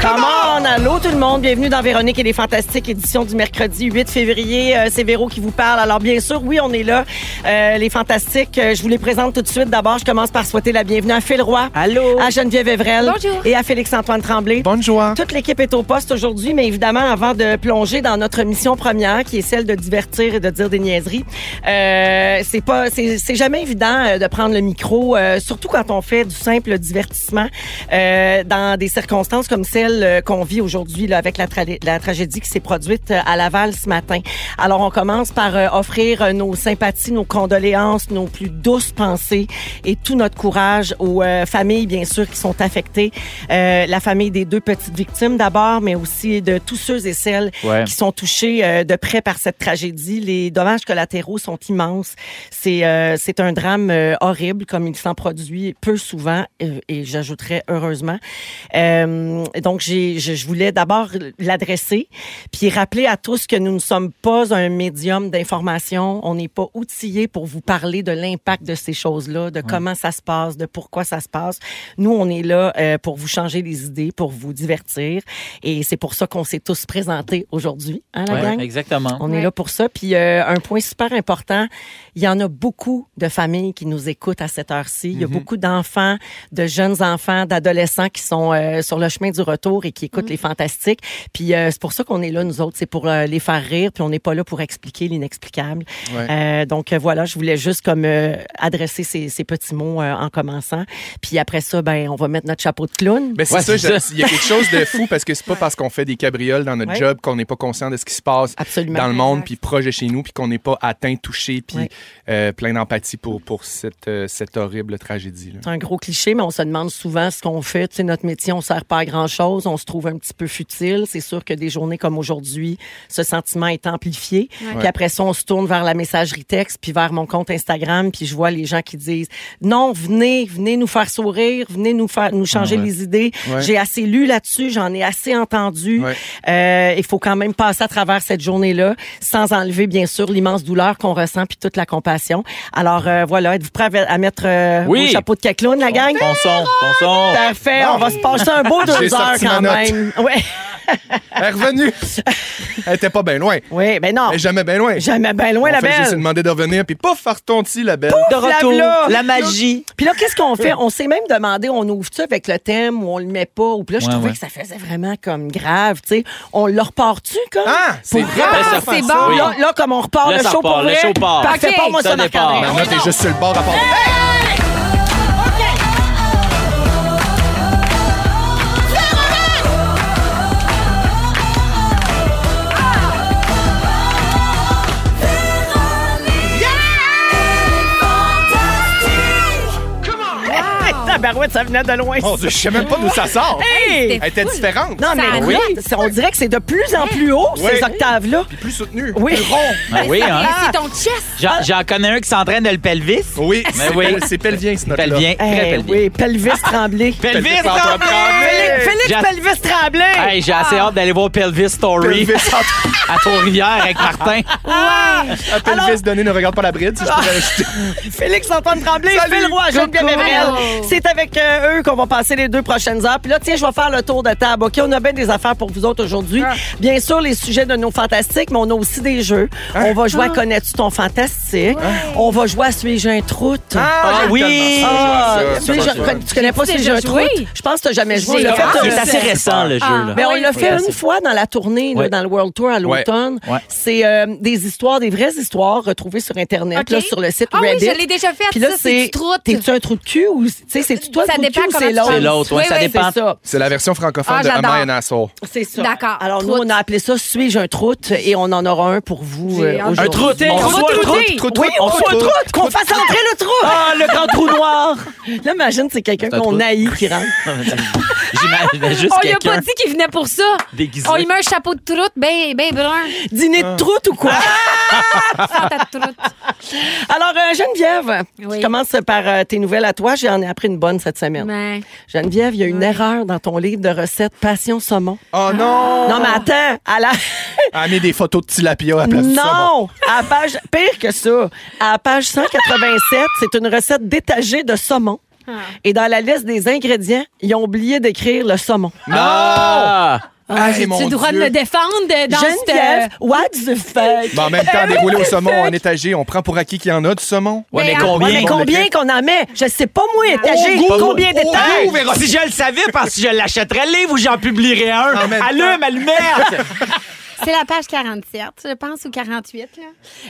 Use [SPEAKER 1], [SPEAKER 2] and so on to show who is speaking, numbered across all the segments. [SPEAKER 1] Come on! Allô tout le monde, bienvenue dans Véronique et les Fantastiques, édition du mercredi 8 février. Euh, c'est Véro qui vous parle. Alors bien sûr, oui, on est là, euh, les Fantastiques. Euh, je vous les présente tout de suite. D'abord, je commence par souhaiter la bienvenue à Phil Roy,
[SPEAKER 2] Allô?
[SPEAKER 1] à Geneviève Evrel
[SPEAKER 3] Bonjour.
[SPEAKER 1] et à Félix-Antoine Tremblay.
[SPEAKER 2] Bonne joie.
[SPEAKER 1] Toute l'équipe est au poste aujourd'hui, mais évidemment, avant de plonger dans notre mission première, qui est celle de divertir et de dire des niaiseries, euh, c'est pas, c'est c'est jamais évident euh, de prendre le micro, euh, surtout quand on fait du simple divertissement euh, dans des circonstances comme celle euh, qu'on vit aujourd'hui là, avec la, tra- la tragédie qui s'est produite euh, à Laval ce matin. Alors, on commence par euh, offrir euh, nos sympathies, nos condoléances, nos plus douces pensées et tout notre courage aux euh, familles, bien sûr, qui sont affectées. Euh, la famille des deux petites victimes d'abord, mais aussi de tous ceux et celles
[SPEAKER 2] Ouais.
[SPEAKER 1] qui sont touchés euh, de près par cette tragédie. Les dommages collatéraux sont immenses. C'est euh, c'est un drame euh, horrible comme il s'en produit peu souvent euh, et j'ajouterais heureusement. Euh, donc j'ai je, je voulais d'abord l'adresser puis rappeler à tous que nous ne sommes pas un médium d'information. On n'est pas outillé pour vous parler de l'impact de ces choses-là, de comment ça se passe, de pourquoi ça se passe. Nous, on est là euh, pour vous changer les idées, pour vous divertir. Et c'est pour ça qu'on s'est tous présentés aujourd'hui, hein, la
[SPEAKER 2] Ouais,
[SPEAKER 1] gang?
[SPEAKER 2] exactement.
[SPEAKER 1] On est
[SPEAKER 3] Ouais.
[SPEAKER 1] là pour ça. Puis euh, un point super important, il y en a beaucoup de familles qui nous écoutent à cette heure-ci. Il y a beaucoup d'enfants, de jeunes enfants, d'adolescents qui sont euh, sur le chemin du retour et qui écoutent les fantastiques. Puis euh, c'est pour ça qu'on est là, nous autres, c'est pour euh, les faire rire. Puis on n'est pas là pour expliquer l'inexplicable.
[SPEAKER 2] Ouais.
[SPEAKER 1] Euh, donc euh, voilà, je voulais juste comme euh, adresser ces, ces petits mots euh, en commençant. Puis après ça, ben on va mettre notre chapeau de clown.
[SPEAKER 4] Ben, c'est
[SPEAKER 2] Ouais,
[SPEAKER 4] ça,
[SPEAKER 2] c'est
[SPEAKER 4] je-
[SPEAKER 2] ça.
[SPEAKER 4] il y a quelque chose de fou parce que c'est pas parce qu'on fait des cabrioles dans notre
[SPEAKER 1] Ouais.
[SPEAKER 4] job qu'on n'est pas conscient de ce qui se passe
[SPEAKER 1] Absolument.
[SPEAKER 4] dans le monde,
[SPEAKER 3] Exact.
[SPEAKER 4] puis proche de chez nous, puis qu'on n'est pas atteint, touché, puis
[SPEAKER 1] Ouais.
[SPEAKER 4] euh, plein d'empathie pour, pour cette, euh, cette horrible tragédie. là.
[SPEAKER 1] C'est un gros cliché, mais on se demande souvent ce qu'on fait. Tu sais, notre métier, on sert pas à grand-chose. On se trouve un petit peu futile. C'est sûr que des journées comme aujourd'hui, ce sentiment est amplifié.
[SPEAKER 3] Ouais.
[SPEAKER 1] Puis après ça, on se tourne vers la messagerie texte, puis vers mon compte Instagram, puis je vois les gens qui disent « Non, venez, venez nous faire sourire, venez nous faire nous changer
[SPEAKER 2] Ah ouais.
[SPEAKER 1] les idées.
[SPEAKER 4] Ouais.
[SPEAKER 1] J'ai assez lu là-dessus, j'en ai assez entendu.
[SPEAKER 4] Ouais.
[SPEAKER 1] Euh, il faut quand même passer à travers cette journée-là, sans enlever, bien sûr, l'immense douleur qu'on ressent, puis toute la compassion. Alors euh, voilà, êtes-vous prêts à, à mettre euh,
[SPEAKER 2] Oui.
[SPEAKER 1] au chapeau de cacloune, la gang?
[SPEAKER 2] Bon son, bon son.
[SPEAKER 1] Parfait, on va se passer un beau
[SPEAKER 4] J'ai
[SPEAKER 1] deux heures
[SPEAKER 4] sorti
[SPEAKER 1] quand
[SPEAKER 4] ma note.
[SPEAKER 1] même. Ouais,
[SPEAKER 4] Elle est revenue! Elle était pas bien loin.
[SPEAKER 1] ouais, ben non,
[SPEAKER 4] Elle est jamais bien loin.
[SPEAKER 1] jamais bien loin
[SPEAKER 4] On
[SPEAKER 1] la
[SPEAKER 4] fait juste lui
[SPEAKER 1] belle.
[SPEAKER 4] demander de revenir, puis pouf, fartonti la belle.
[SPEAKER 2] De
[SPEAKER 1] Flamme,
[SPEAKER 2] retour,
[SPEAKER 1] là.
[SPEAKER 2] la magie.
[SPEAKER 1] Puis là, qu'est-ce qu'on fait? On s'est même demandé, on ouvre-tu avec le thème ou on le met pas? Ou puis là, je
[SPEAKER 2] Ouais,
[SPEAKER 1] trouvais
[SPEAKER 2] ouais.
[SPEAKER 1] que ça faisait vraiment comme grave, tu sais. On le repart-tu comme?
[SPEAKER 4] Ah, c'est
[SPEAKER 1] Pour
[SPEAKER 4] vrai,
[SPEAKER 1] vrai?
[SPEAKER 2] ça
[SPEAKER 3] c'est
[SPEAKER 2] fait
[SPEAKER 3] bon.
[SPEAKER 2] ça. Oui.
[SPEAKER 1] Là, là, comme on repart
[SPEAKER 2] Là,
[SPEAKER 1] le
[SPEAKER 2] ça
[SPEAKER 1] show pour
[SPEAKER 2] repart, le
[SPEAKER 1] vrai.
[SPEAKER 2] show part.
[SPEAKER 1] Parfait,
[SPEAKER 3] OK,
[SPEAKER 1] pas moi
[SPEAKER 2] ça
[SPEAKER 1] ça,
[SPEAKER 2] départ.
[SPEAKER 1] Marc-André.
[SPEAKER 4] Ma note est juste sur le bord à part.
[SPEAKER 1] Ah, Tabarouette, ça venait de loin.
[SPEAKER 4] Mon Dieu, je sais même pas d'où ça sort.
[SPEAKER 1] Hey!
[SPEAKER 4] Elle était différente.
[SPEAKER 1] Non,
[SPEAKER 3] Ça
[SPEAKER 1] mais
[SPEAKER 3] annonce.
[SPEAKER 1] écoute, c'est- on dirait que c'est de plus en plus haut,
[SPEAKER 4] Oui.
[SPEAKER 1] ces octaves-là.
[SPEAKER 4] Puis plus soutenu,
[SPEAKER 1] Oui.
[SPEAKER 4] plus rond.
[SPEAKER 2] Ah oui, hein?
[SPEAKER 3] Et c'est ton chest.
[SPEAKER 2] J'en j'en connais un qui s'entraîne le pelvis.
[SPEAKER 4] Oui, c'est
[SPEAKER 2] oui.
[SPEAKER 4] pel- c'est pelvien, ce note-là.
[SPEAKER 2] Pelvien, très
[SPEAKER 1] Eh
[SPEAKER 2] pelvien.
[SPEAKER 1] oui, pelvis tremblé.
[SPEAKER 2] Pelvis,
[SPEAKER 4] Pelvis,
[SPEAKER 2] Antoine
[SPEAKER 4] Antoine
[SPEAKER 2] Tremblay.
[SPEAKER 1] Félix, Félix
[SPEAKER 2] J'ai-
[SPEAKER 1] Pelvis Tremblay!
[SPEAKER 2] Hey, j'ai assez hâte d'aller voir Pelvis Story
[SPEAKER 4] Pelvis, Antoine-
[SPEAKER 2] à Trois-Rivières avec Martin.
[SPEAKER 4] Un pelvis
[SPEAKER 1] Alors-
[SPEAKER 4] donné ne regarde pas la bride, si je pourrais ajouter.
[SPEAKER 1] Félix Antoine Tremblay,
[SPEAKER 4] Salut.
[SPEAKER 1] Phil Roy, Geneviève
[SPEAKER 4] Coucou.
[SPEAKER 1] Evrel. C'est avec euh, eux qu'on va passer les deux prochaines heures. Puis là, tiens, je vais faire le tour de table. OK, on a bien des affaires pour vous autres aujourd'hui. Bien sûr, les sujets de nos fantastiques, mais on a aussi des jeux. On va jouer à Connais-tu ton fantastique? On va jouer à Suis-je un troute?
[SPEAKER 2] Ah
[SPEAKER 4] j'aime
[SPEAKER 2] oui.
[SPEAKER 4] tellement ça,
[SPEAKER 1] Ah,
[SPEAKER 4] j'aime ça,
[SPEAKER 1] Suis-je-
[SPEAKER 4] c'est vraiment le fun.
[SPEAKER 1] tu connais pas
[SPEAKER 3] J'ai
[SPEAKER 1] Suis-je un
[SPEAKER 3] déjà joué.
[SPEAKER 1] troute? Je pense que tu jamais joué. On
[SPEAKER 3] J'ai
[SPEAKER 1] l'a
[SPEAKER 3] Ah,
[SPEAKER 1] fait,
[SPEAKER 2] C'est
[SPEAKER 1] euh,
[SPEAKER 2] assez récent, le
[SPEAKER 3] Ah.
[SPEAKER 2] jeu. là.
[SPEAKER 1] mais on
[SPEAKER 3] Oui,
[SPEAKER 1] l'a
[SPEAKER 3] oui,
[SPEAKER 1] fait
[SPEAKER 2] oui.
[SPEAKER 1] une fois dans la tournée, là,
[SPEAKER 2] Oui.
[SPEAKER 1] dans le World Tour à l'automne.
[SPEAKER 2] Ouais.
[SPEAKER 1] C'est euh, des histoires, des vraies histoires retrouvées sur Internet,
[SPEAKER 3] OK.
[SPEAKER 1] là, sur le site
[SPEAKER 3] Ah oui,
[SPEAKER 1] Reddit.
[SPEAKER 3] je l'ai déjà faite,
[SPEAKER 1] Puis là,
[SPEAKER 3] ça, c'est du trou de-
[SPEAKER 1] T'es-tu un trou de cul ou tu sais, c'est-tu toi
[SPEAKER 3] Ça
[SPEAKER 1] le trou de
[SPEAKER 3] dépend
[SPEAKER 1] cul ou
[SPEAKER 3] comment
[SPEAKER 1] c'est
[SPEAKER 3] tu parles.
[SPEAKER 2] C'est
[SPEAKER 1] l'autre?
[SPEAKER 2] l'autre, ouais,
[SPEAKER 3] Oui,
[SPEAKER 2] ça
[SPEAKER 3] oui,
[SPEAKER 2] dépend.
[SPEAKER 1] C'est ça.
[SPEAKER 4] C'est la version francophone
[SPEAKER 3] Ah,
[SPEAKER 4] de Am
[SPEAKER 3] j'adore.
[SPEAKER 4] I an asshole?
[SPEAKER 1] C'est ça.
[SPEAKER 3] D'accord.
[SPEAKER 1] Alors, nous,
[SPEAKER 3] Troute.
[SPEAKER 1] on a appelé ça Suis-je un troute et on en aura un pour vous
[SPEAKER 3] J'ai
[SPEAKER 1] euh,
[SPEAKER 3] hâte.
[SPEAKER 2] Un
[SPEAKER 1] aujourd'hui.
[SPEAKER 2] troute,
[SPEAKER 3] On
[SPEAKER 2] on
[SPEAKER 3] va
[SPEAKER 2] soit un
[SPEAKER 3] trouter.
[SPEAKER 2] troute.
[SPEAKER 4] Trou de
[SPEAKER 1] Oui,
[SPEAKER 4] trou,
[SPEAKER 1] on
[SPEAKER 4] trou de
[SPEAKER 1] soit un
[SPEAKER 4] trou.
[SPEAKER 1] troute, qu'on fasse entrer le trou.
[SPEAKER 2] Ah, le grand trou noir.
[SPEAKER 1] Là, imagine, c'est quelqu'un
[SPEAKER 2] C'est un
[SPEAKER 1] qu'on
[SPEAKER 2] trou.
[SPEAKER 1] haït qui rentre.
[SPEAKER 2] J'avais juste
[SPEAKER 3] On lui Oh, a pas
[SPEAKER 2] quelqu'un
[SPEAKER 3] dit qu'il venait pour ça.
[SPEAKER 2] déguisé.
[SPEAKER 3] On lui met un chapeau de troute, ben, ben brun,
[SPEAKER 1] Dîner de troute ou quoi?
[SPEAKER 2] Ah!
[SPEAKER 4] Ah.
[SPEAKER 3] fanta de troute.
[SPEAKER 1] Alors, euh, Geneviève,
[SPEAKER 3] Oui.
[SPEAKER 1] je commence par euh, tes nouvelles à toi. J'en ai appris une bonne cette semaine.
[SPEAKER 3] Ben,
[SPEAKER 1] Geneviève, il y a une erreur dans ton livre de recettes Passion Saumon.
[SPEAKER 4] Oh non!
[SPEAKER 1] Non, mais attends, à la...
[SPEAKER 4] Elle a mis des photos de tilapia à la place du Ah, saumon.
[SPEAKER 1] Non! À la page... Pire que ça, à la page 187, c'est une recette détagée de saumon.
[SPEAKER 3] Ah.
[SPEAKER 1] Et dans la liste des ingrédients, ils ont oublié d'écrire le saumon.
[SPEAKER 2] Ah!
[SPEAKER 4] Ah, j'ai
[SPEAKER 3] tu as le droit de me défendre de- dans
[SPEAKER 1] Geneviève,
[SPEAKER 3] cette... euh,
[SPEAKER 1] what the fuck?
[SPEAKER 4] en même temps, déroulé au saumon en étagé, on prend pour acquis qu'il y en a du saumon.
[SPEAKER 2] Ouais,
[SPEAKER 3] Mais
[SPEAKER 2] mais
[SPEAKER 3] à-
[SPEAKER 2] combien?
[SPEAKER 1] Ouais, mais combien qu'on en met? Je sais pas, moi, étagé,
[SPEAKER 4] goût,
[SPEAKER 1] combien
[SPEAKER 4] au
[SPEAKER 1] d'étages?
[SPEAKER 4] goût, Véro-
[SPEAKER 2] Si je le savais, parce que je l'achèterais le livre ou j'en publierais un.
[SPEAKER 4] En même temps.
[SPEAKER 2] Allume, allumette!
[SPEAKER 3] C'est la page 47, je pense, ou 48.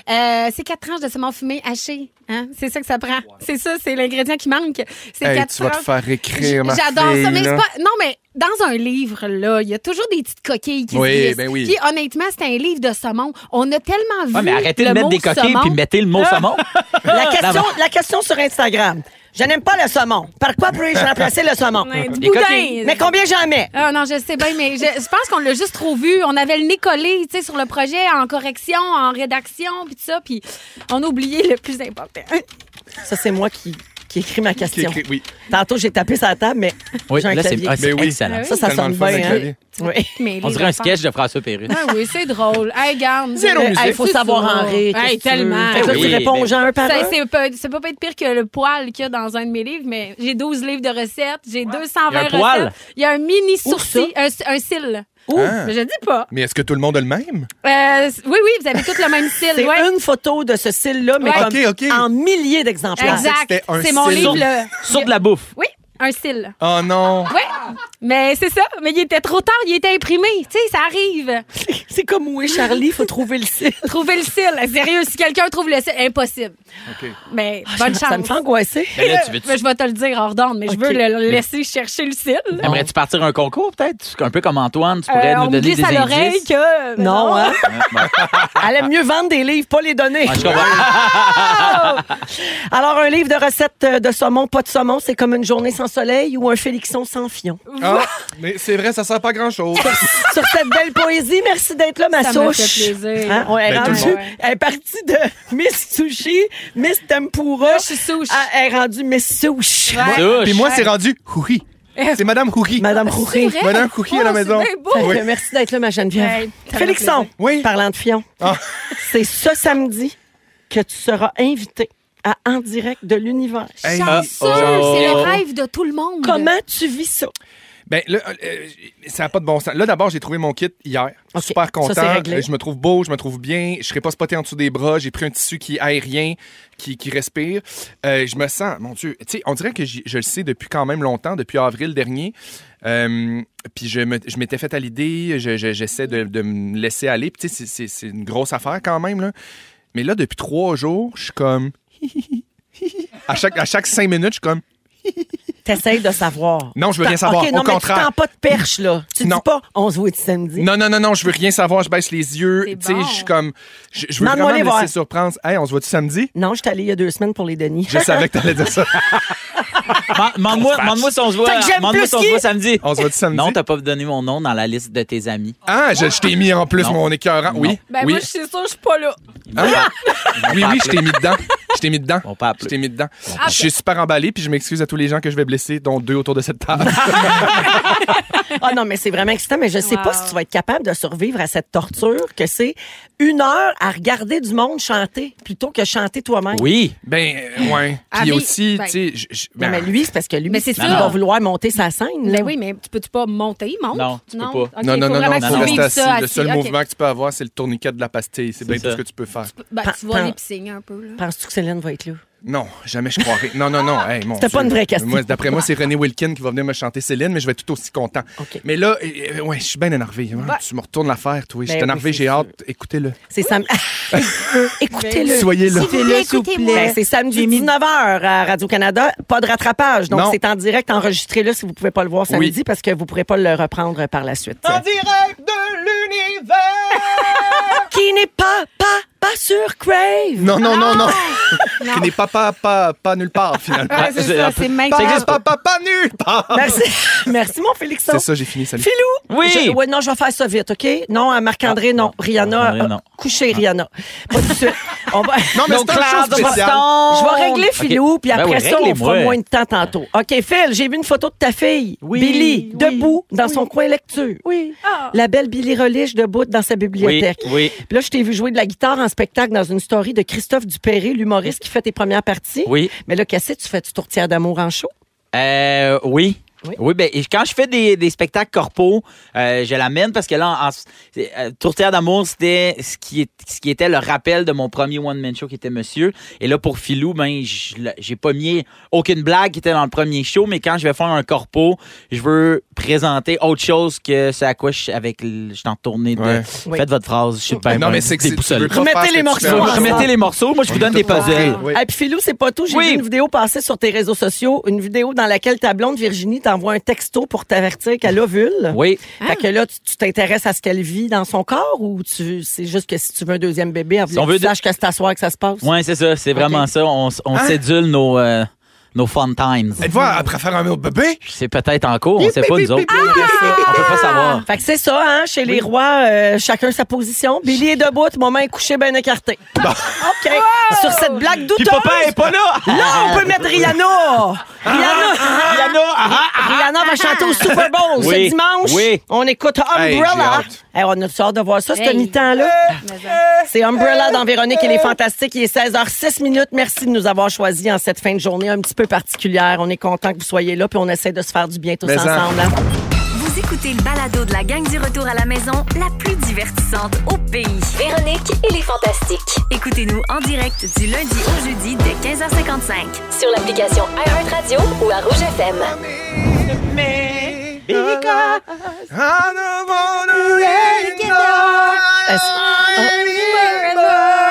[SPEAKER 3] Là. Euh, c'est quatre tranches de saumon fumé haché. Hein? C'est ça que ça prend. C'est ça, c'est l'ingrédient qui manque. C'est
[SPEAKER 4] Hey,
[SPEAKER 3] quatre
[SPEAKER 4] tu vas te
[SPEAKER 3] tranches.
[SPEAKER 4] faire écrire, ma
[SPEAKER 3] J'adore
[SPEAKER 4] fille,
[SPEAKER 3] ça, mais c'est
[SPEAKER 4] là.
[SPEAKER 3] pas. Non, mais dans un livre, là, il y a toujours des petites coquilles qui
[SPEAKER 4] Oui,
[SPEAKER 3] se glissent.
[SPEAKER 4] ben oui.
[SPEAKER 3] Puis honnêtement, c'est un livre de saumon. On a tellement vu.
[SPEAKER 2] Ouais, Ah, mais arrêtez
[SPEAKER 3] le
[SPEAKER 2] de mettre
[SPEAKER 3] mot
[SPEAKER 2] des coquilles
[SPEAKER 3] saumon. Ah!
[SPEAKER 2] puis mettez le mot saumon.
[SPEAKER 1] La question,
[SPEAKER 2] Non,
[SPEAKER 1] la question sur Instagram. Je n'aime pas le saumon. Par quoi puis-je remplacer le saumon?
[SPEAKER 3] Ouais, du
[SPEAKER 2] Des
[SPEAKER 3] boudin.
[SPEAKER 2] coquilles.
[SPEAKER 1] Mais combien j'en mets?
[SPEAKER 3] Ah non, je sais bien, mais je, je pense qu'on l'a juste trop vu. On avait le nez collé, tu sais, sur le projet, en correction, en rédaction, puis tout ça, puis on a oublié le plus important.
[SPEAKER 1] Ça, c'est moi qui, qui écris ma
[SPEAKER 4] Qui
[SPEAKER 1] question.
[SPEAKER 4] écrit- Oui.
[SPEAKER 1] Tantôt, j'ai tapé sa table, mais
[SPEAKER 2] Oui,
[SPEAKER 1] j'ai un
[SPEAKER 2] là, c'est
[SPEAKER 1] clavier.
[SPEAKER 2] ah, c'est
[SPEAKER 4] Mais oui.
[SPEAKER 2] excellent.
[SPEAKER 3] Ah
[SPEAKER 1] Ça, ça
[SPEAKER 4] Tellement
[SPEAKER 1] sonne
[SPEAKER 4] le fun,
[SPEAKER 1] bien.
[SPEAKER 4] un
[SPEAKER 1] hein?
[SPEAKER 4] clavier.
[SPEAKER 1] Oui.
[SPEAKER 3] Mais
[SPEAKER 2] On
[SPEAKER 3] les
[SPEAKER 2] dirait un
[SPEAKER 3] affaires.
[SPEAKER 2] sketch de François Pérusse.
[SPEAKER 3] Ah oui, c'est drôle. Hey, garde. Zéro
[SPEAKER 1] Il faut savoir en rire. qu'est-ce
[SPEAKER 3] Hey,
[SPEAKER 1] que tu veux?
[SPEAKER 3] tellement.
[SPEAKER 1] Fait que là,
[SPEAKER 2] Ben
[SPEAKER 1] tu
[SPEAKER 2] oui,
[SPEAKER 1] réponds
[SPEAKER 2] ben
[SPEAKER 1] aux gens un par
[SPEAKER 3] Ça,
[SPEAKER 1] un.
[SPEAKER 3] c'est pas, ça peut pas être pire que le poil qu'il y a dans un de mes livres, mais j'ai 12 livres de recettes, j'ai 220
[SPEAKER 2] Il y a un
[SPEAKER 3] recettes.
[SPEAKER 2] poil?
[SPEAKER 3] Il y a un mini
[SPEAKER 1] Où
[SPEAKER 3] sourcil, un, un cil.
[SPEAKER 1] Ouh.
[SPEAKER 4] Ah.
[SPEAKER 3] Mais Je dis pas.
[SPEAKER 4] Mais est-ce que tout le monde a le même?
[SPEAKER 3] Euh, oui, oui, vous avez tous le même cil.
[SPEAKER 1] C'est
[SPEAKER 3] ouais.
[SPEAKER 1] une photo de ce style-là, mais
[SPEAKER 3] Ouais.
[SPEAKER 1] comme
[SPEAKER 4] OK, OK.
[SPEAKER 1] en milliers d'exemplaires.
[SPEAKER 3] Exact.
[SPEAKER 4] C'était un
[SPEAKER 3] C'est mon
[SPEAKER 4] cil.
[SPEAKER 3] livre. le-
[SPEAKER 2] Sur de la bouffe.
[SPEAKER 3] Oui, un cil.
[SPEAKER 4] Oh non!
[SPEAKER 3] Oui, mais c'est ça. Mais il était trop tard, il était imprimé. Tu sais, ça arrive.
[SPEAKER 1] C'est comme où est Charlie, faut trouver le style.
[SPEAKER 3] Trouver le cil. Sérieux, si quelqu'un trouve le cil, impossible.
[SPEAKER 4] OK.
[SPEAKER 3] Mais bonne chance.
[SPEAKER 1] Ah, Ça me fait angoisser.
[SPEAKER 2] Mais là, tu veux-tu
[SPEAKER 3] Mais je vais te le dire hors d'onde, mais je veux
[SPEAKER 1] Ok.
[SPEAKER 3] le laisser chercher le cil.
[SPEAKER 2] Aimerais-tu partir un concours, peut-être? Un peu comme Antoine, tu pourrais
[SPEAKER 3] Euh, on
[SPEAKER 2] nous
[SPEAKER 3] me
[SPEAKER 2] donner
[SPEAKER 3] glisse
[SPEAKER 2] des
[SPEAKER 3] à l'oreille
[SPEAKER 2] indices.
[SPEAKER 3] que...
[SPEAKER 1] Non, hein?
[SPEAKER 2] Ouais, bon.
[SPEAKER 1] Elle aime mieux vendre des livres, pas les donner.
[SPEAKER 2] Ah, je comprends.
[SPEAKER 1] Alors, un livre de recettes euh, de saumon, pas de saumon, c'est comme une journée sans soleil ou un félixon sans fion.
[SPEAKER 4] Ah, mais c'est vrai, ça sert pas à grand-chose.
[SPEAKER 1] Sur cette belle poésie, merci d'être là, ma
[SPEAKER 3] Ça me
[SPEAKER 1] souche.
[SPEAKER 3] fait plaisir.
[SPEAKER 1] Hein, on est
[SPEAKER 4] Ben, tout le
[SPEAKER 1] rendu-
[SPEAKER 3] monde.
[SPEAKER 1] elle est partie de Miss Sushi, Miss Tempura.
[SPEAKER 3] Je suis souche.
[SPEAKER 1] à- Elle est rendue Miss Souche.
[SPEAKER 3] Ouais.
[SPEAKER 2] Douche.
[SPEAKER 4] Puis moi, c'est rendu Houhi. C'est Madame Houhi.
[SPEAKER 1] Madame
[SPEAKER 3] C'est
[SPEAKER 1] Roury.
[SPEAKER 3] vrai?
[SPEAKER 4] Madame Cookie à la
[SPEAKER 3] Oh,
[SPEAKER 4] maison.
[SPEAKER 3] C'est bien beau.
[SPEAKER 1] Fait que
[SPEAKER 4] Oui.
[SPEAKER 1] Merci d'être là, ma Geneviève.
[SPEAKER 3] Hey, ça me fait
[SPEAKER 1] Félixon,
[SPEAKER 3] plaisir.
[SPEAKER 4] Oui.
[SPEAKER 1] parlant de fion,
[SPEAKER 4] Ah.
[SPEAKER 1] c'est ce samedi que tu seras invité à En direct de l'univers.
[SPEAKER 4] Hey,
[SPEAKER 3] Chanceux,
[SPEAKER 2] Ah,
[SPEAKER 3] c'est le
[SPEAKER 2] oh.
[SPEAKER 3] rêve de tout le monde.
[SPEAKER 1] Comment tu vis ça?
[SPEAKER 4] Ben là, euh, ça n'a pas de bon sens. Là, d'abord, j'ai trouvé mon kit hier.
[SPEAKER 1] Ok, ça,
[SPEAKER 4] Super content.
[SPEAKER 1] c'est réglé.
[SPEAKER 4] Euh, Je me trouve beau, je me trouve bien. Je serai pas spoté en dessous des bras. J'ai pris un tissu qui est aérien, qui, qui respire. Euh, je me sens, mon Dieu, tu sais, on dirait que j'y- je le sais depuis quand même longtemps, depuis avril dernier. Euh, puis je me- je m'étais fait à l'idée, je- je- j'essaie de, de me laisser aller. Puis tu sais, c'est- c'est- c'est une grosse affaire quand même. Là. Mais là, depuis trois jours, je suis comme. à, chaque, à chaque cinq minutes, je suis comme.
[SPEAKER 1] T'essayes de savoir.
[SPEAKER 4] Non, je veux
[SPEAKER 1] T'as-
[SPEAKER 4] rien savoir.
[SPEAKER 1] OK,
[SPEAKER 4] Au
[SPEAKER 1] non, mais
[SPEAKER 4] contraire.
[SPEAKER 1] tu tends pas de perche, là. Tu
[SPEAKER 4] Non.
[SPEAKER 1] dis pas « on se voit samedi ».
[SPEAKER 4] Non, non, non, non, je veux rien savoir, je baisse les yeux.
[SPEAKER 3] C'est
[SPEAKER 4] Tu sais,
[SPEAKER 3] bon.
[SPEAKER 4] je suis comme. Je, je veux
[SPEAKER 1] Demande-moi
[SPEAKER 4] vraiment me
[SPEAKER 1] les
[SPEAKER 4] laisser
[SPEAKER 1] voir.
[SPEAKER 4] surprendre. Hey, on se voit-tu samedi?
[SPEAKER 1] Non, je suis allée il y a deux semaines pour les Denis.
[SPEAKER 4] Je savais que t'allais dire ça.
[SPEAKER 2] Man- Mande-moi mande-moi si on se voit
[SPEAKER 1] Fait que j'aime
[SPEAKER 2] mande-moi
[SPEAKER 1] plus
[SPEAKER 2] si on se
[SPEAKER 1] qui?
[SPEAKER 2] voit samedi.
[SPEAKER 4] On se voit-tu samedi?
[SPEAKER 2] Non, t'as pas donné mon nom dans la liste de tes amis.
[SPEAKER 4] Ah, je, je t'ai mis en plus
[SPEAKER 2] Non.
[SPEAKER 4] mon écœurant. Oui.
[SPEAKER 3] Ben
[SPEAKER 4] oui.
[SPEAKER 3] moi, je suis sûre, je suis pas là.
[SPEAKER 4] Ah,
[SPEAKER 2] Ils m'ont
[SPEAKER 4] oui,
[SPEAKER 2] pas
[SPEAKER 4] oui,
[SPEAKER 2] appelé.
[SPEAKER 4] je t'ai mis dedans. Je t'ai mis dedans.
[SPEAKER 2] On peut appeler.
[SPEAKER 4] Je t'ai mis dedans. Je suis super emballé, puis je m'excuse à tous les gens que je vais blesser, dont deux autour de cette table.
[SPEAKER 1] Ah non, mais c'est vraiment excitant, mais je sais pas
[SPEAKER 3] Wow.
[SPEAKER 1] si tu vas être capable de survivre à cette torture que c'est une heure à regarder du monde chanter plutôt que chanter toi-même.
[SPEAKER 2] Oui.
[SPEAKER 4] ben, euh, ouais.
[SPEAKER 3] Ah,
[SPEAKER 4] Puis
[SPEAKER 3] mais-
[SPEAKER 4] aussi,
[SPEAKER 3] ben.
[SPEAKER 4] tu sais, je- je-
[SPEAKER 1] Non,
[SPEAKER 4] ben,
[SPEAKER 1] mais lui, c'est parce que lui,
[SPEAKER 3] Mais c'est
[SPEAKER 1] il
[SPEAKER 3] sûr.
[SPEAKER 1] va vouloir monter sa scène. là.
[SPEAKER 3] Ben oui, mais tu peux-tu pas monter, monte?
[SPEAKER 2] Non, tu peux pas.
[SPEAKER 3] Ok,
[SPEAKER 4] non,
[SPEAKER 3] faut
[SPEAKER 4] non, non, non,
[SPEAKER 3] vraiment
[SPEAKER 4] tu
[SPEAKER 3] que tu
[SPEAKER 4] restes
[SPEAKER 3] vives
[SPEAKER 4] assis.
[SPEAKER 3] ça,
[SPEAKER 4] Le seul
[SPEAKER 3] assis. Ok.
[SPEAKER 4] mouvement que tu peux avoir, c'est le tourniquet de la pastille. C'est bien
[SPEAKER 2] ça.
[SPEAKER 4] tout ce que tu peux faire.
[SPEAKER 3] Ben,
[SPEAKER 1] Pan-
[SPEAKER 3] tu vois
[SPEAKER 1] pan-
[SPEAKER 3] les piscines un peu, là.
[SPEAKER 1] Penses-tu que Céline va être là?
[SPEAKER 4] Non, jamais je croirais. Non, non, non. Hey, mon
[SPEAKER 1] C'était pas
[SPEAKER 4] Dieu.
[SPEAKER 1] une vraie question.
[SPEAKER 4] Moi, D'après moi, c'est René Wilkin qui va venir me chanter Céline, mais je vais être tout aussi content.
[SPEAKER 1] OK.
[SPEAKER 4] Mais là, euh, euh, ouais, je suis bien énervé. Hein, Tu me retournes l'affaire, toi. Je suis
[SPEAKER 1] Ben
[SPEAKER 4] énervé,
[SPEAKER 1] oui, c'est
[SPEAKER 4] j'ai hâte. Écoutez-le.
[SPEAKER 1] C'est sam- Écoutez-le.
[SPEAKER 4] Soyez là.
[SPEAKER 1] Suivez-le, s'il vous plaît.
[SPEAKER 3] Écoutez-moi.
[SPEAKER 1] Ben, c'est samedi 19h à Radio-Canada. Pas de rattrapage. Donc,
[SPEAKER 4] Non.
[SPEAKER 1] c'est en direct. Enregistrez-le si vous pouvez pas le voir samedi parce que vous pourrez pas le reprendre par la suite.
[SPEAKER 4] direct de l'univers!
[SPEAKER 1] Qui n'est pas, pas, pas sur Crave.
[SPEAKER 4] Non, non, non, non. qui n'est pas, pas, pas, pas nulle part, finalement.
[SPEAKER 3] Ouais, c'est
[SPEAKER 2] c'est
[SPEAKER 3] Ah, ça,
[SPEAKER 2] un
[SPEAKER 3] c'est
[SPEAKER 2] peu-
[SPEAKER 3] même
[SPEAKER 2] Ça
[SPEAKER 3] pas-
[SPEAKER 2] existe
[SPEAKER 4] pas, pas, pas nulle part.
[SPEAKER 1] Merci, merci mon Félix.
[SPEAKER 4] C'est ça, j'ai fini, salut.
[SPEAKER 1] Filou!
[SPEAKER 2] Oui. Ah,
[SPEAKER 1] Je- ouais, non, je vais faire ça vite, OK? Non, à Marc-André, non. Rihanna,
[SPEAKER 2] Marc-André,
[SPEAKER 1] euh,
[SPEAKER 2] non.
[SPEAKER 1] couchez Rihanna. Pas tout de suite. On va...
[SPEAKER 4] Non, mais
[SPEAKER 2] Donc,
[SPEAKER 4] c'est un
[SPEAKER 2] Claire
[SPEAKER 4] show
[SPEAKER 2] de
[SPEAKER 4] spécial.
[SPEAKER 2] Boston.
[SPEAKER 1] Je vais régler Philou,
[SPEAKER 2] OK.
[SPEAKER 1] puis
[SPEAKER 2] Ben
[SPEAKER 1] après
[SPEAKER 2] oui,
[SPEAKER 1] ça, on
[SPEAKER 2] réglez-moi.
[SPEAKER 1] fera moins de temps tantôt. OK, Phil, j'ai vu une photo de ta fille,
[SPEAKER 2] Oui,
[SPEAKER 1] Billy,
[SPEAKER 2] oui,
[SPEAKER 1] debout dans son coin lecture. Ah.
[SPEAKER 3] Oui.
[SPEAKER 1] La belle Billy Relish debout dans sa bibliothèque.
[SPEAKER 2] Oui, oui.
[SPEAKER 1] Puis là, je t'ai vu jouer de la guitare en spectacle dans une story de Christophe Dupéré, l'humoriste qui fait tes premières parties.
[SPEAKER 2] Oui.
[SPEAKER 1] Mais là, Cassette, tu fais du tourtière d'amour en show.
[SPEAKER 2] Euh, oui.
[SPEAKER 1] Oui.
[SPEAKER 2] Oui, ben, et quand je fais des, des spectacles corpo, euh, je l'amène parce que là, en, en- c'est, euh, Tourtière d'amour, c'était ce qui, est, ce qui était le rappel de mon premier one-man show qui était Monsieur. Et là, pour Filou, ben, je l'ai- j'ai pas mis aucune blague qui était dans le premier show, mais quand je vais faire un corpo, je veux présenter autre chose que ce à quoi je, avec, le- je suis en tournée de.
[SPEAKER 4] Ouais.
[SPEAKER 1] Oui.
[SPEAKER 2] Faites votre phrase, je suis pas
[SPEAKER 4] Ben,
[SPEAKER 2] ben,
[SPEAKER 4] Non, mais c'est que c'est- tu veux pas
[SPEAKER 1] Remettez
[SPEAKER 4] faire ce que
[SPEAKER 1] les
[SPEAKER 4] tu
[SPEAKER 1] morceaux
[SPEAKER 4] fais.
[SPEAKER 1] ensemble.
[SPEAKER 2] Remettez les morceaux, moi je vous donne des puzzles.
[SPEAKER 4] Oui.
[SPEAKER 1] Et puis Philou, c'est pas tout. J'ai
[SPEAKER 2] Oui.
[SPEAKER 1] vu une vidéo passer sur tes réseaux sociaux, une vidéo dans laquelle ta blonde Virginie t'envoie un texto pour t'avertir qu'elle ovule.
[SPEAKER 2] Oui.
[SPEAKER 3] Ah.
[SPEAKER 1] Fait que là, tu tu t'intéresses à ce qu'elle vit dans son corps ou tu c'est juste que si tu veux un deuxième bébé, elle
[SPEAKER 2] on
[SPEAKER 1] veut que
[SPEAKER 2] veut
[SPEAKER 1] tu
[SPEAKER 2] de-
[SPEAKER 1] saches que c'est à soir que ça se passe.
[SPEAKER 2] Ouais, c'est ça, c'est vraiment ça. On, s- on
[SPEAKER 1] Ah.
[SPEAKER 2] sédule nos, euh, nos fun times.
[SPEAKER 4] Êtes-vous après faire un mot bébé?
[SPEAKER 2] C'est peut-être en cours, on sait pas nous autres. On peut pas savoir.
[SPEAKER 1] Fait que c'est ça, hein, chez les rois, euh, chacun sa position. Billy est debout, maman est couchée bien écartée. OK. Sur cette blague douteuse,
[SPEAKER 2] papa est pas là!
[SPEAKER 1] là, on peut mettre Rihanna. Rihanna,
[SPEAKER 2] Rihanna, ah, ah.
[SPEAKER 1] Rihanna va chanter au Super Bowl ce
[SPEAKER 2] Oui.
[SPEAKER 1] dimanche.
[SPEAKER 2] Oui.
[SPEAKER 1] On écoute
[SPEAKER 4] Hey, j'ai
[SPEAKER 1] Umbrella.
[SPEAKER 4] hâte.
[SPEAKER 1] Hey, on a hâte de voir ça, ce
[SPEAKER 3] Hey.
[SPEAKER 1] mi-temps-là. C'est Umbrella dans Véronique et les Fantastiques. Il est 16h06 minutes. Merci de nous avoir choisis en cette fin de journée un petit peu particulière. On est content que vous soyez là puis on essaie de se faire du bien tous
[SPEAKER 4] Mais en-
[SPEAKER 1] ensemble. hein.
[SPEAKER 5] Vous écoutez le balado de la gang du retour à la maison, la plus divertissante au pays.
[SPEAKER 6] Véronique et les Fantastiques.
[SPEAKER 5] Écoutez-nous en direct du lundi au jeudi dès 15h55.
[SPEAKER 6] Sur l'application iHeartRadio ou à Rouge FM.
[SPEAKER 1] Est-ce- Ah.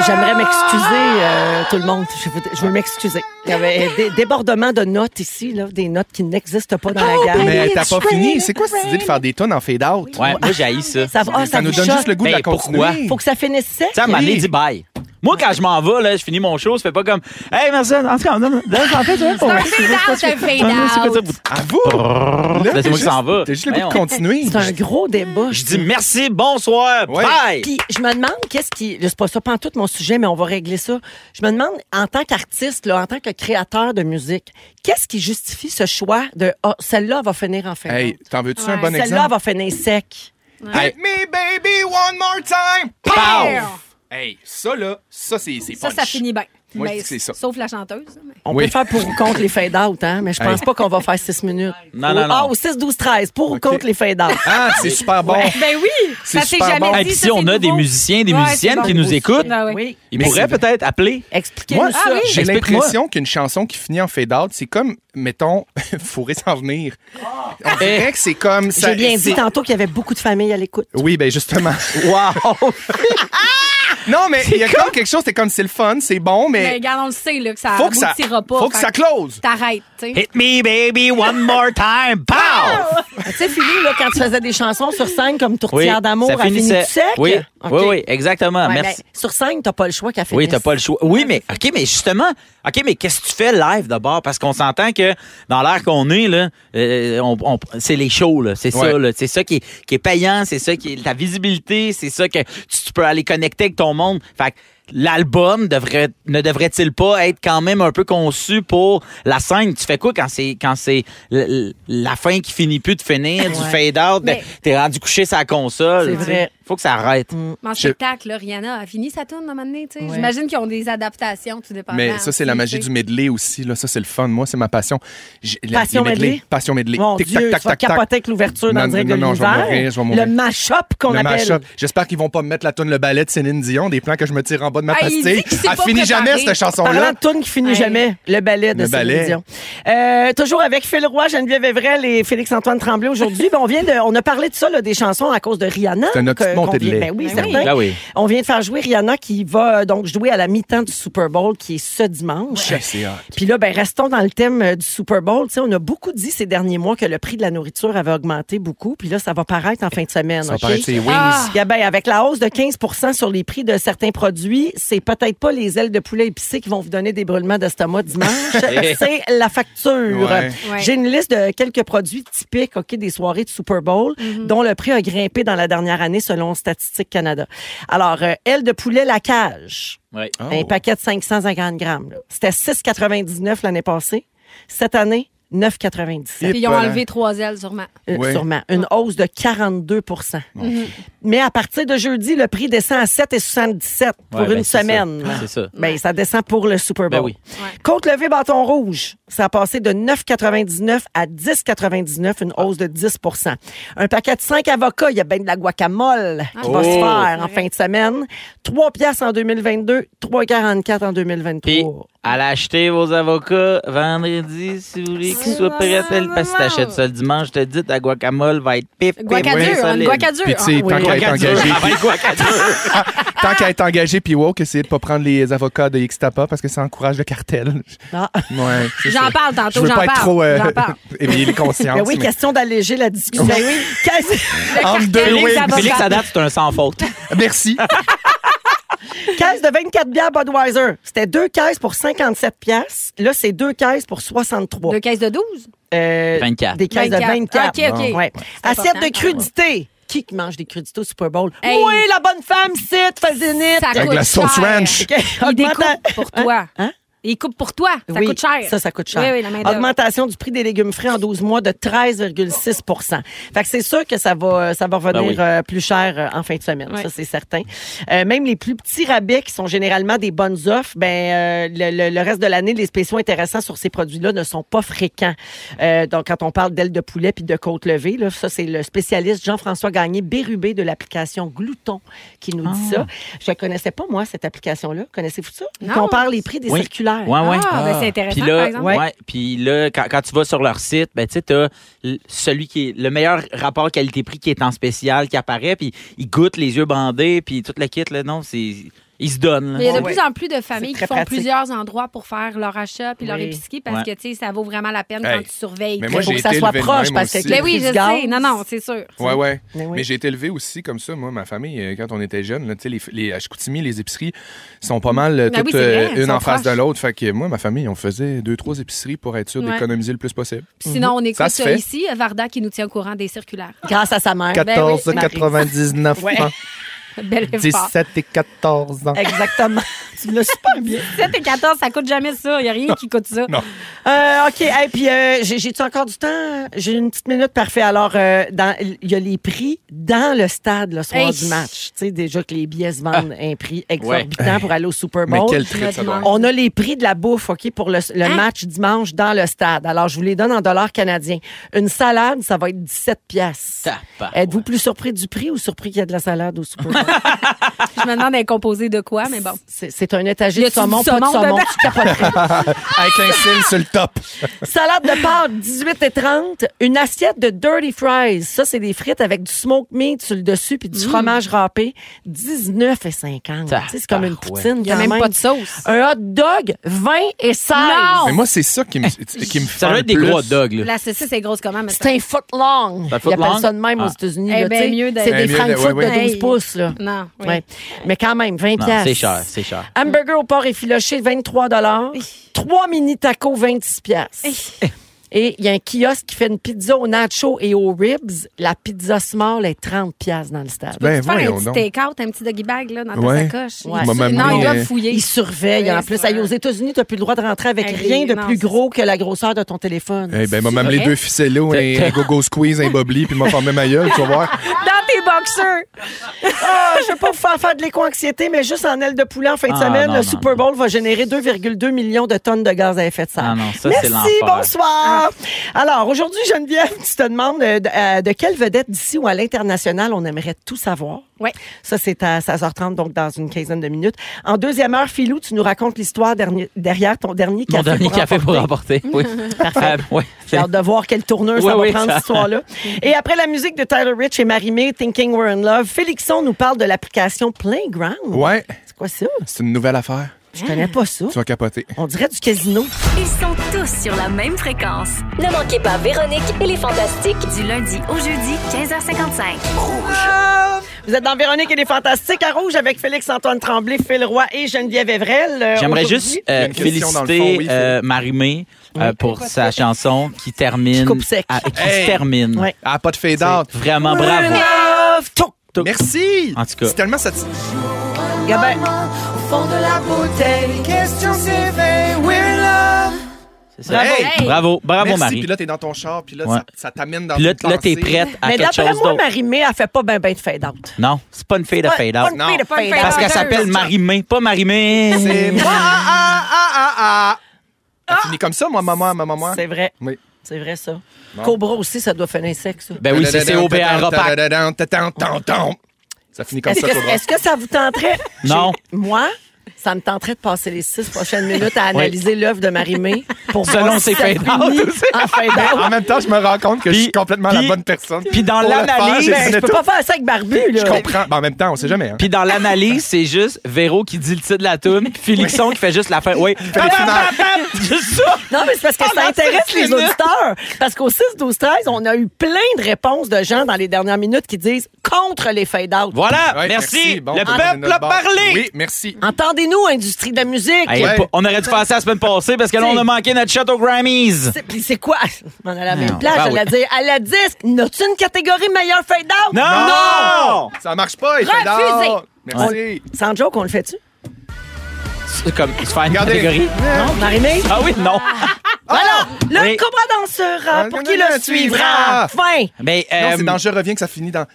[SPEAKER 1] J'aimerais m'excuser, euh, tout le monde. Je veux, je veux m'excuser. Il y avait des débordements de notes ici, là, des notes qui n'existent pas dans la gamme.
[SPEAKER 4] Mais t'as pas fini. C'est quoi cette idée de faire des tonnes en fade-out?
[SPEAKER 2] Ouais, moi j'ai ça.
[SPEAKER 1] Ah. Ça, va- ah,
[SPEAKER 4] Ça nous
[SPEAKER 1] vous
[SPEAKER 4] donne
[SPEAKER 1] choque.
[SPEAKER 4] juste le goût de
[SPEAKER 2] Ben,
[SPEAKER 4] la continuer.
[SPEAKER 2] pourquoi?
[SPEAKER 1] Faut que ça finisse sec.
[SPEAKER 2] Ça m'a dit bye. Moi, quand je m'en vais, là, je finis mon show, je fais pas comme Hey, merci, en tout cas, on donne en fait, ouais, pour-
[SPEAKER 3] Un fade-out, un fade-out.
[SPEAKER 4] À vous! Là, t'as
[SPEAKER 2] C'est moi qui
[SPEAKER 4] juste-
[SPEAKER 2] s'en va.
[SPEAKER 4] T'as juste le goût de
[SPEAKER 2] Voyons.
[SPEAKER 4] continuer.
[SPEAKER 1] C'est un gros débat.
[SPEAKER 2] Je dis merci, bonsoir,
[SPEAKER 4] Ouais.
[SPEAKER 2] bye!
[SPEAKER 1] Puis je me demande qu'est-ce qui. là, C'est pas ça, pas en tout mon sujet, mais on va régler ça. Je me demande, en tant qu'artiste, là, en tant que créateur de musique, qu'est-ce qui justifie ce choix de Ah, celle-là va finir en fin de
[SPEAKER 4] Hey,
[SPEAKER 1] compte.
[SPEAKER 4] t'en veux-tu un
[SPEAKER 3] Ouais.
[SPEAKER 4] bon
[SPEAKER 1] Celle-là
[SPEAKER 4] exemple?
[SPEAKER 1] va finir sec.
[SPEAKER 2] Hey,
[SPEAKER 4] Hit me, baby, one more time!
[SPEAKER 2] pow!
[SPEAKER 4] Hey, ça là, ça c'est c'est
[SPEAKER 3] Ça,
[SPEAKER 4] punch.
[SPEAKER 3] ça finit bien.
[SPEAKER 4] Moi, je
[SPEAKER 3] Mais
[SPEAKER 4] dis que c'est ça.
[SPEAKER 3] Sauf la chanteuse. mais-
[SPEAKER 1] On
[SPEAKER 4] Oui.
[SPEAKER 1] peut le faire pour ou contre les fade-out, hein, mais je pense
[SPEAKER 4] Hey.
[SPEAKER 1] pas qu'on va faire 6 minutes.
[SPEAKER 2] Non,
[SPEAKER 1] Ou-
[SPEAKER 2] non, non.
[SPEAKER 1] Ah, au 6, 12, 13, pour ou
[SPEAKER 4] OK.
[SPEAKER 1] contre les fade-out.
[SPEAKER 4] Ah, c'est super bon.
[SPEAKER 3] Ben oui,
[SPEAKER 4] C'est
[SPEAKER 3] ça s'est
[SPEAKER 4] super
[SPEAKER 3] jamais
[SPEAKER 4] bon.
[SPEAKER 3] dit.
[SPEAKER 2] Et puis
[SPEAKER 3] ça,
[SPEAKER 2] si on
[SPEAKER 3] c'est
[SPEAKER 2] a des
[SPEAKER 3] nouveau.
[SPEAKER 2] musiciens, des
[SPEAKER 3] Ouais,
[SPEAKER 2] musiciens
[SPEAKER 3] c'est
[SPEAKER 2] qui
[SPEAKER 3] bon.
[SPEAKER 2] nous écoutent,
[SPEAKER 3] Ah ouais.
[SPEAKER 1] Oui.
[SPEAKER 2] ils pourraient peut-être appeler.
[SPEAKER 1] Expliquez-nous
[SPEAKER 4] Moi,
[SPEAKER 1] ça.
[SPEAKER 3] Ah oui.
[SPEAKER 4] j'ai
[SPEAKER 2] Explique-moi.
[SPEAKER 4] l'impression qu'une chanson qui finit en fade-out, c'est comme, mettons, fourrer sans venir. On dirait que c'est comme... ça-
[SPEAKER 1] Eh, J'ai bien
[SPEAKER 4] c'est-
[SPEAKER 1] dit tantôt qu'il y avait beaucoup de familles à l'écoute.
[SPEAKER 4] Oui, ben justement.
[SPEAKER 2] Wow!
[SPEAKER 4] Non, mais il y a comme quelque chose, c'est comme c'est le fun, c'est bon,
[SPEAKER 3] Mais
[SPEAKER 4] mais
[SPEAKER 3] regarde, on le sait là, que ça
[SPEAKER 4] faut que ça,
[SPEAKER 3] aboutira pas.
[SPEAKER 4] faut que
[SPEAKER 3] Fait
[SPEAKER 4] ça close.
[SPEAKER 3] T'arrêtes, tu sais.
[SPEAKER 2] Hit me, baby, one more time, pow!
[SPEAKER 1] Tu sais, Philou, là, quand tu faisais des chansons sur scène comme Tourtière d'amour,
[SPEAKER 2] ça
[SPEAKER 1] elle finit
[SPEAKER 2] finissait.
[SPEAKER 1] sec.
[SPEAKER 2] Oui,
[SPEAKER 1] OK.
[SPEAKER 2] oui, oui, exactement.
[SPEAKER 4] Ah,
[SPEAKER 1] Ouais, ben,
[SPEAKER 2] Merci.
[SPEAKER 1] mais sur scène, t'as pas le choix qu'à finisse.
[SPEAKER 2] Oui, t'as pas le choix. Oui, mais OK, mais justement, OK, mais qu'est-ce que tu fais live d'abord? Parce qu'on s'entend que dans l'air qu'on est, là, euh, on- on- c'est les shows, là. C'est ça,
[SPEAKER 4] Ouais.
[SPEAKER 2] là. C'est ça qui est, qui est payant, c'est ça qui est ta visibilité, c'est ça que tu, tu peux aller connecter avec ton monde. Fait que l'album devrait ne devrait-il pas être quand même un peu conçu pour la scène? Tu fais quoi quand c'est quand c'est l- l- la fin qui finit plus de finir,
[SPEAKER 1] Ouais.
[SPEAKER 2] du fade-out, de-
[SPEAKER 3] Mais-
[SPEAKER 2] t'es rendu couché sur la console.
[SPEAKER 1] C'est
[SPEAKER 2] tu sais.
[SPEAKER 1] vrai. Mm.
[SPEAKER 2] Faut que ça arrête.
[SPEAKER 3] Mais en spectacle, là, Rihanna a fini sa tourne à un moment donné, tu sais. J'imagine qu'ils ont des adaptations, tout dépend.
[SPEAKER 4] Mais ça, c'est la magie du medley aussi. Là. Ça, c'est le fun. Moi, c'est ma passion. J'ai- la-
[SPEAKER 1] Passion
[SPEAKER 4] les
[SPEAKER 1] medley?
[SPEAKER 4] Passion medley.
[SPEAKER 1] Mon
[SPEAKER 4] Tic,
[SPEAKER 1] Dieu,
[SPEAKER 4] tac,
[SPEAKER 1] tu vas
[SPEAKER 4] tac, tac,
[SPEAKER 1] capoter
[SPEAKER 4] tac.
[SPEAKER 1] avec l'ouverture dans
[SPEAKER 4] Non,
[SPEAKER 1] le direct de
[SPEAKER 4] non, non, je vais
[SPEAKER 1] l'univers.
[SPEAKER 4] mourir, je vais
[SPEAKER 1] Le
[SPEAKER 4] mourir.
[SPEAKER 1] mash-up qu'on
[SPEAKER 4] Le
[SPEAKER 1] appelle.
[SPEAKER 4] mash-up. J'espère qu'ils vont pas me mettre la toune Le Ballet de Céline Dion, des plans que je me tire en bas de ma
[SPEAKER 3] Ah, il dit
[SPEAKER 4] pastille.
[SPEAKER 3] qu'il s'est
[SPEAKER 4] Elle
[SPEAKER 3] pas
[SPEAKER 4] finit
[SPEAKER 3] préparé.
[SPEAKER 4] jamais, cette
[SPEAKER 1] Parlant
[SPEAKER 4] chanson-là.
[SPEAKER 1] de tune qui finit
[SPEAKER 3] Hey.
[SPEAKER 1] jamais, le ballet de
[SPEAKER 4] Le
[SPEAKER 1] Céline
[SPEAKER 4] ballet.
[SPEAKER 1] Dion. Euh, toujours avec Phil Roy, Geneviève Evrel et Félix-Antoine Tremblay aujourd'hui. Ben, on vient de, on a parlé de ça, là, des chansons à cause de Rihanna.
[SPEAKER 4] C'est notre
[SPEAKER 1] que-
[SPEAKER 4] petite
[SPEAKER 1] qu'on
[SPEAKER 4] montée de
[SPEAKER 1] vient-
[SPEAKER 4] lait.
[SPEAKER 1] Ben oui,
[SPEAKER 3] Ben oui.
[SPEAKER 1] certain.
[SPEAKER 2] Ben oui.
[SPEAKER 1] On vient de faire jouer Rihanna qui va euh, donc jouer à la mi-temps du Super Bowl qui est ce dimanche.
[SPEAKER 4] Ouais, c'est hot.
[SPEAKER 1] Puis là, ben, restons dans le thème euh, du Super Bowl. Tu sais, on a beaucoup dit ces derniers mois que le prix de la nourriture avait augmenté beaucoup. Puis là, ça va paraître en fin de semaine.
[SPEAKER 4] Ça
[SPEAKER 1] OK? Eh
[SPEAKER 4] paraît, c'est Wings.
[SPEAKER 3] Ah!
[SPEAKER 1] Yeah, ben, avec la hausse de 15 sur les prix de certains produits, Puis, c'est peut-être pas les ailes de poulet épicées qui vont vous donner des brûlements d'estomac dimanche, c'est la facture.
[SPEAKER 4] Eh! Ouais.
[SPEAKER 3] Ouais.
[SPEAKER 1] J'ai une liste de quelques produits typiques OK, des soirées de Super Bowl, dont le prix a grimpé dans la dernière année selon Statistique Canada. Alors, euh, ailes de poulet, la cage.
[SPEAKER 2] Ouais.
[SPEAKER 4] Oh.
[SPEAKER 1] Un paquet de 550 grammes. là. C'était 6,99 l'année passée. Cette année, 9,97.
[SPEAKER 3] Puis ils ont
[SPEAKER 4] Voilà.
[SPEAKER 3] enlevé trois ailes, sûrement.
[SPEAKER 1] Euh,
[SPEAKER 4] Oui.
[SPEAKER 1] Sûrement. Une hausse de 42 Mais à partir de jeudi, le prix descend à 7,77 pour
[SPEAKER 2] Ouais, ben,
[SPEAKER 1] une
[SPEAKER 2] c'est ça.
[SPEAKER 1] semaine.
[SPEAKER 2] C'est ça.
[SPEAKER 1] Ben, ça descend pour le Super Bowl.
[SPEAKER 2] Ben oui.
[SPEAKER 3] Ouais.
[SPEAKER 1] Côte levée bâton rouge, ça a passé de 9,99 à 10,99, une hausse de 10 Un paquet de 5 avocats, il y a bien de la guacamole qui va se
[SPEAKER 2] Oh.
[SPEAKER 1] faire en fin de semaine. 3 piastres en 2022, 3,44 en 2023.
[SPEAKER 2] Puis, allez acheter vos avocats vendredi, si vous voulez qu'ils soient prêts. Parce que si t'achètes ça le dimanche, je te dis, ta guacamole va être pip, pip, bien
[SPEAKER 3] Guacadure, on a une
[SPEAKER 2] solide.
[SPEAKER 3] guacadure.
[SPEAKER 4] Ben, Puis, tu sais,
[SPEAKER 3] Ah, oui.
[SPEAKER 4] tant qu'à être
[SPEAKER 2] Guacadure.
[SPEAKER 4] engagé,
[SPEAKER 2] Ah, ben, guacadure.
[SPEAKER 4] Tant qu'à être engagé, puis woke, essayez de pas prendre les avocats de Xtapa parce que ça encourage le cartel.
[SPEAKER 1] Ah.
[SPEAKER 4] Ouais, c'est ça.
[SPEAKER 3] J'en parle
[SPEAKER 4] Je
[SPEAKER 3] tantôt,
[SPEAKER 4] veux
[SPEAKER 3] j'en
[SPEAKER 4] pas être
[SPEAKER 3] parle.
[SPEAKER 4] trop euh,
[SPEAKER 3] J'en parle.
[SPEAKER 4] éveiller les consciences.
[SPEAKER 1] Ben oui,
[SPEAKER 4] mais-
[SPEAKER 1] question d'alléger la discussion.
[SPEAKER 2] Ben
[SPEAKER 1] Caisse-
[SPEAKER 3] Le
[SPEAKER 4] Entre
[SPEAKER 3] cartel
[SPEAKER 4] deux
[SPEAKER 3] des
[SPEAKER 4] wings.
[SPEAKER 3] avocats.
[SPEAKER 2] Félix, à date, c'est un sans faute.
[SPEAKER 4] Merci.
[SPEAKER 1] Caisse de 24 bières Budweiser. C'était deux caisses pour 57 piastres. Là, c'est deux caisses pour 63.
[SPEAKER 3] Deux caisses de 12?
[SPEAKER 1] Euh,
[SPEAKER 2] 24.
[SPEAKER 1] Des caisses de 24.
[SPEAKER 3] OK, OK.
[SPEAKER 1] Ouais. Assiette
[SPEAKER 3] important.
[SPEAKER 1] de crudités. Qui qui mange des crudités au Super Bowl?
[SPEAKER 3] Hey.
[SPEAKER 1] Oui, la bonne femme, c'est Fazinit.
[SPEAKER 3] Ça
[SPEAKER 4] Avec
[SPEAKER 3] coûte
[SPEAKER 4] la sauce
[SPEAKER 3] cher.
[SPEAKER 4] ranch.
[SPEAKER 1] OK,
[SPEAKER 3] Il
[SPEAKER 1] augmenta-
[SPEAKER 3] découpe pour toi.
[SPEAKER 1] Hein?
[SPEAKER 3] Il coupe pour toi. Ça
[SPEAKER 1] Oui,
[SPEAKER 3] coûte cher.
[SPEAKER 1] Ça, ça coûte cher.
[SPEAKER 3] Oui, oui, la main d'œuvre.
[SPEAKER 1] Augmentation du prix des légumes frais en 12 mois de 13,6 Fait que c'est sûr que ça va, ça va revenir
[SPEAKER 2] Ben oui.
[SPEAKER 1] euh, plus cher euh, en fin de semaine.
[SPEAKER 3] Oui.
[SPEAKER 1] Ça, c'est certain. Euh, même les plus petits rabais qui sont généralement des bonnes offres, ben, euh, le, le- le reste de l'année, les spéciaux intéressants sur ces produits-là ne sont pas fréquents. Euh, donc, quand on parle d'ailes de poulet puis de côte levée, là, ça, c'est le spécialiste Jean-François Gagné, Bérubé de l'application Glouton qui nous dit ça. Je connaissais pas, moi, cette application-là. Connaissez-vous ça?
[SPEAKER 3] Ah. Non.
[SPEAKER 1] On parle les prix des
[SPEAKER 2] Oui.
[SPEAKER 1] circulaires.
[SPEAKER 2] Ouais, ouais.
[SPEAKER 3] Ah, ben, c'est intéressant,
[SPEAKER 2] Puis là,
[SPEAKER 3] par exemple.
[SPEAKER 2] ouais, puis là quand, quand tu vas sur leur site, ben, tu sais, t'as l- celui qui est le meilleur rapport qualité-prix qui est en spécial qui apparaît, puis ils goûtent les yeux bandés, puis toute la kit, là, non, c'est. Ils se donnent. là.
[SPEAKER 3] Il y a de
[SPEAKER 1] Ouais.
[SPEAKER 3] plus en plus de familles
[SPEAKER 1] C'est
[SPEAKER 3] qui
[SPEAKER 1] très
[SPEAKER 3] font
[SPEAKER 1] pratique.
[SPEAKER 3] plusieurs endroits pour faire leur achat puis leur
[SPEAKER 1] Oui.
[SPEAKER 3] épicerie parce
[SPEAKER 2] Ouais.
[SPEAKER 3] que tu sais ça vaut vraiment la peine
[SPEAKER 4] Hey.
[SPEAKER 3] quand tu surveilles.
[SPEAKER 4] Mais
[SPEAKER 3] Mais
[SPEAKER 4] moi,
[SPEAKER 1] faut
[SPEAKER 4] j'ai
[SPEAKER 1] que ça
[SPEAKER 4] été
[SPEAKER 1] soit
[SPEAKER 4] élevé de
[SPEAKER 1] proche
[SPEAKER 4] même
[SPEAKER 1] parce que
[SPEAKER 4] aussi.
[SPEAKER 1] le
[SPEAKER 3] oui,
[SPEAKER 1] prix
[SPEAKER 3] je
[SPEAKER 1] du gaz-
[SPEAKER 3] sais. Non non, c'est sûr.
[SPEAKER 4] Ouais, ouais.
[SPEAKER 1] Mais
[SPEAKER 4] Mais,
[SPEAKER 1] oui.
[SPEAKER 4] j'ai été élevé aussi comme ça, moi, ma famille, euh, quand on était jeune, là, tu sais, les, les à Chicoutimi, les épiceries sont pas mal euh,
[SPEAKER 3] Ben oui, c'est
[SPEAKER 4] toutes
[SPEAKER 3] vrai,
[SPEAKER 4] euh,
[SPEAKER 3] elles
[SPEAKER 4] une
[SPEAKER 3] sont
[SPEAKER 4] en face de
[SPEAKER 3] proches.
[SPEAKER 4] l'autre. Fait que moi, ma famille, on faisait deux, trois épiceries pour être sûr
[SPEAKER 3] Ouais.
[SPEAKER 4] d'économiser le plus possible.
[SPEAKER 3] Puis Sinon on écoute
[SPEAKER 4] Ça
[SPEAKER 3] ça,
[SPEAKER 4] se fait.
[SPEAKER 3] ici Varda qui nous tient au courant des circulaires.
[SPEAKER 1] Grâce à sa mère.
[SPEAKER 3] Ben oui,
[SPEAKER 4] 14,99
[SPEAKER 1] Ouais.
[SPEAKER 4] francs.
[SPEAKER 3] Bel effort.
[SPEAKER 4] et 14 ans.
[SPEAKER 1] Exactement. tu l'as super bien.
[SPEAKER 3] 7 et 14, ça coûte jamais ça, il y a rien qui coûte ça.
[SPEAKER 4] Non.
[SPEAKER 1] Euh, OK. Et puis, euh, j'ai- j'ai-tu encore du temps? J'ai une petite minute. Parfait. Alors, euh, dans- il y a les prix dans le stade le soir
[SPEAKER 3] Hey.
[SPEAKER 1] du match. Tu sais, déjà que les billets se vendent à un prix exorbitant pour aller au Super
[SPEAKER 4] Ah. Mais
[SPEAKER 1] Bowl.
[SPEAKER 4] quel trip ça doit être.
[SPEAKER 1] On a les prix de la bouffe, OK, pour le, le
[SPEAKER 3] Hein?
[SPEAKER 1] match dimanche dans le stade. Alors, je vous les donne en dollars canadiens. Une salade, ça va être 17 piastres.
[SPEAKER 2] Tabarouette.
[SPEAKER 1] Êtes-vous plus surpris du prix ou surpris qu'il y a de la salade au Super Bowl?
[SPEAKER 3] Je me demande d'être composé de quoi mais bon.
[SPEAKER 1] C'est c'est un étagé
[SPEAKER 3] Y
[SPEAKER 1] de
[SPEAKER 3] a-tu
[SPEAKER 1] saumon,
[SPEAKER 3] du
[SPEAKER 1] pas de
[SPEAKER 3] saumon
[SPEAKER 1] saumon,
[SPEAKER 3] dedans?
[SPEAKER 1] tu capoterais.
[SPEAKER 4] Avec un signe sur le top.
[SPEAKER 1] Salade de pâtes, 18 et 30. Une assiette de dirty fries. Ça, c'est des frites avec du smoked meat sur le dessus puis du
[SPEAKER 3] Mm.
[SPEAKER 1] fromage râpé. 19 et 50.
[SPEAKER 2] Ça,
[SPEAKER 1] Tu sais, C'est comme une
[SPEAKER 2] ouais.
[SPEAKER 1] poutine
[SPEAKER 3] Il y a
[SPEAKER 1] quand
[SPEAKER 3] même
[SPEAKER 1] même.
[SPEAKER 3] pas de sauce.
[SPEAKER 1] Un hot dog, 20 et 16.
[SPEAKER 3] Non!
[SPEAKER 4] Mais moi, c'est Oh. Eh, ça qui me, qui me fait.
[SPEAKER 2] Ça doit
[SPEAKER 4] le
[SPEAKER 2] être des
[SPEAKER 4] plus.
[SPEAKER 2] gros dogs, là.
[SPEAKER 3] La saucisse est grosse comment mais ça-
[SPEAKER 1] C'est un foot long.
[SPEAKER 2] C'est un foot
[SPEAKER 1] Ils appellent
[SPEAKER 2] long?
[SPEAKER 1] ça de même aux
[SPEAKER 2] Ah.
[SPEAKER 1] États-Unis.
[SPEAKER 3] Eh
[SPEAKER 1] là,
[SPEAKER 3] ben,
[SPEAKER 1] tu sais.
[SPEAKER 3] mieux d'être-
[SPEAKER 1] c'est
[SPEAKER 4] Eh,
[SPEAKER 1] des
[SPEAKER 4] mieux d'être-
[SPEAKER 1] Frankfurt
[SPEAKER 4] ouais,
[SPEAKER 1] de
[SPEAKER 3] ouais.
[SPEAKER 1] 12 pouces. Là.
[SPEAKER 3] Non, oui.
[SPEAKER 1] Ouais. Mais quand même, 20
[SPEAKER 2] Non,
[SPEAKER 1] piastres.
[SPEAKER 2] c'est cher, c'est cher.
[SPEAKER 1] Hamburger au porc effiloché, 23 3 mini tacos, 26 piastres. Et il y a un kiosque qui fait une pizza aux nachos et aux ribs. La pizza small est 30 piastres dans le stade.
[SPEAKER 4] Ben
[SPEAKER 3] Tu peux faire un
[SPEAKER 4] voyons
[SPEAKER 3] petit
[SPEAKER 4] donc.
[SPEAKER 3] take-out, un petit doggy bag là, dans ta
[SPEAKER 4] Ouais.
[SPEAKER 3] sacoche.
[SPEAKER 1] Ouais. euh,
[SPEAKER 3] Il-
[SPEAKER 4] M'a
[SPEAKER 3] ben,
[SPEAKER 4] euh,
[SPEAKER 3] Non,
[SPEAKER 4] m'amené-
[SPEAKER 3] ils doivent fouiller.
[SPEAKER 1] Ils surveillent. En
[SPEAKER 3] Oui,
[SPEAKER 1] plus,
[SPEAKER 3] c'est
[SPEAKER 1] Hey,
[SPEAKER 3] vrai.
[SPEAKER 1] aux États-Unis, tu n'as plus le droit de rentrer avec
[SPEAKER 3] Avec
[SPEAKER 1] rien de
[SPEAKER 3] rien,
[SPEAKER 1] plus
[SPEAKER 3] non,
[SPEAKER 1] gros que la grosseur de ton téléphone.
[SPEAKER 4] Eh ben, m'a
[SPEAKER 3] C'est
[SPEAKER 4] m'amené
[SPEAKER 3] vrai?
[SPEAKER 4] deux ficellos, un, un gogo squeeze, un bobli, puis m'a formé ma gueule, tu vas voir.
[SPEAKER 3] Dans tes boxers.
[SPEAKER 1] Ah, je ne veux pas vous faire faire de l'éco-anxiété, mais juste en aile de poulet en fin de
[SPEAKER 2] Ah,
[SPEAKER 1] semaine,
[SPEAKER 2] non,
[SPEAKER 1] le
[SPEAKER 2] non,
[SPEAKER 1] Super Bowl va générer 2,2 millions de tonnes de gaz à effet de serre.
[SPEAKER 2] Ah non, ça,
[SPEAKER 1] Merci,
[SPEAKER 2] c'est l'enfer.
[SPEAKER 1] bonsoir. Alors, aujourd'hui, Geneviève, tu te demandes euh, de, euh, de quelle vedette d'ici ou à l'international on aimerait tout savoir.
[SPEAKER 3] Ouais.
[SPEAKER 1] Ça, c'est à 16h30, donc dans une quinzaine de minutes. En deuxième heure, Philou, tu nous racontes l'histoire derni- derrière ton dernier café.
[SPEAKER 2] Mon dernier
[SPEAKER 1] pour
[SPEAKER 2] café pour Euh,
[SPEAKER 1] emporter.
[SPEAKER 2] emporter. Oui. Parfait.
[SPEAKER 1] J'ai hâte de voir quelle tournure
[SPEAKER 2] Oui,
[SPEAKER 1] ça va
[SPEAKER 2] oui,
[SPEAKER 1] prendre
[SPEAKER 2] ça-
[SPEAKER 1] cette histoire-là. Et après la musique de Tyler Rich et Marie-Mé, Thinking We're in Love, Félixon nous parle de l'application Playground.
[SPEAKER 4] Ouais,
[SPEAKER 1] C'est quoi ça?
[SPEAKER 4] c'est une nouvelle affaire.
[SPEAKER 1] Je connais pas ça.
[SPEAKER 4] Tu vas capoter.
[SPEAKER 1] On dirait du casino.
[SPEAKER 5] Ils sont tous sur la même fréquence.
[SPEAKER 6] Ne manquez pas Véronique et les Fantastiques.
[SPEAKER 5] Du lundi au jeudi, 15h55.
[SPEAKER 1] Vous êtes dans Véronique et les Fantastiques à Rouge avec Félix-Antoine Tremblay, Phil Roy et Geneviève Evrel. euh,
[SPEAKER 2] J'aimerais
[SPEAKER 1] aujourd'hui.
[SPEAKER 2] juste euh,
[SPEAKER 4] Il y a une question dans le
[SPEAKER 2] féliciter
[SPEAKER 4] fond, oui,
[SPEAKER 2] euh, Marimé euh, pour sa chanson qui termine.
[SPEAKER 1] Qui coupe sec.
[SPEAKER 2] à- qui
[SPEAKER 4] Hey.
[SPEAKER 2] se termine.
[SPEAKER 1] Ouais.
[SPEAKER 4] Ah, pas de fade out.
[SPEAKER 2] C'est Vraiment bravo.
[SPEAKER 1] Love talk.
[SPEAKER 2] Toc.
[SPEAKER 4] Merci.
[SPEAKER 2] En tout cas.
[SPEAKER 4] C'est tellement satisfaisant.
[SPEAKER 2] ben-
[SPEAKER 1] Gabin.
[SPEAKER 2] C'est ça.
[SPEAKER 4] Hey.
[SPEAKER 2] Bravo, bravo
[SPEAKER 4] Merci.
[SPEAKER 2] Marie.
[SPEAKER 4] Puis là, t'es dans ton char, puis là,
[SPEAKER 2] Ouais.
[SPEAKER 4] ça, ça t'amène dans
[SPEAKER 2] Puis là,
[SPEAKER 4] une
[SPEAKER 2] là, t'es
[SPEAKER 4] pensée.
[SPEAKER 2] prête à
[SPEAKER 1] Mais
[SPEAKER 2] quelque
[SPEAKER 1] d'après
[SPEAKER 2] chose
[SPEAKER 1] moi,
[SPEAKER 2] d'autre.
[SPEAKER 1] Marimé, elle fait pas ben ben de fade-out.
[SPEAKER 2] Non, c'est pas une fille de fade out.
[SPEAKER 4] Non.
[SPEAKER 1] Pas une fille de
[SPEAKER 2] Parce qu'elle
[SPEAKER 3] Fade-out.
[SPEAKER 2] s'appelle Marimé, pas Marimé.
[SPEAKER 4] C'est moi. Ah, ah, ah, ah, ah. Elle finit comme ça, moi, maman, ma maman.
[SPEAKER 1] C'est vrai.
[SPEAKER 4] Oui.
[SPEAKER 1] C'est vrai, ça. Cobra aussi, ça doit finir sec, ça.
[SPEAKER 2] Ben oui, c'est c'est au BR Opac.
[SPEAKER 4] Ça finit comme
[SPEAKER 1] Est-ce
[SPEAKER 4] ça,
[SPEAKER 1] que,
[SPEAKER 4] toi, bras.
[SPEAKER 1] est-ce que ça vous tenterait?
[SPEAKER 2] Non.
[SPEAKER 1] J'ai- Moi, ça me tenterait de passer les six prochaines minutes à analyser l'œuvre de Marie-Mé pour
[SPEAKER 2] Selon
[SPEAKER 1] voir si
[SPEAKER 2] ses
[SPEAKER 1] ça
[SPEAKER 2] fade out
[SPEAKER 1] finit
[SPEAKER 2] aussi.
[SPEAKER 1] en fade out.
[SPEAKER 4] En même temps, je me rends compte que je suis
[SPEAKER 2] Puis-
[SPEAKER 4] complètement
[SPEAKER 2] puis-
[SPEAKER 4] la bonne personne.
[SPEAKER 2] puis dans
[SPEAKER 4] pour le faire.
[SPEAKER 2] l'analyse,
[SPEAKER 4] J'ai
[SPEAKER 1] Ben,
[SPEAKER 4] fait
[SPEAKER 1] je
[SPEAKER 4] tout.
[SPEAKER 1] peux pas faire ça avec Barbu, là.
[SPEAKER 4] Je comprends. Ben, en même temps, on sait jamais. Hein.
[SPEAKER 2] Puis dans l'analyse, c'est juste Véro qui dit le titre de la tune, puis Félixon qui fait juste la fin. Oui. Bam, bam,
[SPEAKER 4] finales.
[SPEAKER 2] bam, bam. Juste ça.
[SPEAKER 1] Non, mais c'est parce que ça intéresse les
[SPEAKER 2] minutes.
[SPEAKER 1] auditeurs. Parce qu'au 6, 12, 13, on a eu plein de réponses de gens dans les dernières minutes qui disent contre les fade-out.
[SPEAKER 2] Voilà.
[SPEAKER 4] Ouais,
[SPEAKER 2] merci.
[SPEAKER 4] Bon,
[SPEAKER 2] Le
[SPEAKER 4] on est
[SPEAKER 2] peuple
[SPEAKER 4] notre
[SPEAKER 2] a
[SPEAKER 4] bord.
[SPEAKER 2] parlé.
[SPEAKER 4] Oui, merci.
[SPEAKER 1] Entendez-nous, industrie de la musique.
[SPEAKER 2] Hey,
[SPEAKER 4] Ouais.
[SPEAKER 2] pas- On aurait dû faire ça la semaine passée parce que là, on a manqué notre shot aux Grammys.
[SPEAKER 1] C'est- Puis c'est quoi? On a la même
[SPEAKER 2] Non,
[SPEAKER 1] place,
[SPEAKER 2] ben
[SPEAKER 1] j'allais
[SPEAKER 2] oui.
[SPEAKER 1] dire. À la disque, n'as-tu une catégorie meilleure fade-out?
[SPEAKER 2] Non!
[SPEAKER 4] Non! Ça marche pas, il fait
[SPEAKER 3] Refusé.
[SPEAKER 4] d'or. Merci.
[SPEAKER 1] Sans joke, on le fait-tu?
[SPEAKER 2] C'est comme se faire une
[SPEAKER 4] Regardez.
[SPEAKER 2] catégorie.
[SPEAKER 1] Non, Marie-Mé?
[SPEAKER 2] Ah oui, non.
[SPEAKER 1] Alors, le
[SPEAKER 2] Oui.
[SPEAKER 1] cobra dansera
[SPEAKER 4] Ah,
[SPEAKER 1] pour
[SPEAKER 4] non,
[SPEAKER 1] qui
[SPEAKER 4] non,
[SPEAKER 1] le
[SPEAKER 4] non,
[SPEAKER 1] suivra.
[SPEAKER 4] suivra.
[SPEAKER 1] Fin.
[SPEAKER 2] Mais
[SPEAKER 4] Non,
[SPEAKER 2] euh,
[SPEAKER 4] c'est dans Je reviens que ça finit dans.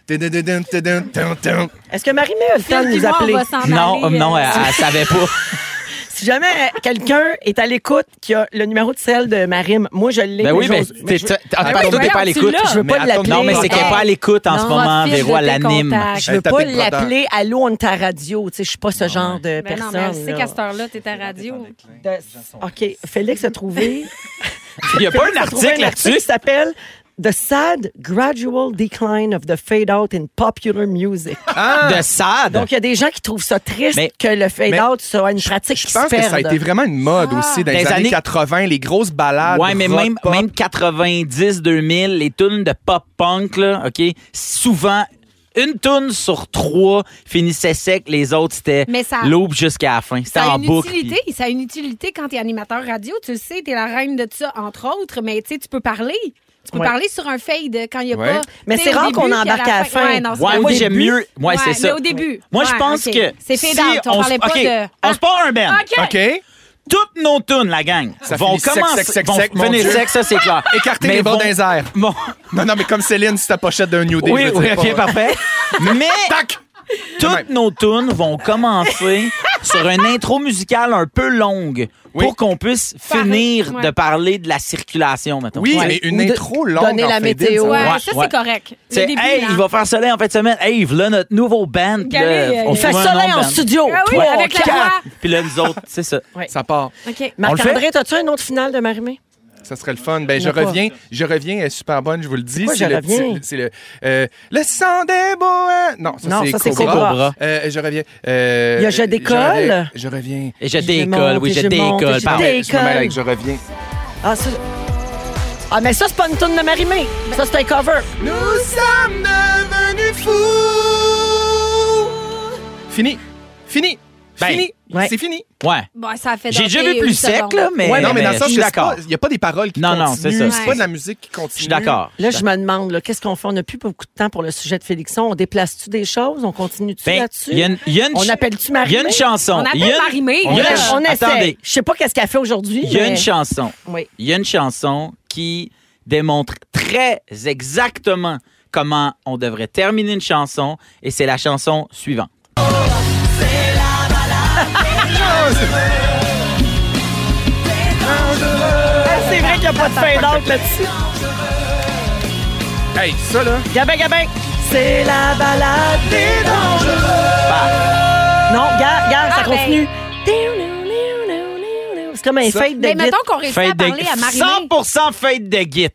[SPEAKER 1] Est-ce que Marie-Mé a le temps de
[SPEAKER 3] Phil, puis
[SPEAKER 1] nous
[SPEAKER 3] moi, on
[SPEAKER 1] appeler?
[SPEAKER 3] va s'en
[SPEAKER 2] non,
[SPEAKER 3] aller,
[SPEAKER 2] non,
[SPEAKER 3] euh,
[SPEAKER 2] elle, elle savait pas.
[SPEAKER 1] Si jamais euh, quelqu'un est à l'écoute qui a le numéro de celle de Marim, moi je l'ai.
[SPEAKER 2] Ben
[SPEAKER 1] mais
[SPEAKER 2] oui,
[SPEAKER 1] j'ose-
[SPEAKER 2] mais
[SPEAKER 1] mais
[SPEAKER 2] t'es-
[SPEAKER 1] je-
[SPEAKER 2] t'es- en tout
[SPEAKER 4] oui,
[SPEAKER 2] cas, toi, t'es
[SPEAKER 3] voyons,
[SPEAKER 2] pas à
[SPEAKER 3] tu
[SPEAKER 2] l'écoute.
[SPEAKER 3] l'as.
[SPEAKER 1] Je veux pas
[SPEAKER 4] Mais
[SPEAKER 1] l'appeler.
[SPEAKER 4] attends,
[SPEAKER 2] Non, mais c'est
[SPEAKER 3] Hey.
[SPEAKER 2] qu'elle est pas à l'écoute en
[SPEAKER 3] Non,
[SPEAKER 2] ce
[SPEAKER 3] on va
[SPEAKER 2] moment,
[SPEAKER 3] filer
[SPEAKER 2] Véro,
[SPEAKER 3] de
[SPEAKER 2] elle
[SPEAKER 3] tes
[SPEAKER 2] l'anime.
[SPEAKER 3] contacts.
[SPEAKER 1] Je veux
[SPEAKER 4] Hey, t'as
[SPEAKER 1] pas
[SPEAKER 4] tes proteurs.
[SPEAKER 1] l'appeler Allô, on est à radio. Tu sais, je suis pas ce genre de
[SPEAKER 3] Ben
[SPEAKER 1] personne.
[SPEAKER 3] non, mais elle sait
[SPEAKER 1] là.
[SPEAKER 3] qu'à cette heure-là, t'es à radio.
[SPEAKER 2] Ah,
[SPEAKER 1] De- OK, Félix a trouvé.
[SPEAKER 2] Il y a pas un
[SPEAKER 1] Félix a trouvé
[SPEAKER 2] article là-dessus.
[SPEAKER 1] qui s'appelle The Sad Gradual Decline of the Fade Out in Popular Music.
[SPEAKER 2] De sad.
[SPEAKER 1] Donc, il y a des gens qui trouvent ça triste
[SPEAKER 2] Ah. Mais-
[SPEAKER 1] que le fade-out soit une pratique
[SPEAKER 4] Je
[SPEAKER 1] qui
[SPEAKER 4] pense
[SPEAKER 1] se
[SPEAKER 4] que ça a
[SPEAKER 1] perde.
[SPEAKER 4] été vraiment une mode
[SPEAKER 1] Ah!
[SPEAKER 4] aussi dans
[SPEAKER 2] Des
[SPEAKER 4] les années
[SPEAKER 2] années-
[SPEAKER 4] 80, les grosses balades.
[SPEAKER 2] Ouais, mais
[SPEAKER 4] rock,
[SPEAKER 2] même,
[SPEAKER 4] pop.
[SPEAKER 2] même 90, 2000, les tunes de pop-punk, là, OK, souvent, une tune sur trois finissait sec, les autres, c'était
[SPEAKER 3] Mais ça-
[SPEAKER 2] l'aube jusqu'à la fin. C'était
[SPEAKER 3] Ça a
[SPEAKER 2] en
[SPEAKER 3] une
[SPEAKER 2] boucle.
[SPEAKER 3] utilité, ça a une utilité quand t'es animateur radio, tu le sais, t'es la reine de ça, entre autres, mais tu sais, tu peux parler. Tu peux
[SPEAKER 1] Ouais.
[SPEAKER 3] parler sur un fade quand il n'y a
[SPEAKER 4] Ouais.
[SPEAKER 3] pas.
[SPEAKER 1] Mais
[SPEAKER 3] tu
[SPEAKER 1] c'est
[SPEAKER 3] sais, au
[SPEAKER 1] rare
[SPEAKER 3] début,
[SPEAKER 1] qu'on
[SPEAKER 3] puis
[SPEAKER 1] embarque à la fin.
[SPEAKER 3] Ouais, non, c'est
[SPEAKER 2] Ouais,
[SPEAKER 3] au
[SPEAKER 2] moi,
[SPEAKER 3] début.
[SPEAKER 2] j'aime mieux. Ouais, c'est ça.
[SPEAKER 3] mais au début.
[SPEAKER 2] Moi, je
[SPEAKER 3] Ouais,
[SPEAKER 2] pense
[SPEAKER 3] ok.
[SPEAKER 2] que.
[SPEAKER 3] C'est
[SPEAKER 2] si
[SPEAKER 3] fade out, on,
[SPEAKER 2] se-
[SPEAKER 3] parlait pas
[SPEAKER 2] OK,
[SPEAKER 3] de.
[SPEAKER 2] On se part un band.
[SPEAKER 3] OK.
[SPEAKER 4] OK?
[SPEAKER 2] Toutes nos tunes, la gang,
[SPEAKER 4] Ça
[SPEAKER 2] vont
[SPEAKER 4] finit sec,
[SPEAKER 2] commencer.
[SPEAKER 4] sec, sec,
[SPEAKER 2] vont
[SPEAKER 4] sec, mon
[SPEAKER 2] finir
[SPEAKER 4] Dieu.
[SPEAKER 2] sec, ça, c'est clair.
[SPEAKER 4] Écarter
[SPEAKER 2] Mais
[SPEAKER 4] les bords
[SPEAKER 2] vont-
[SPEAKER 4] dans les airs.
[SPEAKER 2] Bon.
[SPEAKER 4] Non, non, mais comme Céline, c'est ta pochette d'un New Day.
[SPEAKER 2] Oui,
[SPEAKER 4] je veux
[SPEAKER 2] oui,
[SPEAKER 4] dire,
[SPEAKER 2] OK,
[SPEAKER 4] pas-
[SPEAKER 2] parfait. Mais.
[SPEAKER 4] Tac!
[SPEAKER 2] toutes
[SPEAKER 4] Même.
[SPEAKER 2] nos tunes vont commencer sur une intro musicale un peu longue
[SPEAKER 4] Oui.
[SPEAKER 2] pour qu'on puisse
[SPEAKER 3] Parler,
[SPEAKER 2] finir
[SPEAKER 3] ouais.
[SPEAKER 2] de parler de la circulation, mettons.
[SPEAKER 4] Oui,
[SPEAKER 2] Ouais.
[SPEAKER 4] mais
[SPEAKER 1] Ou
[SPEAKER 4] une
[SPEAKER 1] de-
[SPEAKER 4] intro longue.
[SPEAKER 1] donner
[SPEAKER 4] en
[SPEAKER 1] la
[SPEAKER 4] fade-in,
[SPEAKER 1] météo.
[SPEAKER 4] ça.
[SPEAKER 3] Ouais,
[SPEAKER 2] Ouais,
[SPEAKER 3] ça,
[SPEAKER 2] ouais.
[SPEAKER 3] c'est correct. Le
[SPEAKER 2] C'est,
[SPEAKER 3] début, hein.
[SPEAKER 2] hey,
[SPEAKER 3] là.
[SPEAKER 2] il va faire soleil en fin de semaine. Hey, voilà notre nouveau band. puis
[SPEAKER 3] Regardez,
[SPEAKER 2] là,
[SPEAKER 3] euh,
[SPEAKER 2] on
[SPEAKER 3] il
[SPEAKER 2] se
[SPEAKER 1] fait
[SPEAKER 2] trouve un
[SPEAKER 1] soleil
[SPEAKER 2] nom de
[SPEAKER 1] en
[SPEAKER 2] band.
[SPEAKER 1] studio.
[SPEAKER 3] Ah oui,
[SPEAKER 1] Trois,
[SPEAKER 3] avec la
[SPEAKER 1] quatre.
[SPEAKER 3] voix.
[SPEAKER 2] Puis là, nous autres, c'est ça.
[SPEAKER 4] Ça part.
[SPEAKER 3] OK.
[SPEAKER 1] Marc-André, t'as-tu un autre final de Marimé?
[SPEAKER 4] Ça serait le fun. Ben,
[SPEAKER 1] Il y
[SPEAKER 4] je
[SPEAKER 1] en a pas.
[SPEAKER 4] reviens. Je reviens. Elle est super bonne, je vous le dis.
[SPEAKER 1] Pourquoi
[SPEAKER 4] C'est
[SPEAKER 1] je
[SPEAKER 4] le
[SPEAKER 1] reviens?
[SPEAKER 4] petit- C'est le. euh, le sang des boas. Non,
[SPEAKER 1] Non,
[SPEAKER 4] ça, c'est
[SPEAKER 1] ça, c'est
[SPEAKER 4] Cobra.
[SPEAKER 2] Cobra.
[SPEAKER 4] Euh, je reviens. Euh,
[SPEAKER 1] Il y a Je décolle.
[SPEAKER 4] reviens- Je reviens. Ah
[SPEAKER 2] Et je
[SPEAKER 1] Je monte,
[SPEAKER 2] décolle, oui, je
[SPEAKER 1] je monte,
[SPEAKER 2] décolle.
[SPEAKER 1] je
[SPEAKER 2] pardon.
[SPEAKER 1] décolle.
[SPEAKER 4] Je me mêle avec Je reviens.
[SPEAKER 1] Ah, ça... ah, mais ça, c'est pas une tune de Marimé. Ça, c'est un cover.
[SPEAKER 4] Nous sommes devenus fous. Fini. Fini.
[SPEAKER 2] Ben,
[SPEAKER 4] fini.
[SPEAKER 1] ouais.
[SPEAKER 4] C'est fini.
[SPEAKER 2] Ouais.
[SPEAKER 3] Bon, ça a fait
[SPEAKER 2] J'ai déjà
[SPEAKER 3] danser
[SPEAKER 2] vu plus
[SPEAKER 3] une
[SPEAKER 2] sec,
[SPEAKER 3] seconde.
[SPEAKER 2] là, mais,
[SPEAKER 4] Ouais, non, mais dans
[SPEAKER 2] mais
[SPEAKER 4] le sens,
[SPEAKER 2] je
[SPEAKER 4] que
[SPEAKER 2] suis
[SPEAKER 4] c'est pas-
[SPEAKER 2] d'accord.
[SPEAKER 4] il n'y a pas des paroles qui
[SPEAKER 2] Non, non,
[SPEAKER 4] continuent.
[SPEAKER 2] c'est
[SPEAKER 4] C'est
[SPEAKER 2] ça,
[SPEAKER 3] c'est
[SPEAKER 4] pas de
[SPEAKER 2] ça.
[SPEAKER 4] la musique qui continue.
[SPEAKER 2] Je suis d'accord.
[SPEAKER 1] Là, je me demande, là, qu'est-ce qu'on fait? On n'a plus beaucoup de temps pour le sujet de Félixon. On déplace-tu des choses? On continue-tu
[SPEAKER 2] Ben,
[SPEAKER 1] là-dessus?
[SPEAKER 2] il y a une, il y a une
[SPEAKER 1] On
[SPEAKER 2] ch-
[SPEAKER 1] appelle-tu
[SPEAKER 2] Il y a
[SPEAKER 1] Marimé?
[SPEAKER 2] une chanson.
[SPEAKER 3] On appelle
[SPEAKER 2] Il y a une-
[SPEAKER 3] Marie-Mé.
[SPEAKER 2] il
[SPEAKER 1] On,
[SPEAKER 2] y a
[SPEAKER 1] a-
[SPEAKER 2] une ch-
[SPEAKER 1] on essaie.
[SPEAKER 2] Attendez.
[SPEAKER 1] Je sais pas qu'est-ce qu'elle fait aujourd'hui.
[SPEAKER 2] Il y a
[SPEAKER 1] mais-
[SPEAKER 2] une chanson.
[SPEAKER 1] Oui.
[SPEAKER 2] il y a une chanson qui démontre très exactement comment on devrait terminer une chanson et c'est la chanson suivante.
[SPEAKER 1] c'est vrai qu'il n'y a pas de fin d'autre là-dessus.
[SPEAKER 4] Hey, ça, là.
[SPEAKER 1] Gabin, Gabin! C'est la balade des dangereux! Non, gars, gars, ça
[SPEAKER 3] Ah, ben.
[SPEAKER 1] continue. C'est comme un
[SPEAKER 4] Ça-
[SPEAKER 1] fake de
[SPEAKER 3] Mais Ben, mettons
[SPEAKER 1] guide.
[SPEAKER 3] qu'on réussit à
[SPEAKER 2] Fête de-
[SPEAKER 3] parler à Marimé.
[SPEAKER 2] 100% fête de git.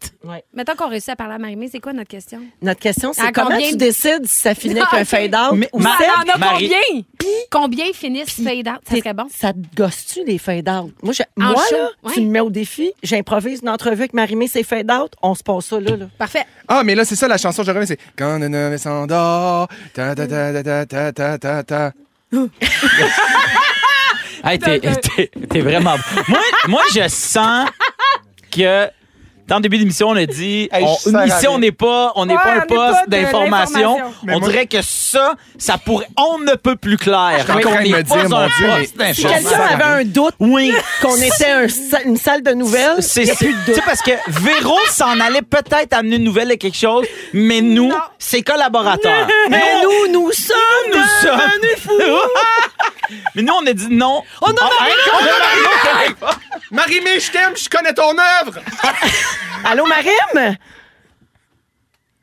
[SPEAKER 3] Mettons qu'on réussit à parler à Marimé, c'est quoi notre question?
[SPEAKER 1] Notre question, c'est
[SPEAKER 3] À
[SPEAKER 1] comment
[SPEAKER 3] combien-
[SPEAKER 1] tu décides si ça finit
[SPEAKER 3] Non,
[SPEAKER 1] avec un
[SPEAKER 3] ok. Ah,
[SPEAKER 1] fade-out
[SPEAKER 2] Mais-
[SPEAKER 1] ou
[SPEAKER 2] Ma-
[SPEAKER 1] sept?
[SPEAKER 3] On en a
[SPEAKER 2] Marie-
[SPEAKER 3] combien? Combien finissent fade out? Ça
[SPEAKER 1] T'es-
[SPEAKER 3] serait bon.
[SPEAKER 1] Ça te gosse-tu les fade-out? Moi, je- moi
[SPEAKER 3] show,
[SPEAKER 1] là,
[SPEAKER 3] ouais.
[SPEAKER 1] tu me mets au défi, j'improvise une entrevue avec Marimé, c'est fade-out, on se passe ça là. là.
[SPEAKER 3] Parfait.
[SPEAKER 4] Ah, mais là, c'est ça la chanson, je remets, c'est Quand une nuit s'endort, ta ta ta ta ta ta ta ta ta.
[SPEAKER 2] Hey, t'es, t'es- t'es vraiment. moi, moi, je sens que. Dans le début d'émission, on a dit,
[SPEAKER 4] Hey, je
[SPEAKER 2] on-
[SPEAKER 4] suis serré.
[SPEAKER 2] ici, on n'est pas, on n'est
[SPEAKER 3] Ouais,
[SPEAKER 2] pas un
[SPEAKER 3] on n'est pas
[SPEAKER 2] poste
[SPEAKER 3] de
[SPEAKER 2] d'information.
[SPEAKER 3] l'information.
[SPEAKER 4] Mais
[SPEAKER 2] On
[SPEAKER 4] moi-
[SPEAKER 2] dirait que ça, ça pourrait, on ne peut plus clair.
[SPEAKER 4] suis en train de
[SPEAKER 2] on n'est
[SPEAKER 4] me
[SPEAKER 2] pas
[SPEAKER 4] dire, mon
[SPEAKER 2] un
[SPEAKER 4] Dieu,
[SPEAKER 2] poste
[SPEAKER 4] mais-
[SPEAKER 1] Si
[SPEAKER 4] J'en
[SPEAKER 2] d'information.
[SPEAKER 1] quelqu'un
[SPEAKER 4] sais
[SPEAKER 1] avait
[SPEAKER 4] rien.
[SPEAKER 1] un doute
[SPEAKER 2] Oui.
[SPEAKER 1] qu'on était un sa- une salle de nouvelles,
[SPEAKER 2] C'est, c'est- tu sais, parce que Véro s'en allait peut-être amener une nouvelle de quelque chose, mais nous, ses collaborateurs.
[SPEAKER 1] mais nous, nous sommes,
[SPEAKER 2] nous sommes. mais nous, on a dit non. On a
[SPEAKER 4] Marie-Mé, je t'aime, je connais ton œuvre!
[SPEAKER 2] Ah,
[SPEAKER 1] Allô, Marim?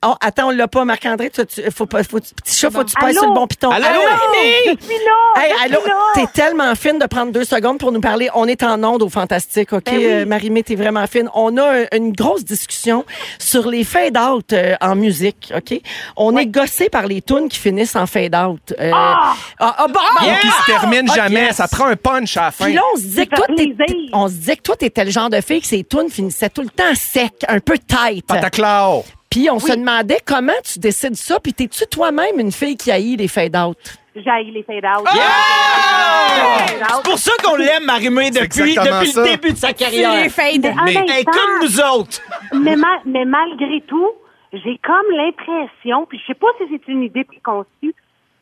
[SPEAKER 1] Oh, attends, on l'a pas, Marc-André. Tu- tu- Faut pas, faut, petit chat, faut que tu passes
[SPEAKER 7] Allô?
[SPEAKER 1] sur le bon piton.
[SPEAKER 2] Allô?
[SPEAKER 1] Marimé?
[SPEAKER 7] Minon!
[SPEAKER 1] Hey, allô,
[SPEAKER 7] Minon!
[SPEAKER 1] t'es tellement fine de prendre deux secondes pour nous parler. On est en onde au Fantastique, OK?
[SPEAKER 7] Ben oui.
[SPEAKER 1] Euh, Marie-Mé, t'es vraiment fine. On a un- une grosse discussion sur les fade-out euh, en musique, OK? On est gossé par les tunes qui finissent en fade-out. Euh, ah! ah, bon, bon,
[SPEAKER 4] Qui se termine
[SPEAKER 1] Ah,
[SPEAKER 4] jamais,
[SPEAKER 1] yes.
[SPEAKER 4] ça prend un punch à la fin.
[SPEAKER 1] Puis là, on se disait que
[SPEAKER 7] Ça
[SPEAKER 1] toi,
[SPEAKER 7] fait
[SPEAKER 1] t'es-
[SPEAKER 7] plaisir.
[SPEAKER 1] on se disait que toi, t'étais le genre de fille que ses tunes finissaient tout le temps sec, un peu tight.
[SPEAKER 4] Pataclao.
[SPEAKER 1] Puis on se demandait comment tu décides ça, puis t'es-tu toi-même une fille qui haït les fade-out?
[SPEAKER 7] J'aille les fade-out.
[SPEAKER 2] Ah! C'est pour ça qu'on l'aime, Marimé, depuis,
[SPEAKER 4] exactement
[SPEAKER 2] depuis
[SPEAKER 4] ça.
[SPEAKER 2] le début de sa
[SPEAKER 3] Les
[SPEAKER 2] carrière.
[SPEAKER 3] fade.
[SPEAKER 7] En
[SPEAKER 2] Mais
[SPEAKER 7] même
[SPEAKER 2] elle est
[SPEAKER 7] temps-
[SPEAKER 2] comme nous autres.
[SPEAKER 7] Mais, mal- mais malgré tout, j'ai comme l'impression, puis je sais pas si c'est une idée préconçue,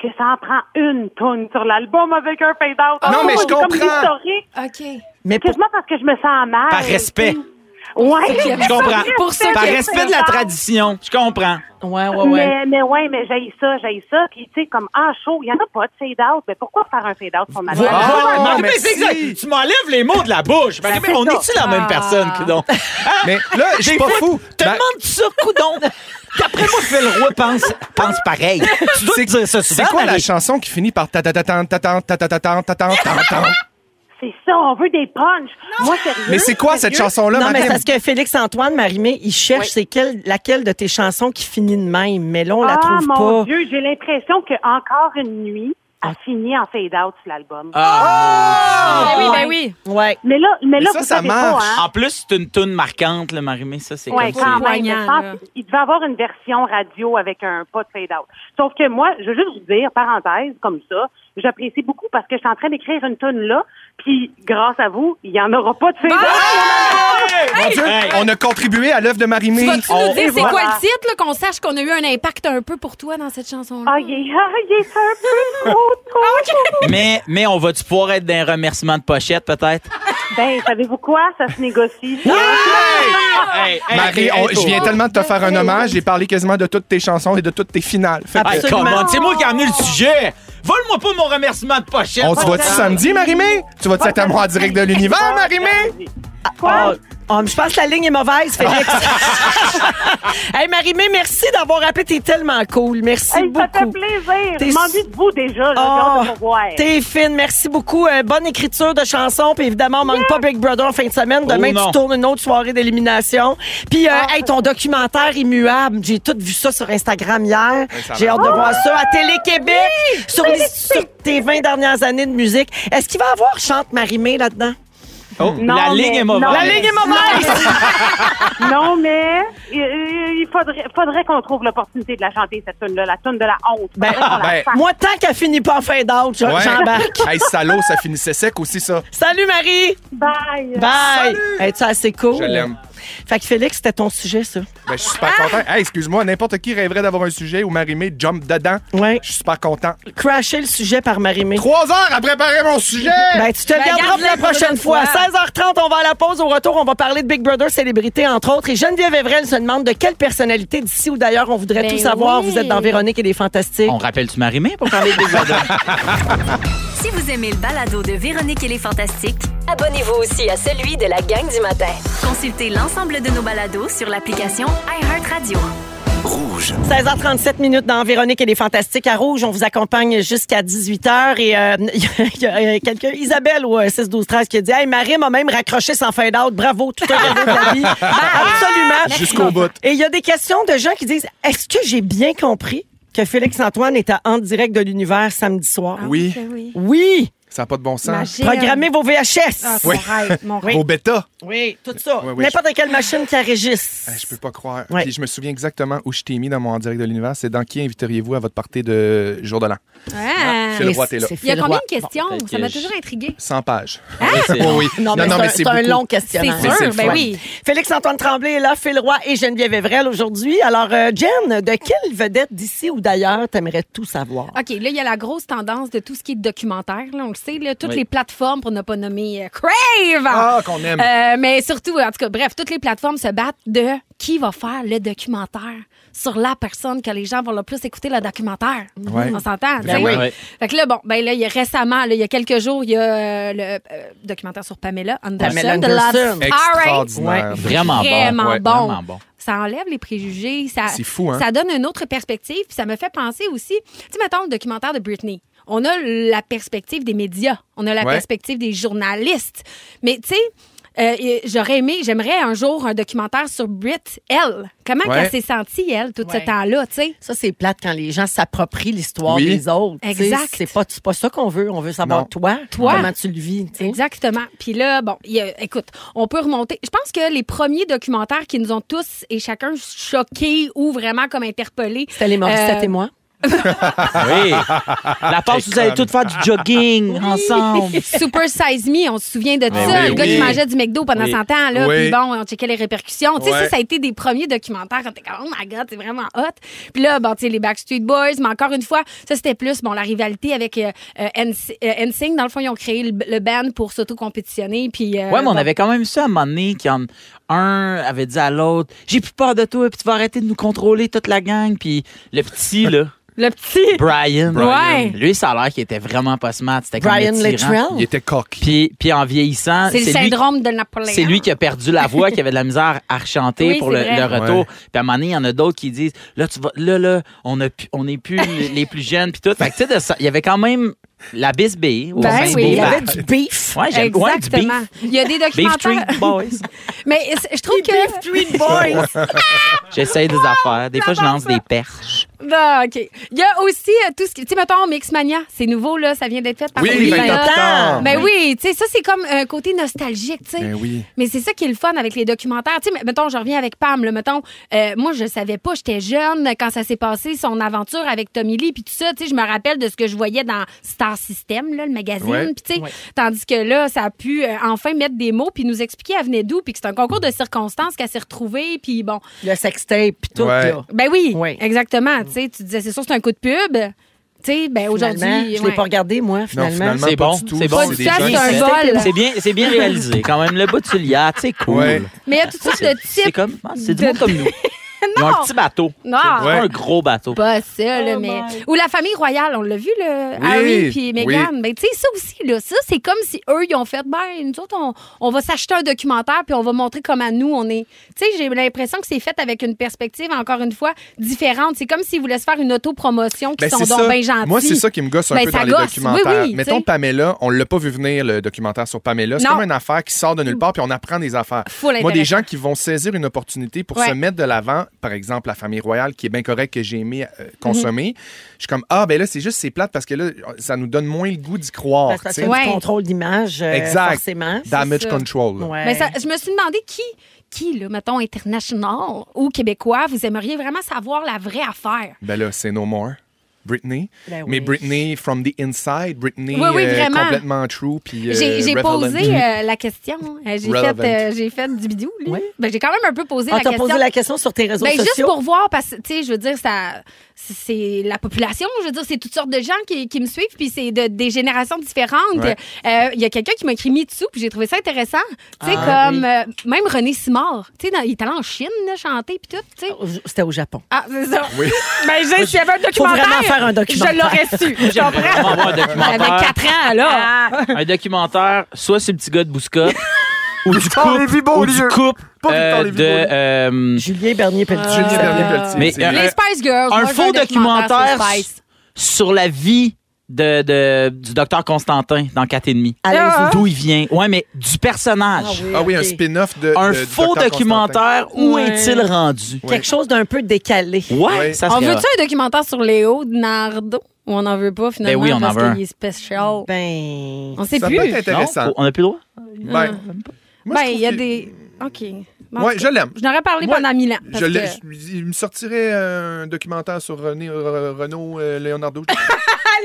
[SPEAKER 7] que ça en prend une tonne sur l'album avec un fade-out.
[SPEAKER 4] Non, mais je
[SPEAKER 7] c'est comme
[SPEAKER 4] comprends.
[SPEAKER 7] l'historique,
[SPEAKER 3] OK.
[SPEAKER 1] Mais pour-
[SPEAKER 7] Quasiment parce que je me sens mal.
[SPEAKER 2] Par respect.
[SPEAKER 7] Ouais.
[SPEAKER 2] Je comprends.
[SPEAKER 3] Pour ça
[SPEAKER 2] Par
[SPEAKER 3] que-
[SPEAKER 2] respect de la tradition, je comprends.
[SPEAKER 1] Ouais, ouais, ouais.
[SPEAKER 7] Mais, mais ouais, mais j'ai ça, j'ai ça. Puis, tu sais, comme en show, il n'y en a pas de fade-out. Mais pourquoi faire un fade-out sur ma
[SPEAKER 2] Voilà.
[SPEAKER 7] tête?
[SPEAKER 4] Ah,
[SPEAKER 2] Marie-Mé,
[SPEAKER 4] merci.
[SPEAKER 2] c'est exact. Tu m'enlèves les mots de la bouche. Marie-Mé,
[SPEAKER 7] c'est
[SPEAKER 2] on
[SPEAKER 7] ça.
[SPEAKER 2] est-tu la même
[SPEAKER 3] Ah.
[SPEAKER 2] personne, Ah, Coudon?
[SPEAKER 4] Mais là, je suis pas fou.
[SPEAKER 2] Te
[SPEAKER 4] Ma-
[SPEAKER 2] demandes ça, Coudon? D'après moi, Phil Roy pense, pense pareil. Tu dois te dire ça souvent,
[SPEAKER 4] C'est quoi la
[SPEAKER 2] Marie?
[SPEAKER 4] chanson qui finit par ta ta ta ta ta ta ta ta ta ta ta ta ta ta
[SPEAKER 7] C'est ça, on veut des punchs. Moi, sérieux.
[SPEAKER 4] Mais c'est quoi cette chanson-là,
[SPEAKER 1] non, mais
[SPEAKER 4] Marie?
[SPEAKER 1] c'est parce que Félix-Antoine, Marimé, il cherche c'est quelle- laquelle de tes chansons qui finit de même, mais là, on la
[SPEAKER 7] ah,
[SPEAKER 1] trouve
[SPEAKER 7] mon
[SPEAKER 1] pas. Ah.
[SPEAKER 7] Dieu, j'ai l'impression que encore une nuit a fini en fade-out sur l'album.
[SPEAKER 3] Ben oui, ben oui.
[SPEAKER 1] Ouais.
[SPEAKER 7] Mais là, mais là,
[SPEAKER 4] ça,
[SPEAKER 7] vous
[SPEAKER 4] ça
[SPEAKER 7] savez
[SPEAKER 4] marche. Ah,
[SPEAKER 7] pas, hein?
[SPEAKER 2] En plus, c'est une toune marquante, le Marimé, ça, c'est
[SPEAKER 7] Ouais,
[SPEAKER 2] comme ça.
[SPEAKER 7] quand même.
[SPEAKER 3] Poignant,
[SPEAKER 7] Je pense
[SPEAKER 3] là.
[SPEAKER 7] qu'il devait avoir une version radio avec un pas de fade-out. Sauf que moi, je veux juste vous dire, parenthèse, comme ça, j'apprécie beaucoup parce que je suis en train d'écrire une tonne là, puis grâce à vous, il n'y en aura pas de fade-out.
[SPEAKER 4] Mon Dieu,
[SPEAKER 2] Hey!
[SPEAKER 4] on a contribué à l'œuvre de
[SPEAKER 3] Tu
[SPEAKER 4] Marie-Mé.
[SPEAKER 3] vas-tu
[SPEAKER 4] On-
[SPEAKER 3] nous dire c'est
[SPEAKER 7] voilà.
[SPEAKER 3] quoi le titre, là, qu'on sache qu'on a eu un impact un peu pour toi dans cette chanson-là?
[SPEAKER 7] Ah, il est, ah, il est un peu trop, trop.
[SPEAKER 2] Mais, mais on va-tu pouvoir être d'un remerciement de pochette, peut-être?
[SPEAKER 7] Ben, savez-vous quoi? Ça se négocie.
[SPEAKER 4] Ah!
[SPEAKER 2] Hey, hey,
[SPEAKER 4] Marie,
[SPEAKER 2] hey,
[SPEAKER 4] on-
[SPEAKER 2] hey,
[SPEAKER 4] je viens tellement de te faire un hommage. J'ai parlé quasiment de toutes tes chansons et de toutes tes finales. Fait que-
[SPEAKER 2] Hey,
[SPEAKER 1] Absolument.
[SPEAKER 2] come on, c'est moi qui ai amené le sujet. Vole-moi pas mon remerciement de pochette.
[SPEAKER 4] on se voit-tu samedi, Marie-Mé? Tu vas-tu être à moi en direct de l'univers, Marie-Mé?
[SPEAKER 1] Ah, ah, mais je pense que la ligne est mauvaise, Félix. hey, Marimé, merci d'avoir appelé. T'es tellement cool. Merci
[SPEAKER 7] Hey, ça fait
[SPEAKER 1] beaucoup.
[SPEAKER 7] plaisir.
[SPEAKER 1] T'es-
[SPEAKER 7] Je m'ennuie de vous déjà. J'ai
[SPEAKER 1] Oh,
[SPEAKER 7] hâte de vous voir.
[SPEAKER 1] T'es fine, merci beaucoup. Euh, bonne écriture de chansons. Puis évidemment, on manque pas Big Brother en fin de semaine.
[SPEAKER 2] Oh
[SPEAKER 1] Demain,
[SPEAKER 2] non.
[SPEAKER 1] tu tournes une autre soirée d'élimination. Puis,
[SPEAKER 7] Ah.
[SPEAKER 1] euh, hey, ton documentaire immuable, j'ai tout vu ça sur Instagram hier.
[SPEAKER 4] ça
[SPEAKER 1] J'ai
[SPEAKER 4] va.
[SPEAKER 1] hâte de voir ça
[SPEAKER 7] Ah!
[SPEAKER 1] à Télé-Québec sur, les- sur tes 20 dernières années de musique. Est-ce qu'il va y avoir Chante Marimé là-dedans?
[SPEAKER 2] Oh,
[SPEAKER 7] Non,
[SPEAKER 2] la ligne
[SPEAKER 7] mais-
[SPEAKER 2] est mauvaise.
[SPEAKER 7] non,
[SPEAKER 1] La
[SPEAKER 7] mais-
[SPEAKER 1] ligne est mauvaise!
[SPEAKER 7] Non, mais il- il il faudrait, faudrait qu'on trouve l'opportunité de la chanter, cette tune là la tune de la honte.
[SPEAKER 1] Ben,
[SPEAKER 7] Faudrait qu'on la
[SPEAKER 4] ben,
[SPEAKER 7] fasse.
[SPEAKER 1] Moi, tant qu'elle finit pas en fin d'autre, je-
[SPEAKER 4] Ouais.
[SPEAKER 1] j'embarque.
[SPEAKER 4] Hey, salaud, ça finissait sec aussi, ça.
[SPEAKER 1] Salut Marie!
[SPEAKER 7] Bye.
[SPEAKER 1] Bye! Hey, tu es assez cool.
[SPEAKER 4] Je l'aime.
[SPEAKER 1] Fait que Félix, c'était ton sujet, ça.
[SPEAKER 4] Ben, je suis super
[SPEAKER 1] Ah!
[SPEAKER 4] content. Hey, excuse-moi, n'importe qui rêverait d'avoir un sujet où Marie-Mé jump dedans.
[SPEAKER 1] Ouais.
[SPEAKER 4] Je suis super content.
[SPEAKER 1] Crasher le sujet par Marimé.
[SPEAKER 4] Trois heures à préparer mon sujet!
[SPEAKER 1] Ben, tu te le
[SPEAKER 3] Ben,
[SPEAKER 1] garderas pour la
[SPEAKER 3] garde-le pour
[SPEAKER 1] prochaine
[SPEAKER 3] l'autre
[SPEAKER 1] fois.
[SPEAKER 3] fois.
[SPEAKER 1] 16h30, on va à la pause. Au retour, on va parler de Big Brother célébrité, entre autres. Et Geneviève Evrel se demande de quelle personnalité d'ici ou d'ailleurs on voudrait
[SPEAKER 3] Ben
[SPEAKER 1] tout savoir.
[SPEAKER 3] oui.
[SPEAKER 1] Vous êtes dans Véronique et les Fantastiques.
[SPEAKER 2] On rappelle-tu Marimé pour parler des odeurs?
[SPEAKER 5] Si vous aimez le balado de Véronique et les Fantastiques,
[SPEAKER 6] Abonnez-vous aussi à celui de la gang du matin.
[SPEAKER 5] consultez l'ensemble de nos balados sur l'application iHeartRadio.
[SPEAKER 8] Rouge.
[SPEAKER 1] 16h37 minutes dans Véronique et les Fantastiques à Rouge. On vous accompagne jusqu'à 18h et euh, il y a, euh, quelqu'un, Isabelle au 6-12-13 qui a dit « Hey, Marie m'a même raccroché sans fin d'out. Bravo, tout un cadeau de la vie. Absolument.
[SPEAKER 4] Jusqu'au bout.
[SPEAKER 1] Et il y a des questions de gens qui disent « Est-ce que j'ai bien compris que Félix-Antoine était en direct de l'univers samedi soir?
[SPEAKER 4] Ah, Oui,
[SPEAKER 3] Ben oui.
[SPEAKER 1] Oui!
[SPEAKER 4] ça n'a pas de bon sens.
[SPEAKER 3] Imagine.
[SPEAKER 1] Programmez vos VHS!
[SPEAKER 3] Ah,
[SPEAKER 4] Oui.
[SPEAKER 3] mon rêve, mon rêve.
[SPEAKER 4] Au bêta,
[SPEAKER 1] Oui, tout ça.
[SPEAKER 4] Oui, oui,
[SPEAKER 1] N'importe quelle machine qui régisse.
[SPEAKER 4] Eh, je peux pas croire.
[SPEAKER 1] Ouais.
[SPEAKER 4] Puis je me souviens exactement où je t'ai mis dans mon en direct de l'univers. C'est dans qui inviteriez-vous à votre partie de jour de l'an?
[SPEAKER 3] Ah.
[SPEAKER 4] Phil Roy, t'es là.
[SPEAKER 3] Il y a combien de
[SPEAKER 1] Phil Roy.
[SPEAKER 3] questions?
[SPEAKER 2] peut-être
[SPEAKER 3] ça
[SPEAKER 2] que
[SPEAKER 3] m'a
[SPEAKER 2] je-
[SPEAKER 3] toujours intrigué.
[SPEAKER 4] 100 pages.
[SPEAKER 2] Oui, c'est long.
[SPEAKER 4] Oh Oui.
[SPEAKER 1] Non, mais c'est un- c'est un,
[SPEAKER 4] beaucoup.
[SPEAKER 1] long
[SPEAKER 3] C'est
[SPEAKER 1] questionnaire.
[SPEAKER 4] c'est le
[SPEAKER 3] sûr, ben
[SPEAKER 4] fun.
[SPEAKER 3] oui.
[SPEAKER 1] Félix-Antoine Tremblay est là, Phil Roy et Geneviève Evrel aujourd'hui. Alors, euh, Jen, de quelle vedette d'ici ou d'ailleurs t'aimerais tout savoir?
[SPEAKER 3] OK, là, il y a la grosse tendance de tout ce qui est documentaire. Là, on le sait, là, toutes
[SPEAKER 2] Oui.
[SPEAKER 3] les plateformes, pour ne pas nommer euh, Crave!
[SPEAKER 4] Ah, qu'on aime.
[SPEAKER 3] Euh, mais surtout, en tout cas, bref, toutes les plateformes se battent de qui va faire le documentaire sur la personne que les gens vont le plus écouter le documentaire.
[SPEAKER 4] Ouais.
[SPEAKER 3] On s'entend, tu
[SPEAKER 4] Ben
[SPEAKER 3] sais?
[SPEAKER 4] oui.
[SPEAKER 2] Ouais.
[SPEAKER 3] Fait que là, bon, ben là, il y a récemment, là, il y a quelques jours, il y a euh, le euh, documentaire sur Pamela Anderson.
[SPEAKER 1] Pamela
[SPEAKER 3] The Last-
[SPEAKER 1] Anderson.
[SPEAKER 3] All right.
[SPEAKER 4] Extraordinaire.
[SPEAKER 2] Vraiment,
[SPEAKER 3] Vraiment
[SPEAKER 2] bon.
[SPEAKER 3] bon.
[SPEAKER 4] Ouais,
[SPEAKER 2] vraiment bon.
[SPEAKER 3] Ça enlève les préjugés. Ça,
[SPEAKER 4] C'est fou, hein?
[SPEAKER 3] Ça donne une autre perspective. Puis ça me fait penser aussi, tu sais, mettons le documentaire de Britney. On a la perspective des médias. On a la
[SPEAKER 4] Ouais.
[SPEAKER 3] perspective des journalistes. Mais tu sais, euh, et j'aurais aimé, j'aimerais un jour un documentaire sur Brit, elle. Comment
[SPEAKER 4] Ouais.
[SPEAKER 3] elle s'est sentie, elle, tout
[SPEAKER 1] Ouais.
[SPEAKER 3] ce temps-là, tu sais?
[SPEAKER 1] Ça, c'est plate quand les gens s'approprient l'histoire
[SPEAKER 4] Oui.
[SPEAKER 1] des autres. tu sais.
[SPEAKER 3] Exact.
[SPEAKER 1] C'est pas, c'est pas ça qu'on veut. On veut savoir
[SPEAKER 4] Non.
[SPEAKER 1] toi,
[SPEAKER 3] Toi.
[SPEAKER 1] comment tu le vis. tu sais.
[SPEAKER 3] Exactement. Puis là, bon, il y a- écoute, on peut remonter. Je pense que les premiers documentaires qui nous ont tous et chacun choqués ou vraiment comme interpellés.
[SPEAKER 1] C'était les Morissette
[SPEAKER 3] Euh,
[SPEAKER 1] et moi.
[SPEAKER 2] Oui. La passe, vous allez toutes faire du jogging ensemble.
[SPEAKER 3] Super Size Me, on se souvient de
[SPEAKER 4] Ah
[SPEAKER 3] ça.
[SPEAKER 4] oui,
[SPEAKER 3] le gars
[SPEAKER 4] oui.
[SPEAKER 3] qui mangeait du McDo pendant
[SPEAKER 2] Oui.
[SPEAKER 3] 100 ans, là.
[SPEAKER 4] Oui.
[SPEAKER 3] Puis bon, on checkait les répercussions. Tu sais,
[SPEAKER 4] Ouais.
[SPEAKER 3] ça, ça a été des premiers documentaires. On était comme, oh my God, c'est vraiment hot. Puis là, bon, tu sais, les Backstreet Boys, mais encore une fois, ça, c'était plus, bon, la rivalité avec euh, euh, NSYNC. euh, NSYNC. Dans le fond, ils ont créé le, le band pour s'auto-compétitionner. Puis. euh,
[SPEAKER 2] Ouais, mais on
[SPEAKER 3] bon.
[SPEAKER 2] avait quand même ça à un moment donné qu'un un avait dit à l'autre J'ai plus peur de toi, puis tu vas arrêter de nous contrôler toute la gang. Puis le petit, là,
[SPEAKER 3] Le petit.
[SPEAKER 2] Brian,
[SPEAKER 3] Ouais.
[SPEAKER 2] lui, ça a l'air qu'il était vraiment pas smart. C'était comme
[SPEAKER 1] Brian
[SPEAKER 4] Il
[SPEAKER 2] le tyran.
[SPEAKER 1] Littrell.
[SPEAKER 4] était coq.
[SPEAKER 2] Puis, puis en vieillissant,
[SPEAKER 3] C'est le
[SPEAKER 2] lui qui-
[SPEAKER 3] syndrome de Napoléon.
[SPEAKER 2] C'est lui qui a perdu la voix, qui avait de la misère à rechanter
[SPEAKER 3] Oui,
[SPEAKER 2] pour
[SPEAKER 3] c'est
[SPEAKER 2] le,
[SPEAKER 3] vrai.
[SPEAKER 2] le retour.
[SPEAKER 4] Ouais.
[SPEAKER 2] Puis à un moment donné, il y en a d'autres qui disent là, tu vas, là, là, on a pu- on n'est plus les, les plus jeunes, puis tout. Fait que, tu sais, de ça, il y avait quand même la bisbille. au
[SPEAKER 3] Ben oui,
[SPEAKER 2] sein des
[SPEAKER 1] Il y
[SPEAKER 3] ben-
[SPEAKER 1] avait
[SPEAKER 4] bah,
[SPEAKER 2] vagues.
[SPEAKER 1] du beef.
[SPEAKER 2] Ouais, j'aime ouais, du beef.
[SPEAKER 3] Exactement. Il y a des
[SPEAKER 2] Beef Street
[SPEAKER 3] documentaires.
[SPEAKER 2] Boys.
[SPEAKER 3] Mais c'est- je trouve que.
[SPEAKER 1] Street Boys.
[SPEAKER 2] J'essaie des affaires. Des fois, je lance des perches.
[SPEAKER 3] Non, bah, OK. Il y a aussi euh, tout ce qui. Tu sais, mettons, Mixmania, c'est nouveau, là, ça vient d'être fait par
[SPEAKER 4] Oui,
[SPEAKER 3] Olivier
[SPEAKER 4] 20
[SPEAKER 3] Pinot.
[SPEAKER 4] octobre.
[SPEAKER 3] Ben oui, tu sais, ça, c'est comme un côté nostalgique, tu sais.
[SPEAKER 4] Ah Ben oui.
[SPEAKER 3] Mais c'est ça qui est le fun avec les documentaires. Tu sais, mais- mettons, je reviens avec Pam, là, mettons, euh, moi, je savais pas, j'étais jeune quand ça s'est passé, son aventure avec Tommy Lee, puis tout ça, tu sais, je me rappelle de ce que je voyais dans Star System, là, le magazine,
[SPEAKER 4] Ouais.
[SPEAKER 3] puis tu sais, tandis que là, ça a pu euh, enfin mettre des mots, puis nous expliquer elle venait d'où, puis que c'est un concours de circonstances qu'elle s'est retrouvée, puis bon,
[SPEAKER 1] Le sextape puis tout.
[SPEAKER 4] Ouais.
[SPEAKER 1] Là.
[SPEAKER 3] ben oui,
[SPEAKER 1] Oui.
[SPEAKER 3] exactement. Tu sais, tu disais, c'est sûr, c'est un coup de pub. Tu sais, ben aujourd'hui.
[SPEAKER 1] Finalement, je l'ai
[SPEAKER 3] ouais.
[SPEAKER 1] pas regardé, moi,
[SPEAKER 4] Non,
[SPEAKER 1] finalement.
[SPEAKER 4] finalement,
[SPEAKER 2] C'est
[SPEAKER 4] pas
[SPEAKER 2] bon,
[SPEAKER 4] du tout.
[SPEAKER 2] c'est bon.
[SPEAKER 3] Ça,
[SPEAKER 4] des gens
[SPEAKER 3] c'est
[SPEAKER 4] qui-
[SPEAKER 3] un vol.
[SPEAKER 2] C'est bien, c'est bien réalisé quand même. Le bout du liard, c'est cool.
[SPEAKER 4] Ouais.
[SPEAKER 3] Mais il y a toutes sortes de
[SPEAKER 2] C'est
[SPEAKER 3] types.
[SPEAKER 2] comme, ah, c'est du
[SPEAKER 3] De-
[SPEAKER 2] monde comme nous. Ils ont un petit bateau.
[SPEAKER 3] Non.
[SPEAKER 2] C'est pas
[SPEAKER 4] Ouais.
[SPEAKER 2] un gros
[SPEAKER 4] Oh.
[SPEAKER 2] bateau.
[SPEAKER 3] Pas ça, là, mais. Ou la famille royale, on l'a vu, le
[SPEAKER 4] Oui,
[SPEAKER 3] Harry puis
[SPEAKER 4] oui.
[SPEAKER 3] Meghan. Ben, tu sais, ça aussi, là, ça, c'est comme si eux, ils ont fait, ben, nous autres, on, on va s'acheter un documentaire puis on va montrer comment nous, on est. Tu sais, j'ai l'impression que c'est fait avec une perspective, encore une fois, différente. C'est comme s'ils voulaient se faire une autopromotion qui
[SPEAKER 4] Ben,
[SPEAKER 3] sont
[SPEAKER 4] c'est
[SPEAKER 3] donc
[SPEAKER 4] ça.
[SPEAKER 3] bien gentils.
[SPEAKER 4] Moi, c'est ça qui me gosse un
[SPEAKER 3] Ben,
[SPEAKER 4] peu
[SPEAKER 3] ça
[SPEAKER 4] dans les
[SPEAKER 3] gosse. Oui,
[SPEAKER 4] documentaires.
[SPEAKER 3] oui,
[SPEAKER 4] Mettons
[SPEAKER 3] t'sais.
[SPEAKER 4] Pamela, on l'a pas vu venir le documentaire sur Pamela. C'est
[SPEAKER 3] Non.
[SPEAKER 4] comme une affaire qui sort de nulle part puis on apprend des affaires.
[SPEAKER 3] Full
[SPEAKER 4] Moi, des
[SPEAKER 3] intéressant.
[SPEAKER 4] gens qui vont saisir une opportunité pour
[SPEAKER 3] Ouais.
[SPEAKER 4] se mettre de l'avant, par exemple la famille royale, qui est bien correcte, que j'ai aimé euh,
[SPEAKER 3] Mhm.
[SPEAKER 4] consommer, je suis comme Ah, ben là, c'est juste, c'est plate parce que là, ça nous donne moins le goût d'y croire.
[SPEAKER 1] Parce que
[SPEAKER 4] t'sais.
[SPEAKER 1] c'est
[SPEAKER 3] Ouais.
[SPEAKER 1] Ben, du contrôle d'image, euh,
[SPEAKER 4] Exact.
[SPEAKER 1] forcément.
[SPEAKER 4] Damage
[SPEAKER 3] c'est ça.
[SPEAKER 4] control.
[SPEAKER 1] Ouais. Ah,
[SPEAKER 3] Mais Ben, ça, je me suis demandé qui, qui là, mettons, international ou québécois, vous aimeriez vraiment savoir la vraie affaire.
[SPEAKER 4] Ben là, c'est No More. Britney.
[SPEAKER 1] Ben
[SPEAKER 4] Mais
[SPEAKER 1] oui.
[SPEAKER 4] Britney from the inside, Britney
[SPEAKER 3] Oui, oui,
[SPEAKER 4] euh,
[SPEAKER 3] vraiment.
[SPEAKER 4] complètement true. puis, euh,
[SPEAKER 3] J'ai j'ai
[SPEAKER 4] relevant.
[SPEAKER 3] posé euh, la question. Euh, J'ai fait,
[SPEAKER 4] Relevant.
[SPEAKER 3] euh, j'ai fait du bidou. là.
[SPEAKER 1] Ouais.
[SPEAKER 3] Ben, j'ai quand même un peu posé
[SPEAKER 1] Ah,
[SPEAKER 3] la
[SPEAKER 1] t'as
[SPEAKER 3] question.
[SPEAKER 1] posé la question sur tes réseaux
[SPEAKER 3] Ben, juste
[SPEAKER 1] sociaux.
[SPEAKER 3] pour voir, parce que, tu sais, je veux dire, ça, c'est- c'est la population, je veux dire, c'est toutes sortes de gens qui, qui me suivent, puis c'est de, des générations différentes. Euh, Il
[SPEAKER 4] Ouais.
[SPEAKER 3] y a quelqu'un qui m'a écrit Mitsu, puis j'ai trouvé ça intéressant. Tu sais,
[SPEAKER 2] Ah,
[SPEAKER 3] comme,
[SPEAKER 2] oui.
[SPEAKER 3] euh, même René Simard, tu sais, dans- il est allé en Chine, là, chanter, puis tout, tu sais.
[SPEAKER 1] C'était au Japon.
[SPEAKER 3] Ah, c'est ça.
[SPEAKER 4] Oui.
[SPEAKER 3] Ben, j'ai, s'il y avait un documentaire,
[SPEAKER 1] vraiment faire un documentaire. Ah.
[SPEAKER 3] je l'aurais su. Je
[SPEAKER 2] J'aimerais
[SPEAKER 3] comprends.
[SPEAKER 2] vraiment voir un
[SPEAKER 3] J'avais
[SPEAKER 2] documentaire.
[SPEAKER 3] 4 ans, là.
[SPEAKER 2] un documentaire soit sur le petit gars de Bouscotte ou du couple, ou du couple
[SPEAKER 4] Pas
[SPEAKER 2] euh,
[SPEAKER 4] Victor
[SPEAKER 2] de.
[SPEAKER 4] Lévy-Beaulieu.
[SPEAKER 2] euh,
[SPEAKER 1] Julien Bernier-Pelletier.
[SPEAKER 2] Ah.
[SPEAKER 4] Julien Bernier-Pelletier.
[SPEAKER 2] mais,
[SPEAKER 4] c'est
[SPEAKER 2] euh,
[SPEAKER 4] vrai.
[SPEAKER 3] Les Spice Girls.
[SPEAKER 2] un
[SPEAKER 3] moi, je veux
[SPEAKER 2] faux documentaire
[SPEAKER 3] sur les Spice.
[SPEAKER 2] sur la vie de, de- du docteur Constantin dans 4 et demi.
[SPEAKER 1] Allez-y.
[SPEAKER 2] D'où il vient. Ouais, mais du personnage.
[SPEAKER 4] Ah oui, un
[SPEAKER 1] ok.
[SPEAKER 4] spin-off de.
[SPEAKER 2] euh, Un
[SPEAKER 4] de- du
[SPEAKER 2] faux
[SPEAKER 4] Dr. Constantin.
[SPEAKER 2] documentaire, où
[SPEAKER 1] Ouais.
[SPEAKER 2] est-il rendu?
[SPEAKER 1] Quelque chose d'un peu décalé.
[SPEAKER 2] Ouais,
[SPEAKER 4] Ouais.
[SPEAKER 2] ça
[SPEAKER 3] On
[SPEAKER 2] serait hot.
[SPEAKER 3] veut-tu un documentaire sur Léo Nardo? Ou on n'en veut pas, finalement,
[SPEAKER 2] Ben oui, on en
[SPEAKER 3] parce
[SPEAKER 2] veut un.
[SPEAKER 3] qu'il est spécial.
[SPEAKER 1] Ben.
[SPEAKER 3] on sait
[SPEAKER 4] Ça
[SPEAKER 3] plus.
[SPEAKER 4] peut être intéressant.
[SPEAKER 2] Non? On n'a plus le droit?
[SPEAKER 4] Ben, moi, je
[SPEAKER 3] ben, il y a
[SPEAKER 4] trouve que-
[SPEAKER 3] des... OK. Bon, en
[SPEAKER 4] Ouais,
[SPEAKER 3] tout
[SPEAKER 4] je l'aime.
[SPEAKER 3] Je n'aurais parlé
[SPEAKER 4] Moi,
[SPEAKER 3] pendant mille ans. parce
[SPEAKER 4] Je l'ai-
[SPEAKER 3] que-
[SPEAKER 4] je- Il me sortirait euh, un documentaire sur René, euh, Renaud euh, Leonardo.
[SPEAKER 3] Ah,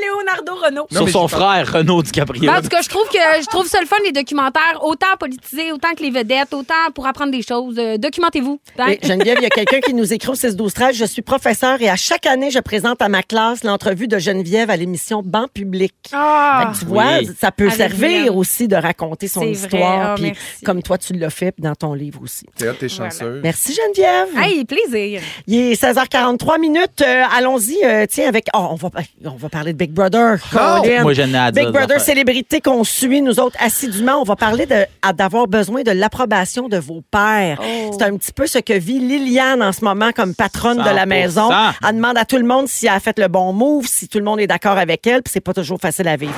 [SPEAKER 3] Leonardo Renaud.
[SPEAKER 4] Non,
[SPEAKER 2] sur
[SPEAKER 4] mais
[SPEAKER 2] son
[SPEAKER 4] j'y pense-
[SPEAKER 2] frère, Renaud DiCaprio.
[SPEAKER 3] Ben, en tout cas, je trouve que je trouve ça le fun les documentaires, autant politisés, autant que les vedettes, autant pour apprendre des choses. Euh, Documentez-vous. Ben,
[SPEAKER 1] Et Geneviève, il y a quelqu'un qui nous écrit au 16 12 13 Je suis professeur et à chaque année, je présente à ma classe l'entrevue de Geneviève à l'émission Banc public.
[SPEAKER 3] Ah!
[SPEAKER 1] Fait que tu vois,
[SPEAKER 2] Oui.
[SPEAKER 1] ça peut
[SPEAKER 3] Avec
[SPEAKER 1] servir
[SPEAKER 3] Hélène.
[SPEAKER 1] aussi de raconter son
[SPEAKER 3] C'est vrai.
[SPEAKER 1] histoire,
[SPEAKER 3] Ah,
[SPEAKER 1] puis
[SPEAKER 3] merci.
[SPEAKER 1] comme toi tu l'as fait puis dans ton livre aussi.
[SPEAKER 4] T'es t'es chanceux.
[SPEAKER 1] Merci Geneviève.
[SPEAKER 3] Hey, plaisir.
[SPEAKER 1] Il est 16h43 minutes. Euh, Allons-y, euh, tiens avec. Oh, on va on va parler de Big Brother. Colin.
[SPEAKER 2] Ah, Moi, je n'ai à dire
[SPEAKER 1] Big
[SPEAKER 2] des
[SPEAKER 1] Brother,
[SPEAKER 2] affaires.
[SPEAKER 1] célébrité qu'on suit, nous autres, assidûment, on va parler de- à- d'avoir besoin de l'approbation de vos pères.
[SPEAKER 2] Oh.
[SPEAKER 1] C'est un petit peu ce que vit Liliane en ce moment comme patronne de la
[SPEAKER 2] 100%.
[SPEAKER 1] maison. Elle demande à tout le monde si elle a fait le bon move, si tout le monde est d'accord avec elle, puis c'est pas toujours facile à vivre.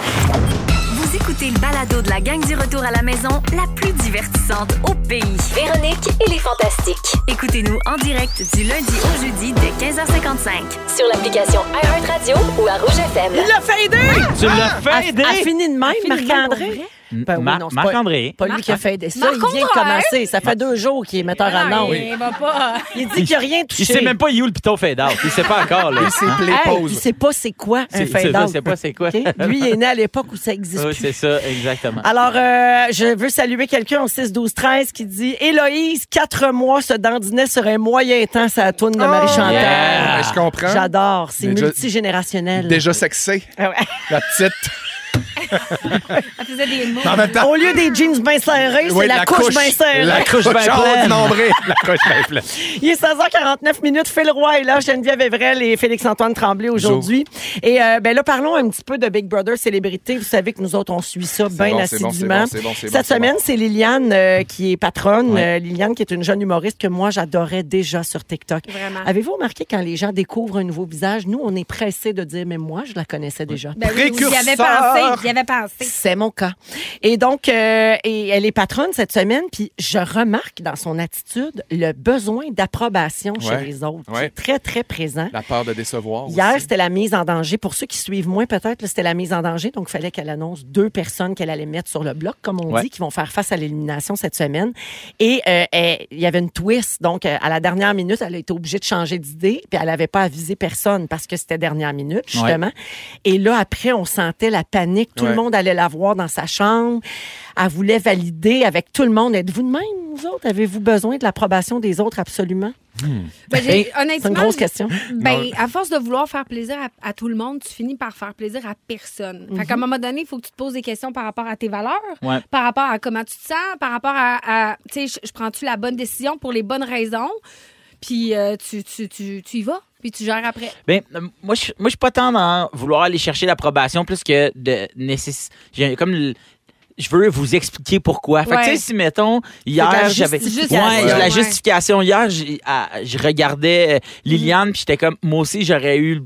[SPEAKER 5] Vous écoutez le balado de la gang du retour à la maison, la plus divertissante au pays.
[SPEAKER 6] Véronique et les Fantastiques.
[SPEAKER 5] Écoutez-nous en direct du lundi au jeudi dès 15h55.
[SPEAKER 6] Sur l'application iHeartRadio ou à Rouge FM.
[SPEAKER 1] Il l'a fadé!
[SPEAKER 2] Tu l'as fait
[SPEAKER 1] Elle
[SPEAKER 2] aider!
[SPEAKER 1] fini de
[SPEAKER 3] Elle finit
[SPEAKER 1] même,
[SPEAKER 3] de
[SPEAKER 1] Marc-André? Ben oui,
[SPEAKER 2] Mar-
[SPEAKER 1] non, c'est pas-
[SPEAKER 2] Marc-André.
[SPEAKER 1] Pas lui qui a fait ça. Il vient de
[SPEAKER 3] Marc-André.
[SPEAKER 1] commencer. Ça fait deux jours qu'il est metteur en
[SPEAKER 3] Ah,
[SPEAKER 1] ordre.
[SPEAKER 3] il va pas.
[SPEAKER 1] Il dit qu'il a rien touché.
[SPEAKER 2] Il sait même pas il est où le piton fade out. Il sait pas encore. Là.
[SPEAKER 4] Il s'est
[SPEAKER 2] Hein?
[SPEAKER 4] play
[SPEAKER 1] Hey,
[SPEAKER 4] pause.
[SPEAKER 1] il sait pas c'est quoi un
[SPEAKER 2] C'est- c'est
[SPEAKER 1] fade
[SPEAKER 2] ça,
[SPEAKER 1] out.
[SPEAKER 2] c'est pas c'est quoi.
[SPEAKER 1] OK? Lui, il est né à l'époque où ça existe
[SPEAKER 2] Oui,
[SPEAKER 1] plus.
[SPEAKER 2] c'est ça, exactement.
[SPEAKER 1] Alors, euh, je veux saluer quelqu'un au 6-12-13 qui dit « Héloïse, quatre mois, ce dandinet serait un moyen temps, ça tourne de Marie-Chantal.
[SPEAKER 2] yeah.
[SPEAKER 4] Ouais, Ah, Je comprends.
[SPEAKER 1] J'adore, c'est
[SPEAKER 4] Oh, Déjà-
[SPEAKER 1] multigénérationnel.
[SPEAKER 4] Déjà sexé,
[SPEAKER 1] Ah ouais.
[SPEAKER 4] la petite.
[SPEAKER 3] Elle faisait des mots.
[SPEAKER 4] En même temps,
[SPEAKER 1] Au lieu des jeans bien serrés,
[SPEAKER 4] ouais,
[SPEAKER 1] c'est la, couche bien serrée.
[SPEAKER 4] La couche
[SPEAKER 2] bien
[SPEAKER 4] haute
[SPEAKER 2] pleine.
[SPEAKER 4] nombrée. La couche bien pleine.
[SPEAKER 1] Il est 16h49 minutes. Phil Roy est là, Geneviève Evrel et Félix-Antoine Tremblay aujourd'hui. Et euh, ben là, parlons un petit peu de Big Brother Célébrité. Vous savez que nous autres, on suit ça bien
[SPEAKER 4] bon, c'est bon,
[SPEAKER 1] assidûment.
[SPEAKER 4] c'est bon, c'est bon, c'est bon,
[SPEAKER 1] Cette
[SPEAKER 4] c'est bon.
[SPEAKER 1] semaine, c'est Liliane euh, qui est patronne.
[SPEAKER 2] Ouais.
[SPEAKER 1] Euh, Liliane qui est une jeune humoriste que moi, j'adorais déjà sur TikTok.
[SPEAKER 3] Vraiment.
[SPEAKER 1] Avez-vous remarqué quand les gens découvrent un nouveau visage, nous, on est pressés de dire, mais moi, je la connaissais déjà.
[SPEAKER 3] Ben oui, oui, il y avait
[SPEAKER 4] Précurseur.
[SPEAKER 3] pensé. Il y avait pensé.
[SPEAKER 1] C'est mon cas. Et donc, euh, et elle est patronne cette semaine, puis je remarque dans son attitude le besoin d'approbation chez
[SPEAKER 4] Ouais.
[SPEAKER 1] les autres.
[SPEAKER 4] Ouais.
[SPEAKER 1] C'est Très, très présent.
[SPEAKER 4] La peur de décevoir.
[SPEAKER 1] Hier,
[SPEAKER 4] aussi.
[SPEAKER 1] c'était la mise en danger. Pour ceux qui suivent moins, peut-être, là, c'était la mise en danger. Donc, il fallait qu'elle annonce deux personnes qu'elle allait mettre sur le bloc, comme on
[SPEAKER 2] Ouais.
[SPEAKER 1] dit, qui vont faire face à l'élimination cette semaine. Et euh, elle- il y avait une twist. Donc, euh, à la dernière minute, elle a été obligée de changer d'idée, puis elle n'avait pas avisé personne parce que c'était dernière minute, justement. Et là, après, on sentait la panique. Tout le
[SPEAKER 4] Ouais.
[SPEAKER 1] monde allait la voir dans sa chambre. Elle voulait valider avec tout le monde. Êtes-vous de même, vous autres? Avez-vous besoin de l'approbation des autres, absolument?
[SPEAKER 3] Ben, j'ai- honnêtement,
[SPEAKER 1] C'est une grosse question.
[SPEAKER 3] Ben, à force de vouloir faire plaisir à, à tout le monde, tu finis par faire plaisir à personne. Fait qu'à un moment donné, il faut que tu te poses des questions par rapport à tes valeurs,
[SPEAKER 2] Mhm. Ouais.
[SPEAKER 3] par rapport à comment tu te sens, par rapport à, à, tu sais, je- je prends-tu la bonne décision pour les bonnes raisons, puis euh, tu, tu, tu, tu y vas, puis tu gères après.
[SPEAKER 2] Ben, euh, moi, je moi, je suis pas tant dans vouloir aller chercher l'approbation plus que de nécessité. Comme le- je veux vous expliquer pourquoi. Fait que,
[SPEAKER 3] Ouais.
[SPEAKER 2] tu sais, si, mettons,
[SPEAKER 1] C'est de
[SPEAKER 2] hier,
[SPEAKER 1] la
[SPEAKER 2] j'avais.
[SPEAKER 1] justification.
[SPEAKER 2] Ouais, la
[SPEAKER 3] Ouais.
[SPEAKER 2] justification. Hier, j'ai- ah, je regardais euh, Liliane, puis j'étais comme, moi aussi, j'aurais eu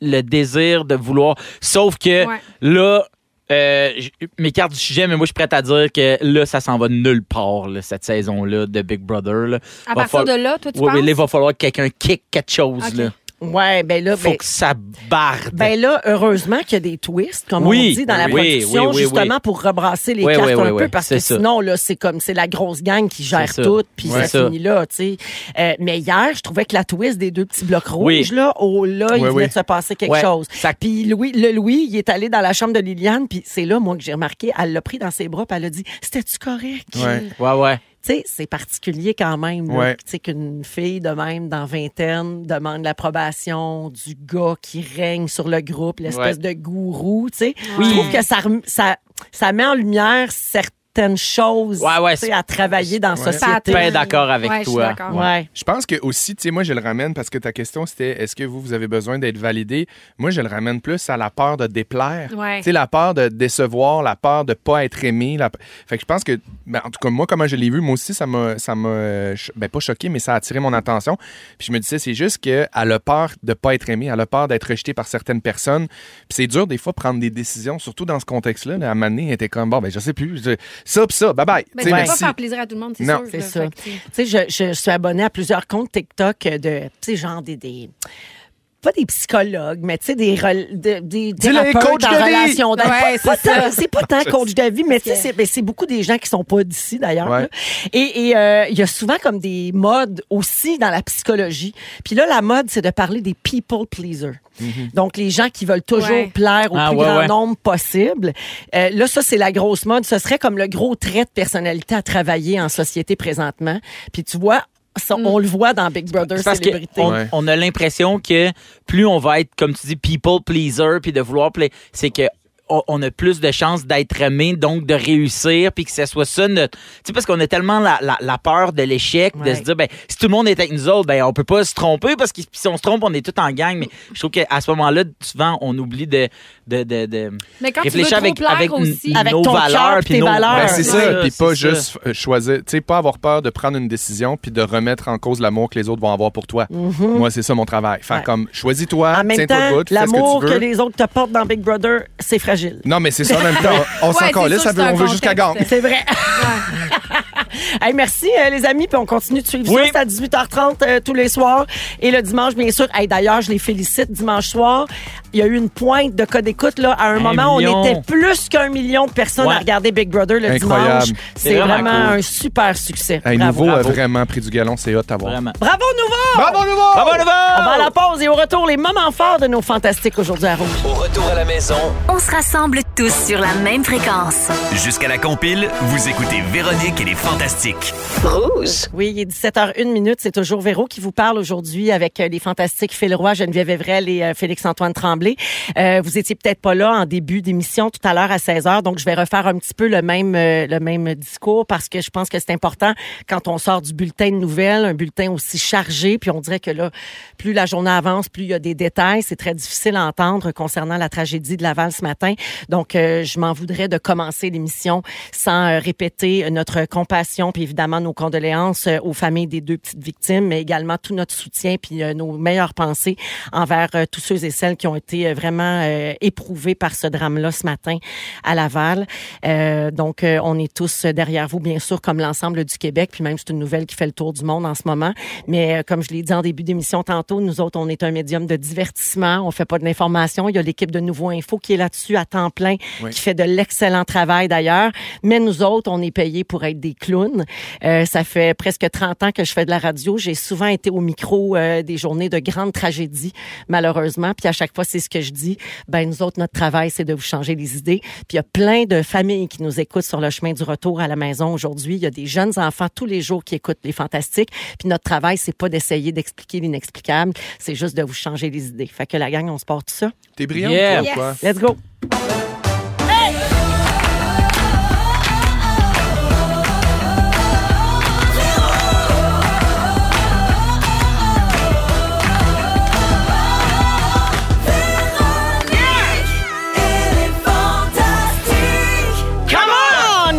[SPEAKER 2] le désir de vouloir. Sauf que
[SPEAKER 3] Ouais.
[SPEAKER 2] là, euh, j- m'écarte du sujet, mais moi, je suis prête à dire que là, ça s'en va nulle part, là, cette saison-là de Big Brother. Là.
[SPEAKER 3] À
[SPEAKER 2] Va
[SPEAKER 3] partir
[SPEAKER 2] falloir-
[SPEAKER 3] de là, toi, tu
[SPEAKER 2] Oui,
[SPEAKER 3] penses?
[SPEAKER 2] mais là, il va falloir que quelqu'un kick quelque chose.
[SPEAKER 3] Ok.
[SPEAKER 2] Là.
[SPEAKER 1] Ouais, ben là,
[SPEAKER 2] Faut
[SPEAKER 1] ben-
[SPEAKER 2] que ça barde.
[SPEAKER 1] Ben là, heureusement qu'il y a des twists, comme
[SPEAKER 2] Oui,
[SPEAKER 1] on dit dans la
[SPEAKER 2] oui,
[SPEAKER 1] production,
[SPEAKER 2] oui, oui,
[SPEAKER 1] justement
[SPEAKER 2] oui.
[SPEAKER 1] pour rebrasser les
[SPEAKER 2] Oui,
[SPEAKER 1] cartes
[SPEAKER 2] oui,
[SPEAKER 1] un
[SPEAKER 2] oui,
[SPEAKER 1] peu,
[SPEAKER 2] oui,
[SPEAKER 1] parce
[SPEAKER 2] c'est
[SPEAKER 1] que
[SPEAKER 2] ça.
[SPEAKER 1] sinon, là, c'est comme, c'est la grosse gang qui gère
[SPEAKER 2] C'est ça.
[SPEAKER 1] tout, puis ça
[SPEAKER 2] Ouais. C'est
[SPEAKER 1] finit là, tu sais. Euh, mais hier, je trouvais que la twist des deux petits blocs rouges,
[SPEAKER 2] Oui.
[SPEAKER 1] là, oh là, il
[SPEAKER 4] Oui,
[SPEAKER 1] venait
[SPEAKER 4] oui.
[SPEAKER 1] de se passer quelque
[SPEAKER 2] Ouais.
[SPEAKER 1] chose.
[SPEAKER 2] Ça-
[SPEAKER 1] Puis Louis, le Louis, il est allé dans la chambre de Liliane, puis c'est là, moi, que j'ai remarqué, elle l'a pris dans ses bras, puis elle a dit, c'était-tu correct?
[SPEAKER 4] Ouais.
[SPEAKER 2] Ouais, ouais.
[SPEAKER 1] Tu sais, c'est particulier quand même, là,
[SPEAKER 4] Ouais.
[SPEAKER 1] tu sais, qu'une fille de même dans vingtaine demande l'approbation du gars qui règne sur le groupe, l'espèce de gourou, tu sais.
[SPEAKER 2] Oui.
[SPEAKER 1] Je trouve que ça, rem- ça, ça met en lumière certains certaines choses
[SPEAKER 2] Ouais, ouais,
[SPEAKER 1] tu sais,
[SPEAKER 2] c'est-
[SPEAKER 1] à travailler dans la
[SPEAKER 4] Ouais.
[SPEAKER 3] Ça
[SPEAKER 1] société.
[SPEAKER 3] atteint.
[SPEAKER 2] Ben d'accord avec
[SPEAKER 3] Ouais, je suis
[SPEAKER 2] toi.
[SPEAKER 3] d'accord.
[SPEAKER 1] Ouais.
[SPEAKER 4] Je pense que aussi, tu sais, moi, je le ramène parce que ta question, c'était est-ce que vous, vous avez besoin d'être validé? Moi, je le ramène plus à la peur de déplaire.
[SPEAKER 3] Ouais.
[SPEAKER 4] Tu sais, la peur de décevoir, la peur de pas être aimé. la- Fait que je pense que, ben, en tout cas, moi, comment je l'ai vu, moi aussi, ça m'a, ça m'a, euh, cho- ben, pas choqué, mais ça a attiré mon attention. Puis je me disais, c'est juste qu'elle a peur de pas être aimée, elle a peur d'être rejetée par certaines personnes. Puis c'est dur, des fois, prendre des décisions, surtout dans ce contexte-là. là. à un moment donné, elle était comme, bon, ben, je sais plus, je- ça, pis ça, bye
[SPEAKER 3] Ben,
[SPEAKER 4] bye. Tu
[SPEAKER 3] tu
[SPEAKER 4] sais,
[SPEAKER 3] peux pas
[SPEAKER 4] merci.
[SPEAKER 3] faire plaisir à tout le monde, c'est
[SPEAKER 4] Non.
[SPEAKER 3] sûr.
[SPEAKER 1] C'est
[SPEAKER 3] là.
[SPEAKER 1] ça.
[SPEAKER 3] Fait que, tu sais.
[SPEAKER 1] Tu sais, je, je- je suis abonnée à plusieurs comptes TikTok de, tu sais, genre des, des- pas des psychologues, mais tu sais, des, rel- de- des, des
[SPEAKER 4] Dis-le, coach
[SPEAKER 1] thérapeutes en
[SPEAKER 4] de vie!
[SPEAKER 1] relation d'aide.
[SPEAKER 3] Ouais,
[SPEAKER 1] Pas- pas
[SPEAKER 3] c'est ça.
[SPEAKER 1] tant- c'est pas tant coach de vie, mais tu sais, c'est ben, c'est beaucoup des gens qui sont pas d'ici, d'ailleurs.
[SPEAKER 4] Ouais.
[SPEAKER 1] là. Et et, euh, il y a souvent comme des modes aussi dans la psychologie. Puis là, la mode, c'est de parler des people pleasers.
[SPEAKER 4] Mm-hmm.
[SPEAKER 1] Donc, les gens qui veulent toujours
[SPEAKER 3] Ouais.
[SPEAKER 1] plaire au
[SPEAKER 2] Ah,
[SPEAKER 1] plus
[SPEAKER 2] ouais,
[SPEAKER 1] grand
[SPEAKER 2] ouais.
[SPEAKER 1] nombre possible. Euh, là, ça, c'est la grosse mode. Ce serait comme le gros trait de personnalité à travailler en société présentement. Puis tu vois, ça,
[SPEAKER 4] Mm.
[SPEAKER 1] on le voit dans Big Brother
[SPEAKER 2] C'est parce
[SPEAKER 1] Célébrité.
[SPEAKER 2] qu'on
[SPEAKER 4] Ouais.
[SPEAKER 2] on a l'impression que plus on va être, comme tu dis, people pleaser, puis de vouloir pla- c'est que on- on a plus de chances d'être aimé, donc de réussir, puis que ce soit ça notre... Tu sais, parce qu'on a tellement la, la- la peur de l'échec, de
[SPEAKER 1] Ouais.
[SPEAKER 2] se dire, ben si tout le monde est avec nous autres, ben on peut pas se tromper, parce que si on se trompe, on est tout en gang. Mais je trouve qu'à ce moment-là, souvent, on oublie de... de, de, de
[SPEAKER 3] Mais quand tu veux
[SPEAKER 2] réfléchir
[SPEAKER 3] trop
[SPEAKER 2] avec,
[SPEAKER 3] plaire
[SPEAKER 2] avec,
[SPEAKER 3] aussi.
[SPEAKER 2] nos
[SPEAKER 1] Avec ton cœur,
[SPEAKER 2] valeurs,
[SPEAKER 1] puis tes
[SPEAKER 2] nos-
[SPEAKER 1] valeurs.
[SPEAKER 4] Ben,
[SPEAKER 1] peur.
[SPEAKER 4] c'est
[SPEAKER 2] Ouais,
[SPEAKER 4] ça, puis pas
[SPEAKER 2] c'est ça.
[SPEAKER 4] juste euh, choisir, tu sais, pas avoir peur de prendre une décision puis de remettre en cause l'amour que les autres vont avoir pour toi. Moi, c'est ça mon travail. Faire
[SPEAKER 1] Mm-hmm. Ouais.
[SPEAKER 4] comme, choisis-toi,
[SPEAKER 1] En même
[SPEAKER 4] tiens-toi
[SPEAKER 1] temps,
[SPEAKER 4] debout, fais ce
[SPEAKER 1] l'amour
[SPEAKER 4] que
[SPEAKER 1] que,
[SPEAKER 4] tu veux.
[SPEAKER 1] les autres te portent dans Big Brother, c'est fragile.
[SPEAKER 4] Non, mais c'est ça en même temps. On s'en
[SPEAKER 3] Ouais,
[SPEAKER 4] calisse,
[SPEAKER 3] c'est sûr
[SPEAKER 4] ça
[SPEAKER 3] que
[SPEAKER 4] veut-
[SPEAKER 3] c'est
[SPEAKER 4] on
[SPEAKER 3] un
[SPEAKER 4] veut jusqu'à
[SPEAKER 3] contexte.
[SPEAKER 4] gang.
[SPEAKER 1] C'est vrai. Hey, merci, euh, les amis. Puis on continue de suivre
[SPEAKER 2] Oui.
[SPEAKER 1] ça. C'est à 18h30 euh, tous les soirs. Et le dimanche, bien sûr. Hey, D'ailleurs, je les félicite. Dimanche soir, il y a eu une pointe de code d'écoute. là. À un,
[SPEAKER 2] Un
[SPEAKER 1] moment,
[SPEAKER 2] million.
[SPEAKER 1] on était plus qu'un million de personnes
[SPEAKER 2] Ouais.
[SPEAKER 1] à regarder Big Brother le
[SPEAKER 4] Incroyable.
[SPEAKER 1] dimanche.
[SPEAKER 2] C'est
[SPEAKER 1] C'est
[SPEAKER 2] vraiment
[SPEAKER 1] vraiment,
[SPEAKER 2] cool. euh,
[SPEAKER 1] un super succès.
[SPEAKER 4] Un
[SPEAKER 1] Bravo.
[SPEAKER 4] nouveau a
[SPEAKER 2] bravo.
[SPEAKER 4] vraiment pris du galon, c'est hot à voir.
[SPEAKER 2] Vraiment.
[SPEAKER 1] Bravo, nouveau!
[SPEAKER 4] Bravo, nouveau!
[SPEAKER 2] Bravo, Nouveau!
[SPEAKER 1] On va à la pause et au retour, les moments forts de nos fantastiques aujourd'hui à Rouge.
[SPEAKER 8] Au retour à la maison,
[SPEAKER 5] On se rassemble tous sur la même fréquence.
[SPEAKER 9] Jusqu'à la compile, vous écoutez Véronique et les Fantastiques.
[SPEAKER 6] Rouge.
[SPEAKER 1] Oui, il est 17h01 minute. C'est toujours Véro qui vous parle aujourd'hui avec euh, les fantastiques Phil Roy, Geneviève Evrel et euh, Félix-Antoine Tremblay. Euh, vous étiez peut-être pas là en début d'émission tout à l'heure à 16h, donc je vais refaire un petit peu le même euh, le même discours parce que je pense que c'est important quand on sort du bulletin de nouvelles, un bulletin aussi chargé, puis on dirait que là, plus la journée avance, plus il y a des détails. C'est très difficile à entendre concernant la tragédie de Laval ce matin. Donc, euh, je m'en voudrais de commencer l'émission sans euh, répéter notre compassion, puis évidemment nos condoléances euh, aux familles des deux petites victimes, mais également tout notre soutien, puis euh, nos meilleures pensées envers euh, tous ceux et celles qui ont été euh, vraiment euh, éprouvés par ce drame-là ce matin à Laval. Euh, donc, euh, on est tous derrière vous, bien sûr, comme l'ensemble du Québec, puis même c'est une nouvelle qui fait le tour du monde en ce moment. Mais euh, comme je l'ai dit en début d'émission tantôt, nous autres, on est un médium de divertissement, on fait pas de l'information. Il y a l'équipe de Nouveau Info qui est là-dessus à temps plein, qui fait de l'excellent travail d'ailleurs. Mais nous autres, on est payés pour être des clowns. Euh, ça fait presque 30 ans que je fais de la radio. J'ai souvent été au micro euh, des journées de grandes tragédies, malheureusement. Puis à chaque fois, c'est ce que je dis. Ben nous autres, notre travail, c'est de vous changer les idées. Puis il y a plein de familles qui nous écoutent sur le chemin du retour à la maison aujourd'hui. Il y a des jeunes enfants tous les jours qui écoutent les fantastiques. Puis notre travail, c'est pas d'essayer d'expliquer l'inexplicable. C'est juste de vous changer les idées. Fait que la gang, on se porte ça.
[SPEAKER 4] T'es brillant,
[SPEAKER 2] Yeah.
[SPEAKER 4] toi, ou quoi?
[SPEAKER 1] Let's go. Come on!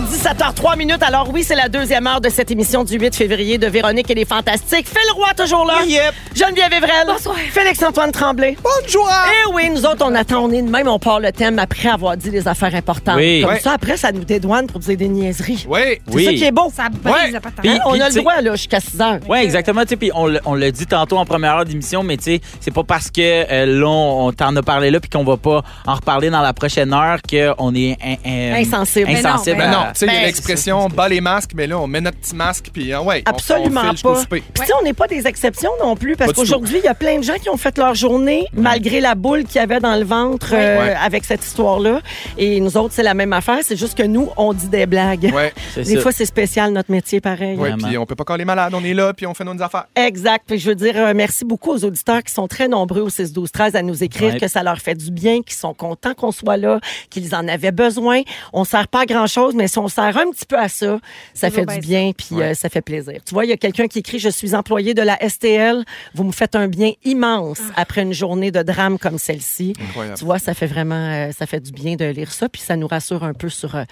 [SPEAKER 1] 17h03 minutes. Alors oui, c'est la deuxième heure de cette émission du 8 février de Véronique et les Fantastiques. Phil Roy toujours là.
[SPEAKER 2] Yep.
[SPEAKER 1] Geneviève Evrel. Félix-Antoine Tremblay. Bonjour. Eh oui, nous autres, on attend, on est de même, on part le thème après avoir dit les affaires importantes.
[SPEAKER 2] Oui.
[SPEAKER 1] Comme
[SPEAKER 4] Ouais.
[SPEAKER 1] ça, après, ça nous dédouane pour dire des niaiseries.
[SPEAKER 4] Oui!
[SPEAKER 1] C'est ça qui est beau.
[SPEAKER 3] Ça brise
[SPEAKER 4] Ouais.
[SPEAKER 3] la patate.
[SPEAKER 2] Puis-
[SPEAKER 1] Hein, on a
[SPEAKER 2] tu sais-
[SPEAKER 1] le droit, là, jusqu'à 6 heures.
[SPEAKER 2] Oui, exactement. Tu sais, Puis on, le- on l'a dit tantôt en première heure d'émission, mais tu sais, c'est pas parce que euh, là, on, on t'en a parlé là, puis qu'on va pas en reparler dans la prochaine heure qu'on est in- in-
[SPEAKER 1] Insensible.
[SPEAKER 3] Mais non,
[SPEAKER 2] insensible
[SPEAKER 3] ben
[SPEAKER 4] Ben
[SPEAKER 2] à-
[SPEAKER 4] non, tu sais, il y a
[SPEAKER 1] Ben,
[SPEAKER 4] consommation, bas les masques, mais là, on met notre petit masque, puis hein, ouais, on-
[SPEAKER 1] Absolument
[SPEAKER 4] on, file jusqu'au
[SPEAKER 1] pas.
[SPEAKER 4] souper.
[SPEAKER 1] Puis tu sais, on n'est pas des exceptions non plus, parce
[SPEAKER 4] Pas du
[SPEAKER 1] qu'aujourd'hui, il y a plein de gens qui ont fait leur journée malgré la boule qu'il y avait dans le ventre euh,
[SPEAKER 4] Ouais.
[SPEAKER 1] avec cette histoire-là. Et nous autres, c'est la même affaire, c'est juste que nous, on dit des blagues.
[SPEAKER 4] Ouais,
[SPEAKER 2] C'est
[SPEAKER 1] Des
[SPEAKER 2] ça.
[SPEAKER 1] fois, c'est spécial, notre métier, pareil.
[SPEAKER 4] ouais,
[SPEAKER 2] Vraiment.
[SPEAKER 4] puis on peut pas coller malade, on est là, puis on fait nos affaires.
[SPEAKER 1] Exact. Puis je veux dire euh, merci beaucoup aux auditeurs qui sont très nombreux au 6 12 13 à nous écrire
[SPEAKER 2] Ouais.
[SPEAKER 1] que ça leur fait du bien, qu'ils sont contents qu'on soit là, qu'ils en avaient besoin. On sert pas à grand chose, mais si on sert un petit peu à ça, ça
[SPEAKER 3] Toujours
[SPEAKER 1] fait
[SPEAKER 3] bien
[SPEAKER 1] du bien puis
[SPEAKER 4] Ouais.
[SPEAKER 1] euh, ça fait plaisir. Tu vois, il y a quelqu'un qui écrit je suis employé de la STL, vous me faites un bien immense après une journée de drame comme celle-ci.
[SPEAKER 4] Incroyable.
[SPEAKER 1] Tu vois, ça fait vraiment euh, ça fait du bien de lire ça puis ça nous rassure un peu sur euh,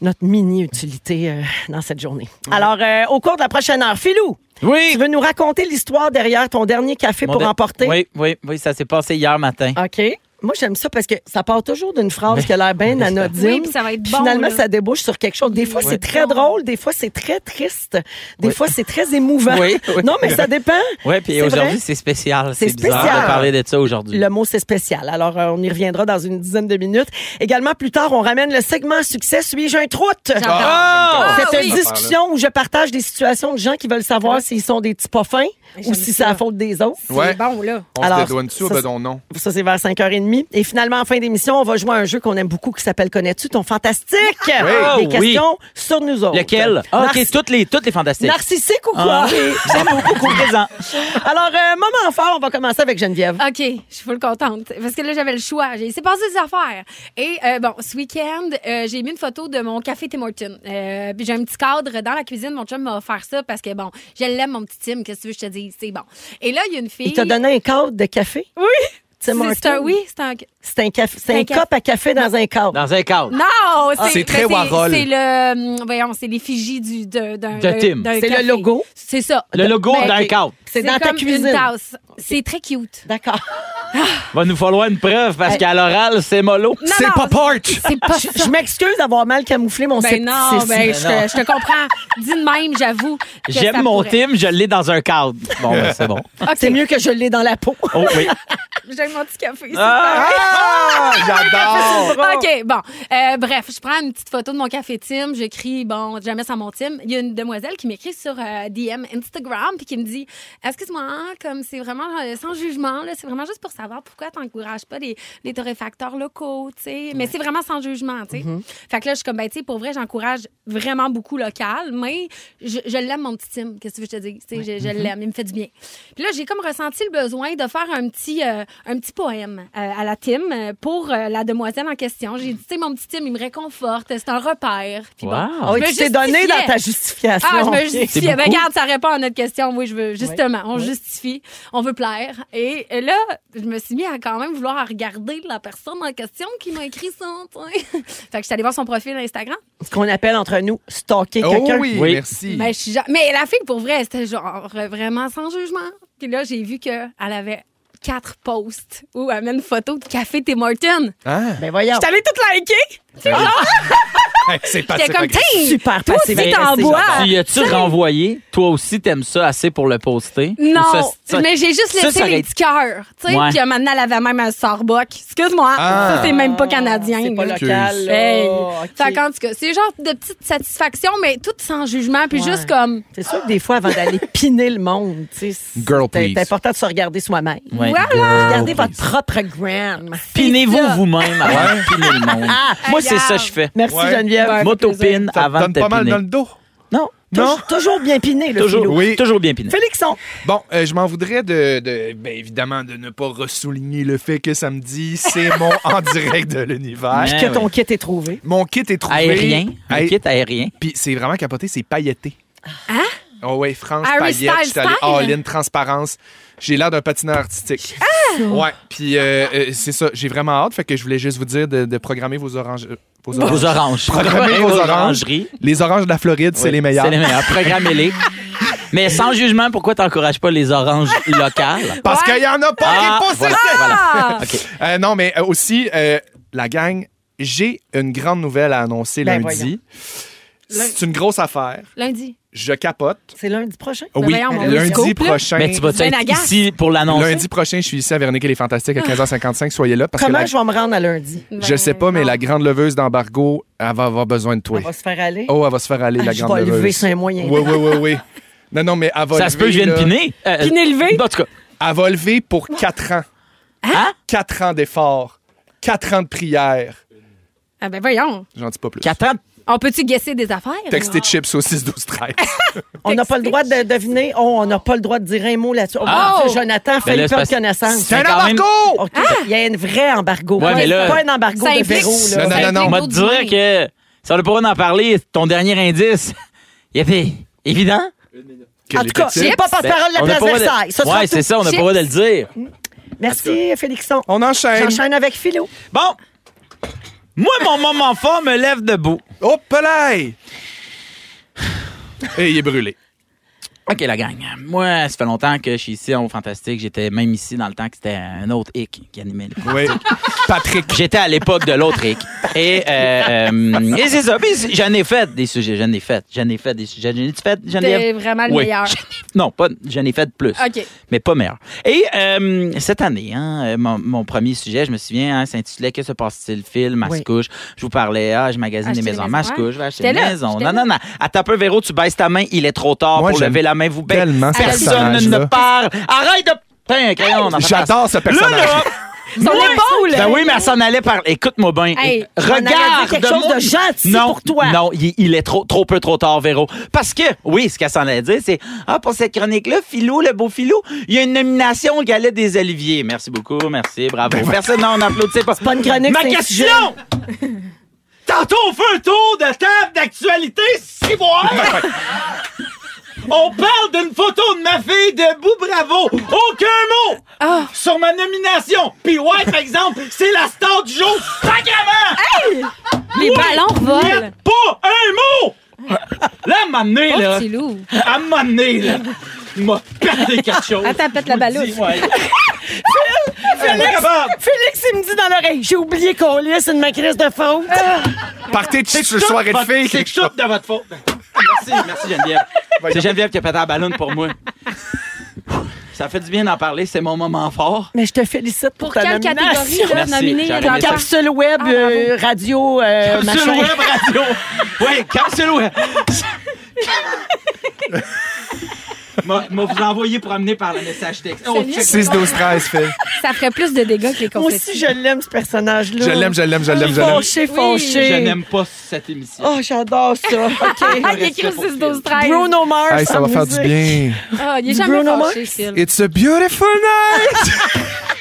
[SPEAKER 1] notre mini-utilité euh, dans cette journée. Alors, euh, au cours de la prochaine heure, Philou,
[SPEAKER 2] Oui!
[SPEAKER 1] tu veux nous raconter l'histoire derrière ton dernier café
[SPEAKER 2] Mon
[SPEAKER 1] pour
[SPEAKER 2] de-
[SPEAKER 1] emporter? Ah,
[SPEAKER 2] Oui, oui, oui, ça s'est passé hier matin.
[SPEAKER 1] OK. Moi, j'aime ça parce que ça part toujours d'une
[SPEAKER 2] Ben,
[SPEAKER 1] phrase qui a l'air bien anodine.
[SPEAKER 3] Oui, puis ça va être
[SPEAKER 1] Puis
[SPEAKER 3] bon,
[SPEAKER 1] Finalement,
[SPEAKER 3] là.
[SPEAKER 1] ça débouche sur quelque chose. Des fois, c'est très drôle. Des fois, c'est très triste. Des
[SPEAKER 2] Oui.
[SPEAKER 1] fois, c'est très émouvant.
[SPEAKER 2] Oui, oui.
[SPEAKER 1] Non, mais ça dépend.
[SPEAKER 2] Oui, puis
[SPEAKER 1] C'est vrai?
[SPEAKER 2] aujourd'hui, c'est spécial.
[SPEAKER 1] C'est
[SPEAKER 2] C'est bizarre
[SPEAKER 1] spécial.
[SPEAKER 2] de parler de ça aujourd'hui.
[SPEAKER 1] Le mot, c'est spécial. Alors, euh, on y reviendra dans une dizaine de minutes. Également, plus tard, on ramène le segment succès. Suis-je un troute?
[SPEAKER 4] Ah!
[SPEAKER 1] Cette
[SPEAKER 3] oui.
[SPEAKER 1] discussion où je partage des situations de gens qui veulent savoir s'ils sont des petits pas fins ou
[SPEAKER 3] Ah. J'aime
[SPEAKER 1] si c'est
[SPEAKER 3] ça.
[SPEAKER 1] la faute des autres.
[SPEAKER 3] C'est
[SPEAKER 4] Ouais.
[SPEAKER 3] bon, là.
[SPEAKER 4] On
[SPEAKER 1] Alors,
[SPEAKER 4] se dédouane sur
[SPEAKER 1] ça,
[SPEAKER 4] de ton nom.
[SPEAKER 1] Ça, c'est vers 5h30. Et finalement, en fin d'émission, on va jouer à un jeu qu'on aime beaucoup qui s'appelle Connais-tu ton fantastique?
[SPEAKER 2] Oh,
[SPEAKER 1] Des
[SPEAKER 2] oui.
[SPEAKER 1] questions sur nous autres.
[SPEAKER 2] Lequel? Ah,
[SPEAKER 1] Narci-
[SPEAKER 2] OK, toutes les, toutes les fantastiques.
[SPEAKER 1] Narcissique ou quoi?
[SPEAKER 2] Ah, oui. J'aime beaucoup qu'on présent.
[SPEAKER 1] Alors, euh, moment fort, on va commencer avec Geneviève.
[SPEAKER 3] OK, je suis full contente. Parce que là, j'avais le choix. J'ai s'est passé des affaires. Et euh, bon, ce week-end, euh, j'ai mis une photo de mon café Tim Hortons. Euh, puis j'ai un petit cadre dans la cuisine. Mon chum m'a offert ça parce que, bon, je l'aime, mon petit Tim. Qu'est-ce que tu veux que je te dise? C'est bon. Et là, il y a une fille.
[SPEAKER 1] Il t'a donné un cadre de café?
[SPEAKER 3] Oui!
[SPEAKER 1] Tim
[SPEAKER 3] C'est- c'est un,
[SPEAKER 1] Hortons?
[SPEAKER 3] oui, c'est un.
[SPEAKER 1] C'est un, café, c'est
[SPEAKER 3] C'est
[SPEAKER 1] un
[SPEAKER 3] un café.
[SPEAKER 1] cop à café dans un cadre.
[SPEAKER 2] Dans un cadre. Ah.
[SPEAKER 3] Non,
[SPEAKER 4] c'est
[SPEAKER 3] mais
[SPEAKER 4] très Warhol.
[SPEAKER 3] C'est le, hum, voyons, c'est l'effigie du de- d'un
[SPEAKER 2] De
[SPEAKER 3] d'un-
[SPEAKER 2] Tim.
[SPEAKER 3] d'un
[SPEAKER 1] C'est le
[SPEAKER 3] café.
[SPEAKER 1] logo.
[SPEAKER 3] C'est ça.
[SPEAKER 2] Le logo
[SPEAKER 3] Ben,
[SPEAKER 2] d'un
[SPEAKER 3] ok.
[SPEAKER 2] cadre.
[SPEAKER 1] C'est dans ta
[SPEAKER 3] comme
[SPEAKER 1] cuisine.
[SPEAKER 3] Une tasse. C'est très cute.
[SPEAKER 1] D'accord.
[SPEAKER 2] Va nous falloir une preuve parce qu'à l'oral, c'est mollo.
[SPEAKER 3] Non,
[SPEAKER 4] C'est
[SPEAKER 3] non,
[SPEAKER 4] pas part!
[SPEAKER 3] C'est pas ça.
[SPEAKER 1] Je m'excuse d'avoir mal camouflé mon
[SPEAKER 3] Ben non,
[SPEAKER 1] scepticisme.
[SPEAKER 3] ben, je, te, je te comprends. Dis de même, j'avoue. que ça
[SPEAKER 2] J'aime mon
[SPEAKER 3] pourrait.
[SPEAKER 2] team, je l'ai dans un cadre. Bon, ben, c'est bon.
[SPEAKER 3] OK,
[SPEAKER 1] C'est mieux que je l'ai dans la peau.
[SPEAKER 2] Oh oui.
[SPEAKER 3] J'aime mon petit café.
[SPEAKER 2] Ah!
[SPEAKER 4] Ah! J'adore!
[SPEAKER 3] OK, bon. Euh, bref, je prends une petite photo de mon café Tim. J'écris, bon, jamais sans mon Tim. Il y a une demoiselle qui m'écrit sur euh, DM Instagram puis qui me dit Excuse-moi, hein, comme c'est vraiment euh, sans jugement, là, c'est vraiment juste pour savoir pourquoi tu n'encourages pas les, les torréfacteurs locaux, tu sais. Mais c'est vraiment sans jugement, tu sais. Fait que là, je suis comme, ben, tu sais, pour vrai, j'encourage vraiment beaucoup local, mais je, je l'aime, mon petit Tim. Qu'est-ce que je te dis? Tu sais, je,
[SPEAKER 2] Mm-hmm.
[SPEAKER 3] je l'aime, il me fait du bien. Puis là, j'ai comme ressenti le besoin de faire un petit, euh, un petit poème euh, à la Tim euh, pour euh, la demoiselle en question. J'ai dit, tu sais, mon petit Tim, il me réconforte, c'est un repère. Puis bon,
[SPEAKER 2] Wow.
[SPEAKER 1] Ah oui,
[SPEAKER 3] je me
[SPEAKER 1] tu t'es donné
[SPEAKER 3] justifiais.
[SPEAKER 1] dans ta justification.
[SPEAKER 3] ah, je me
[SPEAKER 2] C'est
[SPEAKER 3] justifie.
[SPEAKER 2] beaucoup.
[SPEAKER 3] Ben, regarde, ça répond à notre question. Oui, je veux, justement, on justifie, on veut plaire. Et, et là, je me suis mis à quand même vouloir regarder la personne en question qui m'a écrit ça. tu sais. fait que je suis allée voir son profil Instagram.
[SPEAKER 1] Ce qu'on appelle entre nous stalker
[SPEAKER 4] Oh
[SPEAKER 1] quelqu'un.
[SPEAKER 4] oui,
[SPEAKER 2] Oui.
[SPEAKER 4] merci.
[SPEAKER 3] Ben, je suis genre- Mais la fille, pour vrai, c'était genre euh, vraiment sans jugement. Puis là, j'ai vu qu'elle avait quatre posts où elle met une photo de café Tim Hortons.
[SPEAKER 2] Ah.
[SPEAKER 4] Hein?
[SPEAKER 1] Ben voyons.
[SPEAKER 3] J'étais allée toute liker.
[SPEAKER 4] Hey, C'est pas
[SPEAKER 3] J'étais comme, tiens,
[SPEAKER 1] Super Ben,
[SPEAKER 3] toi
[SPEAKER 1] passé.
[SPEAKER 3] aussi, t'en
[SPEAKER 1] agressif.
[SPEAKER 3] bois.
[SPEAKER 2] Tu y as-tu renvoyé? Toi aussi, t'aimes ça assez pour le poster?
[SPEAKER 3] Non,
[SPEAKER 2] Ou ça, ça-
[SPEAKER 3] mais j'ai juste
[SPEAKER 2] ça,
[SPEAKER 3] laissé
[SPEAKER 2] ça aurait-
[SPEAKER 3] les petits cœurs. Tu sais,
[SPEAKER 2] Ouais.
[SPEAKER 3] puis euh, maintenant, elle avait même un Starbucks. Excuse-moi,
[SPEAKER 4] Ah.
[SPEAKER 3] ça, c'est même pas canadien.
[SPEAKER 1] C'est pas
[SPEAKER 3] là.
[SPEAKER 1] local. là. Oh,
[SPEAKER 3] Hey.
[SPEAKER 1] OK.
[SPEAKER 3] Fait qu'en tout cas, c'est genre de petites satisfactions, mais toutes sans jugement, puis
[SPEAKER 1] Ouais.
[SPEAKER 3] juste comme...
[SPEAKER 1] C'est sûr que des fois, avant d'aller piner le monde, tu sais, c'est
[SPEAKER 4] Girl,
[SPEAKER 1] c'est
[SPEAKER 4] please.
[SPEAKER 1] important de se regarder soi-même.
[SPEAKER 2] Ouais.
[SPEAKER 3] Voilà!
[SPEAKER 1] Regardez votre propre gram.
[SPEAKER 3] C'est
[SPEAKER 2] Pinez-vous
[SPEAKER 3] ça.
[SPEAKER 2] vous-même avant de piner le monde.
[SPEAKER 3] Ah,
[SPEAKER 2] Moi, c'est ça que je fais.
[SPEAKER 1] Merci
[SPEAKER 4] Ouais.
[SPEAKER 1] Geneviève.
[SPEAKER 2] M'autopine
[SPEAKER 4] Ça te
[SPEAKER 2] avant de
[SPEAKER 4] donne
[SPEAKER 2] te
[SPEAKER 4] pas mal
[SPEAKER 2] piner.
[SPEAKER 4] dans le dos.
[SPEAKER 2] Non,
[SPEAKER 4] Non?
[SPEAKER 1] Tou- Toujours bien piné, le
[SPEAKER 2] toujours,
[SPEAKER 1] Philo.
[SPEAKER 4] Oui.
[SPEAKER 2] toujours bien piné.
[SPEAKER 1] Félixon.
[SPEAKER 4] Bon, euh, je m'en voudrais de, de- ben, évidemment, de ne pas ressouligner le fait que samedi, c'est mon en direct de l'univers.
[SPEAKER 2] Mais-
[SPEAKER 1] Puis
[SPEAKER 2] Ah,
[SPEAKER 1] que
[SPEAKER 2] oui.
[SPEAKER 1] ton kit est trouvé.
[SPEAKER 4] Mon kit est trouvé.
[SPEAKER 2] Aérien. Un
[SPEAKER 4] Aé-
[SPEAKER 2] kit aérien.
[SPEAKER 4] Puis c'est vraiment capoté, c'est pailleté.
[SPEAKER 3] Hein?
[SPEAKER 4] Oh ouais, France
[SPEAKER 3] Harry
[SPEAKER 4] paillette,
[SPEAKER 3] Styles
[SPEAKER 4] je suis allé
[SPEAKER 3] style?
[SPEAKER 4] all-in, transparence. J'ai l'air d'un patineur artistique. Ah! Ouais, puis euh, euh, c'est ça, j'ai vraiment hâte, fait que je voulais juste vous dire de, de programmer vos oranges... euh, Vos oranges.
[SPEAKER 2] Vos oranges.
[SPEAKER 4] Programmez vos oranges.
[SPEAKER 2] orangeries.
[SPEAKER 4] Les oranges de la Floride, c'est
[SPEAKER 2] Oui,
[SPEAKER 4] les meilleurs.
[SPEAKER 2] C'est les meilleurs. Programmez-les. Mais sans jugement, pourquoi t'encourages pas les oranges locales?
[SPEAKER 4] Parce
[SPEAKER 3] Ouais.
[SPEAKER 4] qu'il y en a pas
[SPEAKER 2] Ah,
[SPEAKER 4] qui poussent
[SPEAKER 2] voilà,
[SPEAKER 4] ici.
[SPEAKER 3] Ah!
[SPEAKER 4] Euh, non, mais euh, aussi, euh, la gang, j'ai une grande nouvelle à annoncer
[SPEAKER 1] Ben,
[SPEAKER 4] lundi. C'est une grosse affaire.
[SPEAKER 3] Lundi.
[SPEAKER 4] Je capote.
[SPEAKER 1] C'est lundi prochain.
[SPEAKER 4] Oui,
[SPEAKER 3] Ben voyons, mon
[SPEAKER 4] lundi
[SPEAKER 3] horoscope, là.
[SPEAKER 4] prochain.
[SPEAKER 2] Mais tu vas-tu
[SPEAKER 3] Ben,
[SPEAKER 2] être
[SPEAKER 3] la gaffe.
[SPEAKER 2] ici pour l'annoncer?
[SPEAKER 4] Lundi prochain, je suis ici à Véronique et les Fantastiques à 15h55. Soyez là parce
[SPEAKER 1] Ah. Comment
[SPEAKER 4] que la-
[SPEAKER 1] je vais me rendre à lundi?
[SPEAKER 4] je sais pas, mais la grande leveuse d'embargo, elle va avoir besoin de toi.
[SPEAKER 1] On va se faire aller.
[SPEAKER 4] Oh, elle va se faire aller,
[SPEAKER 1] Ah,
[SPEAKER 4] la
[SPEAKER 1] je
[SPEAKER 4] grande
[SPEAKER 1] vais
[SPEAKER 4] leveuse.
[SPEAKER 1] lever, c'est un moyen.
[SPEAKER 4] Oui, oui, oui, oui. Non, non, mais elle va
[SPEAKER 2] Ça se peut que je
[SPEAKER 4] lever,
[SPEAKER 2] vienne
[SPEAKER 4] là.
[SPEAKER 2] piner. Euh,
[SPEAKER 3] Piner levé?
[SPEAKER 2] En tout cas,
[SPEAKER 4] Elle va lever pour 4 ans.
[SPEAKER 2] Hein?
[SPEAKER 4] 4 ans d'efforts. 4 ans de prière.
[SPEAKER 3] Ah ben voyons.
[SPEAKER 4] J'en dis pas plus.
[SPEAKER 2] quatre ans.
[SPEAKER 3] On peut-tu guesser des affaires? Ah,
[SPEAKER 4] Textez chips au 6 12 13
[SPEAKER 1] On n'a pas le droit de deviner. Oh, on n'a pas le droit de dire un mot là-dessus. Oh,
[SPEAKER 2] Ah!
[SPEAKER 1] mon Dieu, Jonathan, fait
[SPEAKER 2] là,
[SPEAKER 1] une
[SPEAKER 2] c'est
[SPEAKER 1] peur
[SPEAKER 2] parce-
[SPEAKER 1] de connaissance.
[SPEAKER 4] C'est un
[SPEAKER 2] quand même- Oh,
[SPEAKER 4] embargo!
[SPEAKER 1] OK. Il y a un vrai embargo.
[SPEAKER 2] Ouais, mais là-
[SPEAKER 1] pas un embargo
[SPEAKER 3] Ça
[SPEAKER 1] de
[SPEAKER 3] implique-
[SPEAKER 1] Véro. Là.
[SPEAKER 4] Non, non, non, non.
[SPEAKER 2] On
[SPEAKER 3] Avec
[SPEAKER 2] va te
[SPEAKER 3] l'autre
[SPEAKER 2] dire que ça n'a pas d'en parler. Ton dernier indice, il était évident. Ben,
[SPEAKER 1] En tout cas, c'est pas porte-parole Ah, de la
[SPEAKER 2] On
[SPEAKER 1] place
[SPEAKER 2] a pas le droit de-
[SPEAKER 1] Versailles. Ça sera
[SPEAKER 2] ouais, c'est
[SPEAKER 1] tout.
[SPEAKER 2] ça, on n'a pas le droit de le dire.
[SPEAKER 1] Merci, Félixon.
[SPEAKER 4] On enchaîne.
[SPEAKER 1] J'enchaîne avec Philo.
[SPEAKER 2] Bon. Moi, mon moment fort me lève debout.
[SPEAKER 4] Oh, pelay! Et il est brûlé.
[SPEAKER 2] OK, la gang. Moi, ça fait longtemps que je suis ici au Fantastique. J'étais même ici dans le temps que c'était un autre hic qui animait le
[SPEAKER 4] Oui. Patrick.
[SPEAKER 2] J'étais à l'époque de l'autre hic. Et, euh, euh, et c'est ça. Puis j'en ai fait des sujets. J'en ai fait. J'en ai fait des sujets. J'en ai fait. J'en
[SPEAKER 3] T'es
[SPEAKER 2] ai
[SPEAKER 3] vraiment le
[SPEAKER 2] Oui.
[SPEAKER 3] meilleur.
[SPEAKER 2] Non, pas. J'en ai fait plus.
[SPEAKER 3] OK.
[SPEAKER 2] mais pas meilleur. Et euh, cette année, hein, euh, mon, mon premier sujet, je me souviens, hein, s'intitulait Que se passe-t-il, film,
[SPEAKER 1] Oui.
[SPEAKER 2] Mascouche. Je vous parlais, ah, je magasine des
[SPEAKER 3] Acheter
[SPEAKER 2] maisons,
[SPEAKER 3] des maisons,
[SPEAKER 2] Mascouche,
[SPEAKER 3] ouais.
[SPEAKER 2] je vais acheter
[SPEAKER 3] J'étais
[SPEAKER 2] une
[SPEAKER 3] là,
[SPEAKER 2] maison.
[SPEAKER 3] j'étais
[SPEAKER 2] Non,
[SPEAKER 3] là.
[SPEAKER 2] non, non. À taper Véro, tu baisses ta main, il est trop tard
[SPEAKER 4] Moi,
[SPEAKER 2] pour
[SPEAKER 4] j'aime
[SPEAKER 2] lever la main, vous baissez.
[SPEAKER 4] tellement ce
[SPEAKER 2] Personne
[SPEAKER 4] personnage-là.
[SPEAKER 2] ne parle. Arrête de. Putain, un crayon, on en fait
[SPEAKER 4] J'adore ce
[SPEAKER 2] face. Là,
[SPEAKER 4] personnage.
[SPEAKER 2] là,
[SPEAKER 3] Son épaule!
[SPEAKER 2] ben oui, mais elle s'en allait par. Écoute-moi bien.
[SPEAKER 3] Hey,
[SPEAKER 2] Eh, regarde.
[SPEAKER 1] on aurait dit quelque chose
[SPEAKER 2] mon-
[SPEAKER 1] de gentil
[SPEAKER 2] non,
[SPEAKER 1] pour toi.
[SPEAKER 2] Non, il, il est trop, trop peu trop tard, Véro. Parce que, oui, ce qu'elle s'en allait dire, c'est Ah, pour cette chronique-là, Philou, le beau Philou, il y a une nomination au galet des Oliviers. Merci beaucoup, merci, bravo. Personne, non, on n'applaudit pas. C'est
[SPEAKER 1] pas une chronique,
[SPEAKER 2] Ma
[SPEAKER 1] Ben, c'est un
[SPEAKER 2] question! Tantôt, on fait un tour de table d'actualité, si voir! On parle d'une photo de ma fille debout, bravo! Aucun mot! sur ma nomination. Puis ouais, par exemple, c'est la star du jour. Sacrement!
[SPEAKER 3] Les ballons
[SPEAKER 2] Il y a
[SPEAKER 3] volent.
[SPEAKER 2] pas un mot! Là, à un moment donné,
[SPEAKER 3] Oh,
[SPEAKER 2] là,
[SPEAKER 3] petit loup.
[SPEAKER 2] à un moment donné, là, il m'a pété quelque chose.
[SPEAKER 3] Attends, pète la
[SPEAKER 2] balouche.
[SPEAKER 3] balouche.
[SPEAKER 2] Ouais. Fais-le capable.
[SPEAKER 1] Félix, il me dit dans l'oreille, j'ai oublié qu'on lisse une maquiniste de faute.
[SPEAKER 2] Ah!
[SPEAKER 4] Partez de sur le
[SPEAKER 2] Toute
[SPEAKER 4] soirée de
[SPEAKER 2] votre-
[SPEAKER 4] filles.
[SPEAKER 2] C'est tout de votre faute. Merci, merci Geneviève. C'est Geneviève qui a pété la ballonne pour moi. Ça fait du bien d'en parler, c'est mon moment fort.
[SPEAKER 1] Mais je te félicite pour,
[SPEAKER 3] Pour
[SPEAKER 1] ta
[SPEAKER 3] quelle catégorie
[SPEAKER 1] nomination.
[SPEAKER 3] là,
[SPEAKER 2] Merci,
[SPEAKER 3] nominée
[SPEAKER 2] j'avais
[SPEAKER 3] dans
[SPEAKER 2] aimé ça.
[SPEAKER 1] Capsule web,
[SPEAKER 3] bravo.
[SPEAKER 1] euh, radio, euh,
[SPEAKER 2] Ah, Capsule
[SPEAKER 1] machin.
[SPEAKER 2] Web Radio. Oui, Capsule Web. M'a m'a vous envoyé promener par le message texte. Oh,
[SPEAKER 3] mieux.
[SPEAKER 2] check.
[SPEAKER 4] 6 12 13 fait.
[SPEAKER 3] Ça ferait plus de dégâts que les
[SPEAKER 1] Moi
[SPEAKER 3] confettis.
[SPEAKER 1] aussi, je l'aime, ce personnage-là.
[SPEAKER 4] Je l'aime, je l'aime, je l'aime, je l'aime.
[SPEAKER 1] Fonché,
[SPEAKER 3] Oui.
[SPEAKER 1] fonché.
[SPEAKER 2] Je n'aime pas cette émission.
[SPEAKER 1] Oh, j'adore ça.
[SPEAKER 3] Ah,
[SPEAKER 1] OK.
[SPEAKER 3] il écrit au 6 12 13
[SPEAKER 1] Bruno Mars.
[SPEAKER 4] Hey, ça
[SPEAKER 1] en
[SPEAKER 4] va faire du
[SPEAKER 1] musique.
[SPEAKER 4] bien.
[SPEAKER 3] Ah, il est
[SPEAKER 1] Du
[SPEAKER 3] jamais
[SPEAKER 1] Bruno
[SPEAKER 3] fâché,
[SPEAKER 1] Mars?
[SPEAKER 3] Phil.
[SPEAKER 4] It's a beautiful night.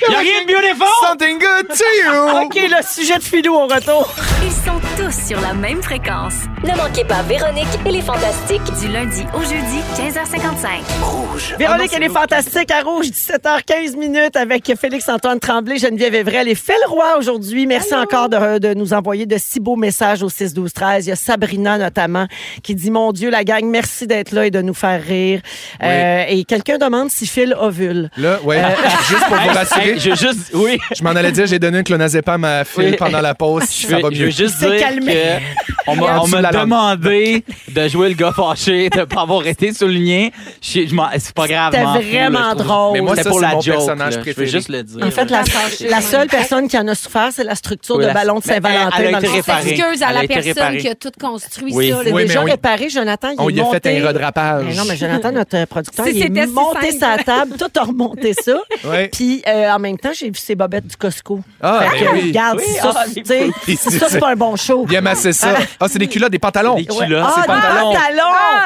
[SPEAKER 2] Y a rien de beautiful!
[SPEAKER 4] Something good to
[SPEAKER 1] OK,
[SPEAKER 4] you.
[SPEAKER 1] le sujet de Philou au retour.
[SPEAKER 5] Ils sont tous sur la même fréquence.
[SPEAKER 6] Ne manquez pas Véronique et les Fantastiques.
[SPEAKER 5] Du lundi au jeudi, 15h55.
[SPEAKER 1] Véronique,
[SPEAKER 4] Ah
[SPEAKER 1] elle est fantastique à Rouge, 17h15 minutes avec Félix-Antoine Tremblay, Geneviève Evrel et Phil Roy aujourd'hui. Merci encore de, de nous envoyer de si beaux messages au 6-12-13. Il y a Sabrina notamment qui dit, mon Dieu, la gang, merci d'être là et de nous faire rire. Euh, et quelqu'un demande si Phil ovule. Euh,
[SPEAKER 4] Là, ouais, juste pour vous rassurer,
[SPEAKER 2] Euh, Hey, je veux juste, oui,
[SPEAKER 4] je m'en allais dire, j'ai donné un clonazepam à Phil
[SPEAKER 2] Oui.
[SPEAKER 4] pendant la pause.
[SPEAKER 2] je
[SPEAKER 4] Ça
[SPEAKER 2] veux,
[SPEAKER 4] va
[SPEAKER 2] je veux
[SPEAKER 4] mieux.
[SPEAKER 2] juste
[SPEAKER 1] s'est
[SPEAKER 2] dire
[SPEAKER 1] calmé.
[SPEAKER 2] que on
[SPEAKER 4] Il est en
[SPEAKER 2] m'a on
[SPEAKER 4] dessous
[SPEAKER 2] m'a
[SPEAKER 4] de la langue.
[SPEAKER 2] demandé de jouer le gars fâché, de pas avoir été souligné. Je- je m'en- C'est pas grave.
[SPEAKER 1] C'était
[SPEAKER 2] m'en fous, là, je
[SPEAKER 1] vraiment
[SPEAKER 2] trouve-
[SPEAKER 1] drôle.
[SPEAKER 4] Mais moi,
[SPEAKER 2] C'était
[SPEAKER 4] ça,
[SPEAKER 2] pour
[SPEAKER 4] c'est
[SPEAKER 2] la
[SPEAKER 4] mon
[SPEAKER 2] joke,
[SPEAKER 4] personnage
[SPEAKER 2] là. Je veux
[SPEAKER 4] préféré.
[SPEAKER 2] juste le dire.
[SPEAKER 1] En fait, la, la seule personne qui en a souffert, c'est la structure
[SPEAKER 2] Oui,
[SPEAKER 1] de
[SPEAKER 2] la-
[SPEAKER 1] ballon de
[SPEAKER 2] mais elle-
[SPEAKER 1] Saint-Valentin.
[SPEAKER 2] elle a
[SPEAKER 1] dans
[SPEAKER 3] On
[SPEAKER 1] le
[SPEAKER 2] été
[SPEAKER 1] fond.
[SPEAKER 2] réparée.
[SPEAKER 3] s'excuse à
[SPEAKER 2] Elle a
[SPEAKER 3] la
[SPEAKER 2] été
[SPEAKER 3] personne
[SPEAKER 2] réparée.
[SPEAKER 3] qui a tout construit
[SPEAKER 2] Oui.
[SPEAKER 3] ça.
[SPEAKER 1] C'est
[SPEAKER 3] là.
[SPEAKER 4] Oui, mais
[SPEAKER 1] déjà
[SPEAKER 4] on y-
[SPEAKER 1] réparé, Jonathan. Il
[SPEAKER 4] On
[SPEAKER 1] est
[SPEAKER 4] y a fait
[SPEAKER 1] monté-
[SPEAKER 4] un redrapage.
[SPEAKER 1] Mais non, mais Jonathan, notre euh, producteur,
[SPEAKER 3] Si
[SPEAKER 1] il est
[SPEAKER 3] c'était si
[SPEAKER 1] monté
[SPEAKER 3] simple.
[SPEAKER 1] sa table, tout a remonté ça.
[SPEAKER 4] Ouais.
[SPEAKER 1] Puis euh, en même temps, j'ai vu ses bobettes du Costco.
[SPEAKER 4] Ah,
[SPEAKER 1] fait
[SPEAKER 4] ben
[SPEAKER 1] que,
[SPEAKER 4] oui.
[SPEAKER 1] regarde, si ça,
[SPEAKER 2] ah,
[SPEAKER 1] c'est- tu sais,
[SPEAKER 4] oui.
[SPEAKER 1] si ça, c'est pas un bon show.
[SPEAKER 4] Il aime assez ça. Ah, c'est des culottes, des pantalons.
[SPEAKER 2] Des
[SPEAKER 1] Ouais.
[SPEAKER 2] culottes,
[SPEAKER 1] ah,
[SPEAKER 2] c'est
[SPEAKER 1] des
[SPEAKER 2] pantalon.
[SPEAKER 1] pantalons!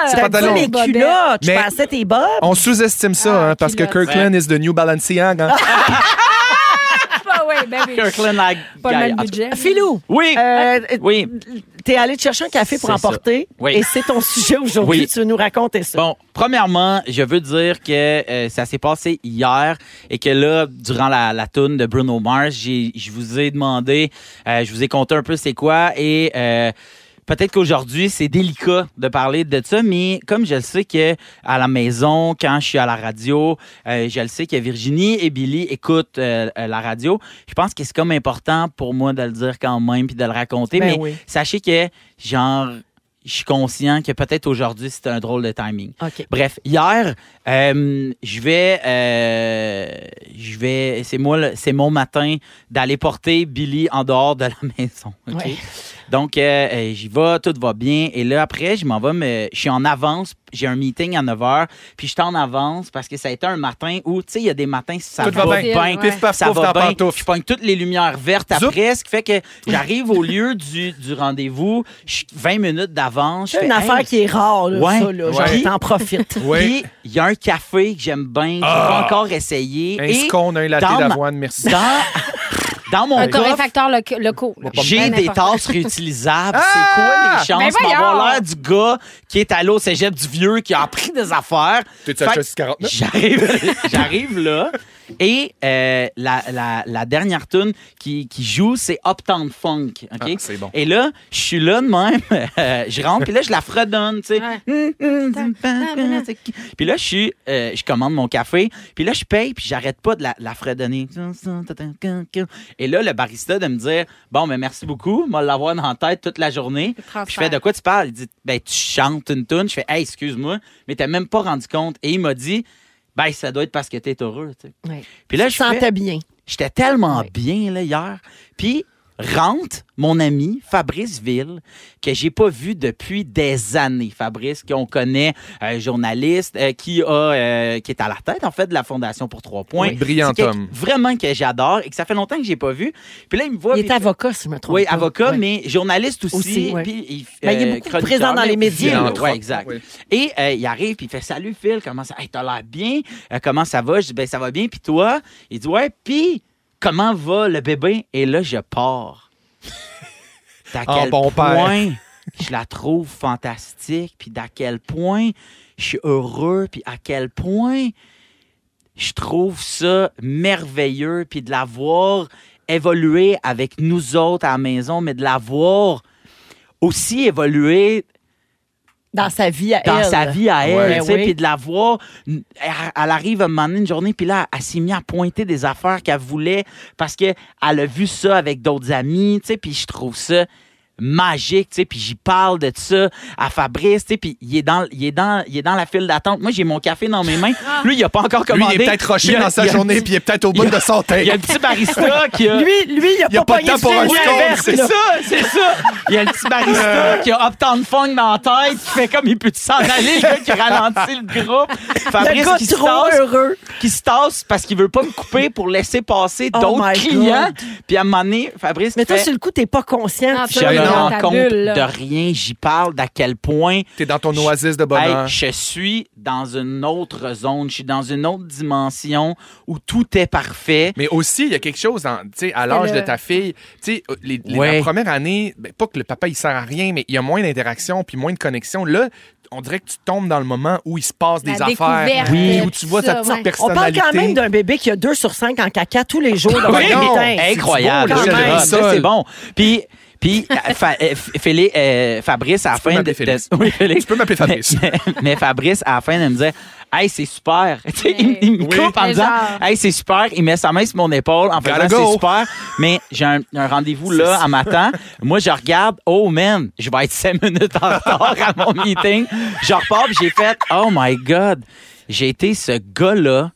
[SPEAKER 4] C'est
[SPEAKER 1] T'as
[SPEAKER 4] pantalon.
[SPEAKER 1] dit les
[SPEAKER 3] Bobettes.
[SPEAKER 1] culottes, je
[SPEAKER 4] Mais-
[SPEAKER 1] pensais tes bobs.
[SPEAKER 4] On sous-estime ça,
[SPEAKER 2] Ah,
[SPEAKER 4] hein, parce que
[SPEAKER 3] culottes.
[SPEAKER 4] Kirkland is the new Balenciaga.
[SPEAKER 3] Ah ouais, ben oui.
[SPEAKER 2] Kirkland, la
[SPEAKER 3] Pas
[SPEAKER 2] guy,
[SPEAKER 3] mal de
[SPEAKER 2] en tout cas.
[SPEAKER 3] budget.
[SPEAKER 1] Philou,
[SPEAKER 2] Oui.
[SPEAKER 1] euh,
[SPEAKER 2] Oui.
[SPEAKER 1] t'es allé te chercher un café pour
[SPEAKER 2] C'est
[SPEAKER 1] en
[SPEAKER 2] ça.
[SPEAKER 1] porter
[SPEAKER 2] Oui.
[SPEAKER 1] et c'est ton sujet aujourd'hui.
[SPEAKER 2] Oui.
[SPEAKER 1] Tu veux nous raconter ça.
[SPEAKER 2] Bon, premièrement, je veux dire que euh, ça s'est passé hier et que là, durant la, la toune de Bruno Mars, j'ai- je vous ai demandé, euh, je vous ai conté un peu c'est quoi et euh, peut-être qu'aujourd'hui, c'est délicat de parler de ça, mais comme je le sais que à la maison, quand je suis à la radio, euh, je le sais que Virginie et Billy écoutent euh, euh, la radio, je pense que c'est comme important pour moi de le dire quand même puis de le raconter,
[SPEAKER 1] Ben
[SPEAKER 2] mais
[SPEAKER 1] oui.
[SPEAKER 2] sachez que, genre, je suis conscient que peut-être aujourd'hui, c'était un drôle de timing.
[SPEAKER 1] OK.
[SPEAKER 2] Bref, hier, euh, je vais, euh, je vais, c'est moi, le- c'est mon matin d'aller porter Billy en dehors de la maison. ok?
[SPEAKER 1] Ouais.
[SPEAKER 2] Donc, euh, euh, j'y vais, tout va bien. Et là, après, je m'en vais, mais je suis en avance. J'ai un meeting à 9 h, puis je suis en avance parce que ça a été un matin où, tu sais, il y a des matins, ça
[SPEAKER 4] Tout
[SPEAKER 2] va,
[SPEAKER 4] va
[SPEAKER 2] bien.
[SPEAKER 3] bien. Ouais.
[SPEAKER 4] Pif, paf,
[SPEAKER 2] ça
[SPEAKER 4] pouf,
[SPEAKER 2] va
[SPEAKER 4] t'en
[SPEAKER 2] bien.
[SPEAKER 4] pantoufle.
[SPEAKER 2] Je pogne toutes les lumières vertes
[SPEAKER 4] Zoup.
[SPEAKER 2] après, ce qui fait que j'arrive au lieu du, du rendez-vous, je suis 20 minutes d'avance. Je
[SPEAKER 1] C'est une
[SPEAKER 2] fais,
[SPEAKER 1] affaire
[SPEAKER 2] Hey,
[SPEAKER 1] qui est rare, là,
[SPEAKER 2] Ouais.
[SPEAKER 1] ça, là. Genre,
[SPEAKER 4] Ouais. Ah.
[SPEAKER 1] t'en profites.
[SPEAKER 4] Oui.
[SPEAKER 2] puis, il y a un café que j'aime bien, que j'ai pas encore essayé.
[SPEAKER 4] Un
[SPEAKER 2] et
[SPEAKER 4] scone, un latte
[SPEAKER 2] dans ma-
[SPEAKER 4] d'avoine, merci.
[SPEAKER 2] dans, dans mon
[SPEAKER 3] Un
[SPEAKER 2] coffre,
[SPEAKER 3] corréfacteur loc- locaux. là.
[SPEAKER 2] j'ai
[SPEAKER 3] Ben,
[SPEAKER 2] des
[SPEAKER 3] n'importe.
[SPEAKER 2] tasses réutilisables.
[SPEAKER 4] Ah!
[SPEAKER 2] C'est quoi
[SPEAKER 3] Ben
[SPEAKER 2] les chances d'avoir
[SPEAKER 3] voyons!
[SPEAKER 2] l'air du gars qui est allé au cégep du vieux, qui a appris des affaires?
[SPEAKER 4] T'es-tu
[SPEAKER 2] Fait
[SPEAKER 4] acheté
[SPEAKER 2] que
[SPEAKER 4] un 649?
[SPEAKER 2] J'arrive, j'arrive là. Et euh, la, la, la dernière tune qui, qui joue, c'est Uptown Funk. ok?
[SPEAKER 4] Ah, c'est bon.
[SPEAKER 2] Et là, je suis là de même. euh, je rentre, puis là, je la fredonne. tu sais. Hum,
[SPEAKER 3] Ouais.
[SPEAKER 2] Puis là, je suis, euh, je commande mon café. Puis là, je paye, puis j'arrête pas de la, la fredonner. Et là, le barista de me dire Bon, mais merci beaucoup, m'a l'avoir dans la tête toute la journée.
[SPEAKER 3] transfert.
[SPEAKER 2] Puis je fais de quoi tu parles Il dit Ben, tu chantes une tune. Je fais Hey, excuse-moi, mais t'as même pas rendu compte. Et il m'a dit Ben, ça doit être parce que t'es heureux. tu sais.
[SPEAKER 1] Ouais.
[SPEAKER 2] Puis là,
[SPEAKER 1] je
[SPEAKER 2] je
[SPEAKER 1] sentais
[SPEAKER 2] fais-
[SPEAKER 1] bien.
[SPEAKER 2] J'étais tellement
[SPEAKER 1] Oui.
[SPEAKER 2] bien là, hier. Puis rentre mon ami Fabrice Ville, que j'ai pas vu depuis des années. Fabrice, qu'on connaît, euh, journaliste, euh, qui, a, euh, qui est à la tête, en fait, de la Fondation pour trois points.
[SPEAKER 4] Oui, brillant
[SPEAKER 2] C'est quelqu'un
[SPEAKER 4] homme.
[SPEAKER 2] Vraiment que j'adore et que ça fait longtemps que j'ai pas vu. Puis là, il me voit.
[SPEAKER 1] Il est
[SPEAKER 2] puis-
[SPEAKER 1] avocat, si je me trompe
[SPEAKER 2] oui,
[SPEAKER 1] pas.
[SPEAKER 2] avocat,
[SPEAKER 1] Ouais.
[SPEAKER 2] mais journaliste aussi.
[SPEAKER 1] Aussi, ouais.
[SPEAKER 2] puis il, euh,
[SPEAKER 1] Ben, il est beaucoup
[SPEAKER 2] chroniqueur,
[SPEAKER 1] présent dans
[SPEAKER 2] mais
[SPEAKER 1] les médias,
[SPEAKER 2] aussi,
[SPEAKER 4] là.
[SPEAKER 2] ouais, exact.
[SPEAKER 4] Oui.
[SPEAKER 2] Et euh, il arrive, puis il fait Salut Phil, comment ça hey, T'as l'air bien Euh, Comment ça va Je dis Ben, ça va bien. Puis toi Il dit Ouais, puis comment va le bébé Et là, je pars. d'à
[SPEAKER 4] En
[SPEAKER 2] quel
[SPEAKER 4] bon père.
[SPEAKER 2] point je la trouve fantastique, puis d'à quel point je suis heureux, puis à quel point je trouve ça merveilleux, puis de la voir évoluer avec nous autres à la maison, mais de la voir aussi évoluer
[SPEAKER 1] Dans sa vie à
[SPEAKER 2] dans
[SPEAKER 1] elle.
[SPEAKER 2] sa vie à
[SPEAKER 1] Ouais.
[SPEAKER 2] elle,
[SPEAKER 4] Ben
[SPEAKER 2] tu sais,
[SPEAKER 1] Oui.
[SPEAKER 2] puis de la voir, elle, elle arrive à un moment donné, une journée, puis là, elle s'est mise à pointer des affaires qu'elle voulait parce qu'elle a vu ça avec d'autres amis, tu sais, puis je trouve ça magique, tu sais, puis j'y parle de ça à Fabrice, tu sais, puis il est dans, il est dans, il est dans la file d'attente. Moi, j'ai mon café dans mes mains. Lui, il a pas encore
[SPEAKER 4] Lui,
[SPEAKER 2] commandé.
[SPEAKER 4] il est peut-être
[SPEAKER 2] Il
[SPEAKER 4] roché
[SPEAKER 2] y a-
[SPEAKER 4] dans sa
[SPEAKER 2] il y a-
[SPEAKER 4] journée, puis il est peut-être au bout de son
[SPEAKER 2] Il y
[SPEAKER 4] tête.
[SPEAKER 2] a le petit barista qui a...
[SPEAKER 1] Lui, lui, il a,
[SPEAKER 4] Il y a pas de
[SPEAKER 1] pogné
[SPEAKER 4] temps pour
[SPEAKER 1] ce
[SPEAKER 4] un
[SPEAKER 1] fil
[SPEAKER 4] score, Euh.
[SPEAKER 1] inverse,
[SPEAKER 4] c'est
[SPEAKER 1] là.
[SPEAKER 2] ça, c'est ça. Il y a le petit barista qui a Uptown Funk dans la tête, qui fait comme il peut s'en aller, le gars qui ralentit le groupe.
[SPEAKER 1] Le
[SPEAKER 2] Fabrice
[SPEAKER 1] gars
[SPEAKER 2] qui se
[SPEAKER 1] trop
[SPEAKER 2] tasse,
[SPEAKER 1] heureux.
[SPEAKER 2] qui se tasse parce qu'il veut pas me couper pour laisser passer
[SPEAKER 1] Oh
[SPEAKER 2] d'autres
[SPEAKER 1] my
[SPEAKER 2] clients.
[SPEAKER 1] God.
[SPEAKER 2] Puis à un moment donné, Fabrice
[SPEAKER 1] Mais toi,
[SPEAKER 2] fait,
[SPEAKER 1] sur le coup, t'es pas conscient.
[SPEAKER 3] Non,
[SPEAKER 2] je
[SPEAKER 3] tu
[SPEAKER 2] me
[SPEAKER 3] l'as dans
[SPEAKER 2] rends
[SPEAKER 3] ta
[SPEAKER 2] compte
[SPEAKER 3] bulle, là.
[SPEAKER 2] de rien. J'y parle d'à quel point
[SPEAKER 4] T'es dans ton oasis de
[SPEAKER 2] Hey,
[SPEAKER 4] bonheur.
[SPEAKER 2] je suis dans une autre zone, je suis dans une autre dimension où tout est parfait.
[SPEAKER 4] Mais aussi, il y a quelque chose, dans- tu sais, à l'âge
[SPEAKER 3] le-
[SPEAKER 4] de ta fille, tu sais, euh, les, les-
[SPEAKER 2] Ouais.
[SPEAKER 4] la première année, ben, pas que le papa, il sert à rien, mais il y a moins d'interaction puis moins de connexion. Là, on dirait que tu tombes dans le moment où il se passe des
[SPEAKER 3] La
[SPEAKER 4] affaires.
[SPEAKER 3] découverte,
[SPEAKER 4] Oui,
[SPEAKER 3] euh,
[SPEAKER 4] où tu vois
[SPEAKER 3] tout ça,
[SPEAKER 4] sa petite
[SPEAKER 3] ouais.
[SPEAKER 1] On parle
[SPEAKER 4] personnalité.
[SPEAKER 1] quand même d'un bébé qui a 2 sur 5 en caca tous les jours. dans
[SPEAKER 4] Oui.
[SPEAKER 1] le
[SPEAKER 4] Non.
[SPEAKER 1] matin.
[SPEAKER 4] Hey,
[SPEAKER 2] Incroyable,
[SPEAKER 4] beau, là,
[SPEAKER 2] je
[SPEAKER 4] j'aime
[SPEAKER 2] le
[SPEAKER 4] ça.
[SPEAKER 2] drop. Ça, c'est bon. Puis, puis euh, Fa- euh, F- Félix, euh, Fabrice, à la
[SPEAKER 4] Tu peux
[SPEAKER 2] fin de,
[SPEAKER 4] m'appeler Félix.
[SPEAKER 2] de- Oui, Félix.
[SPEAKER 4] Tu peux m'appeler Fabrice.
[SPEAKER 2] Mais, mais Fabrice, à la fin, elle me disait Hey, c'est super. Tu sais, il,
[SPEAKER 3] Mais-
[SPEAKER 2] il me coupe
[SPEAKER 4] Oui.
[SPEAKER 2] en
[SPEAKER 3] Mais
[SPEAKER 2] disant
[SPEAKER 3] genre-
[SPEAKER 2] Hey, c'est super. Il met sa main sur mon épaule en
[SPEAKER 4] Gotta
[SPEAKER 2] faisant C'est
[SPEAKER 4] go.
[SPEAKER 2] super. Mais j'ai un, un rendez-vous là à matin. Moi, je regarde Oh man, je vais être cinq minutes en retard à mon meeting. Je repars puis j'ai fait Oh my God, j'ai été ce gars-là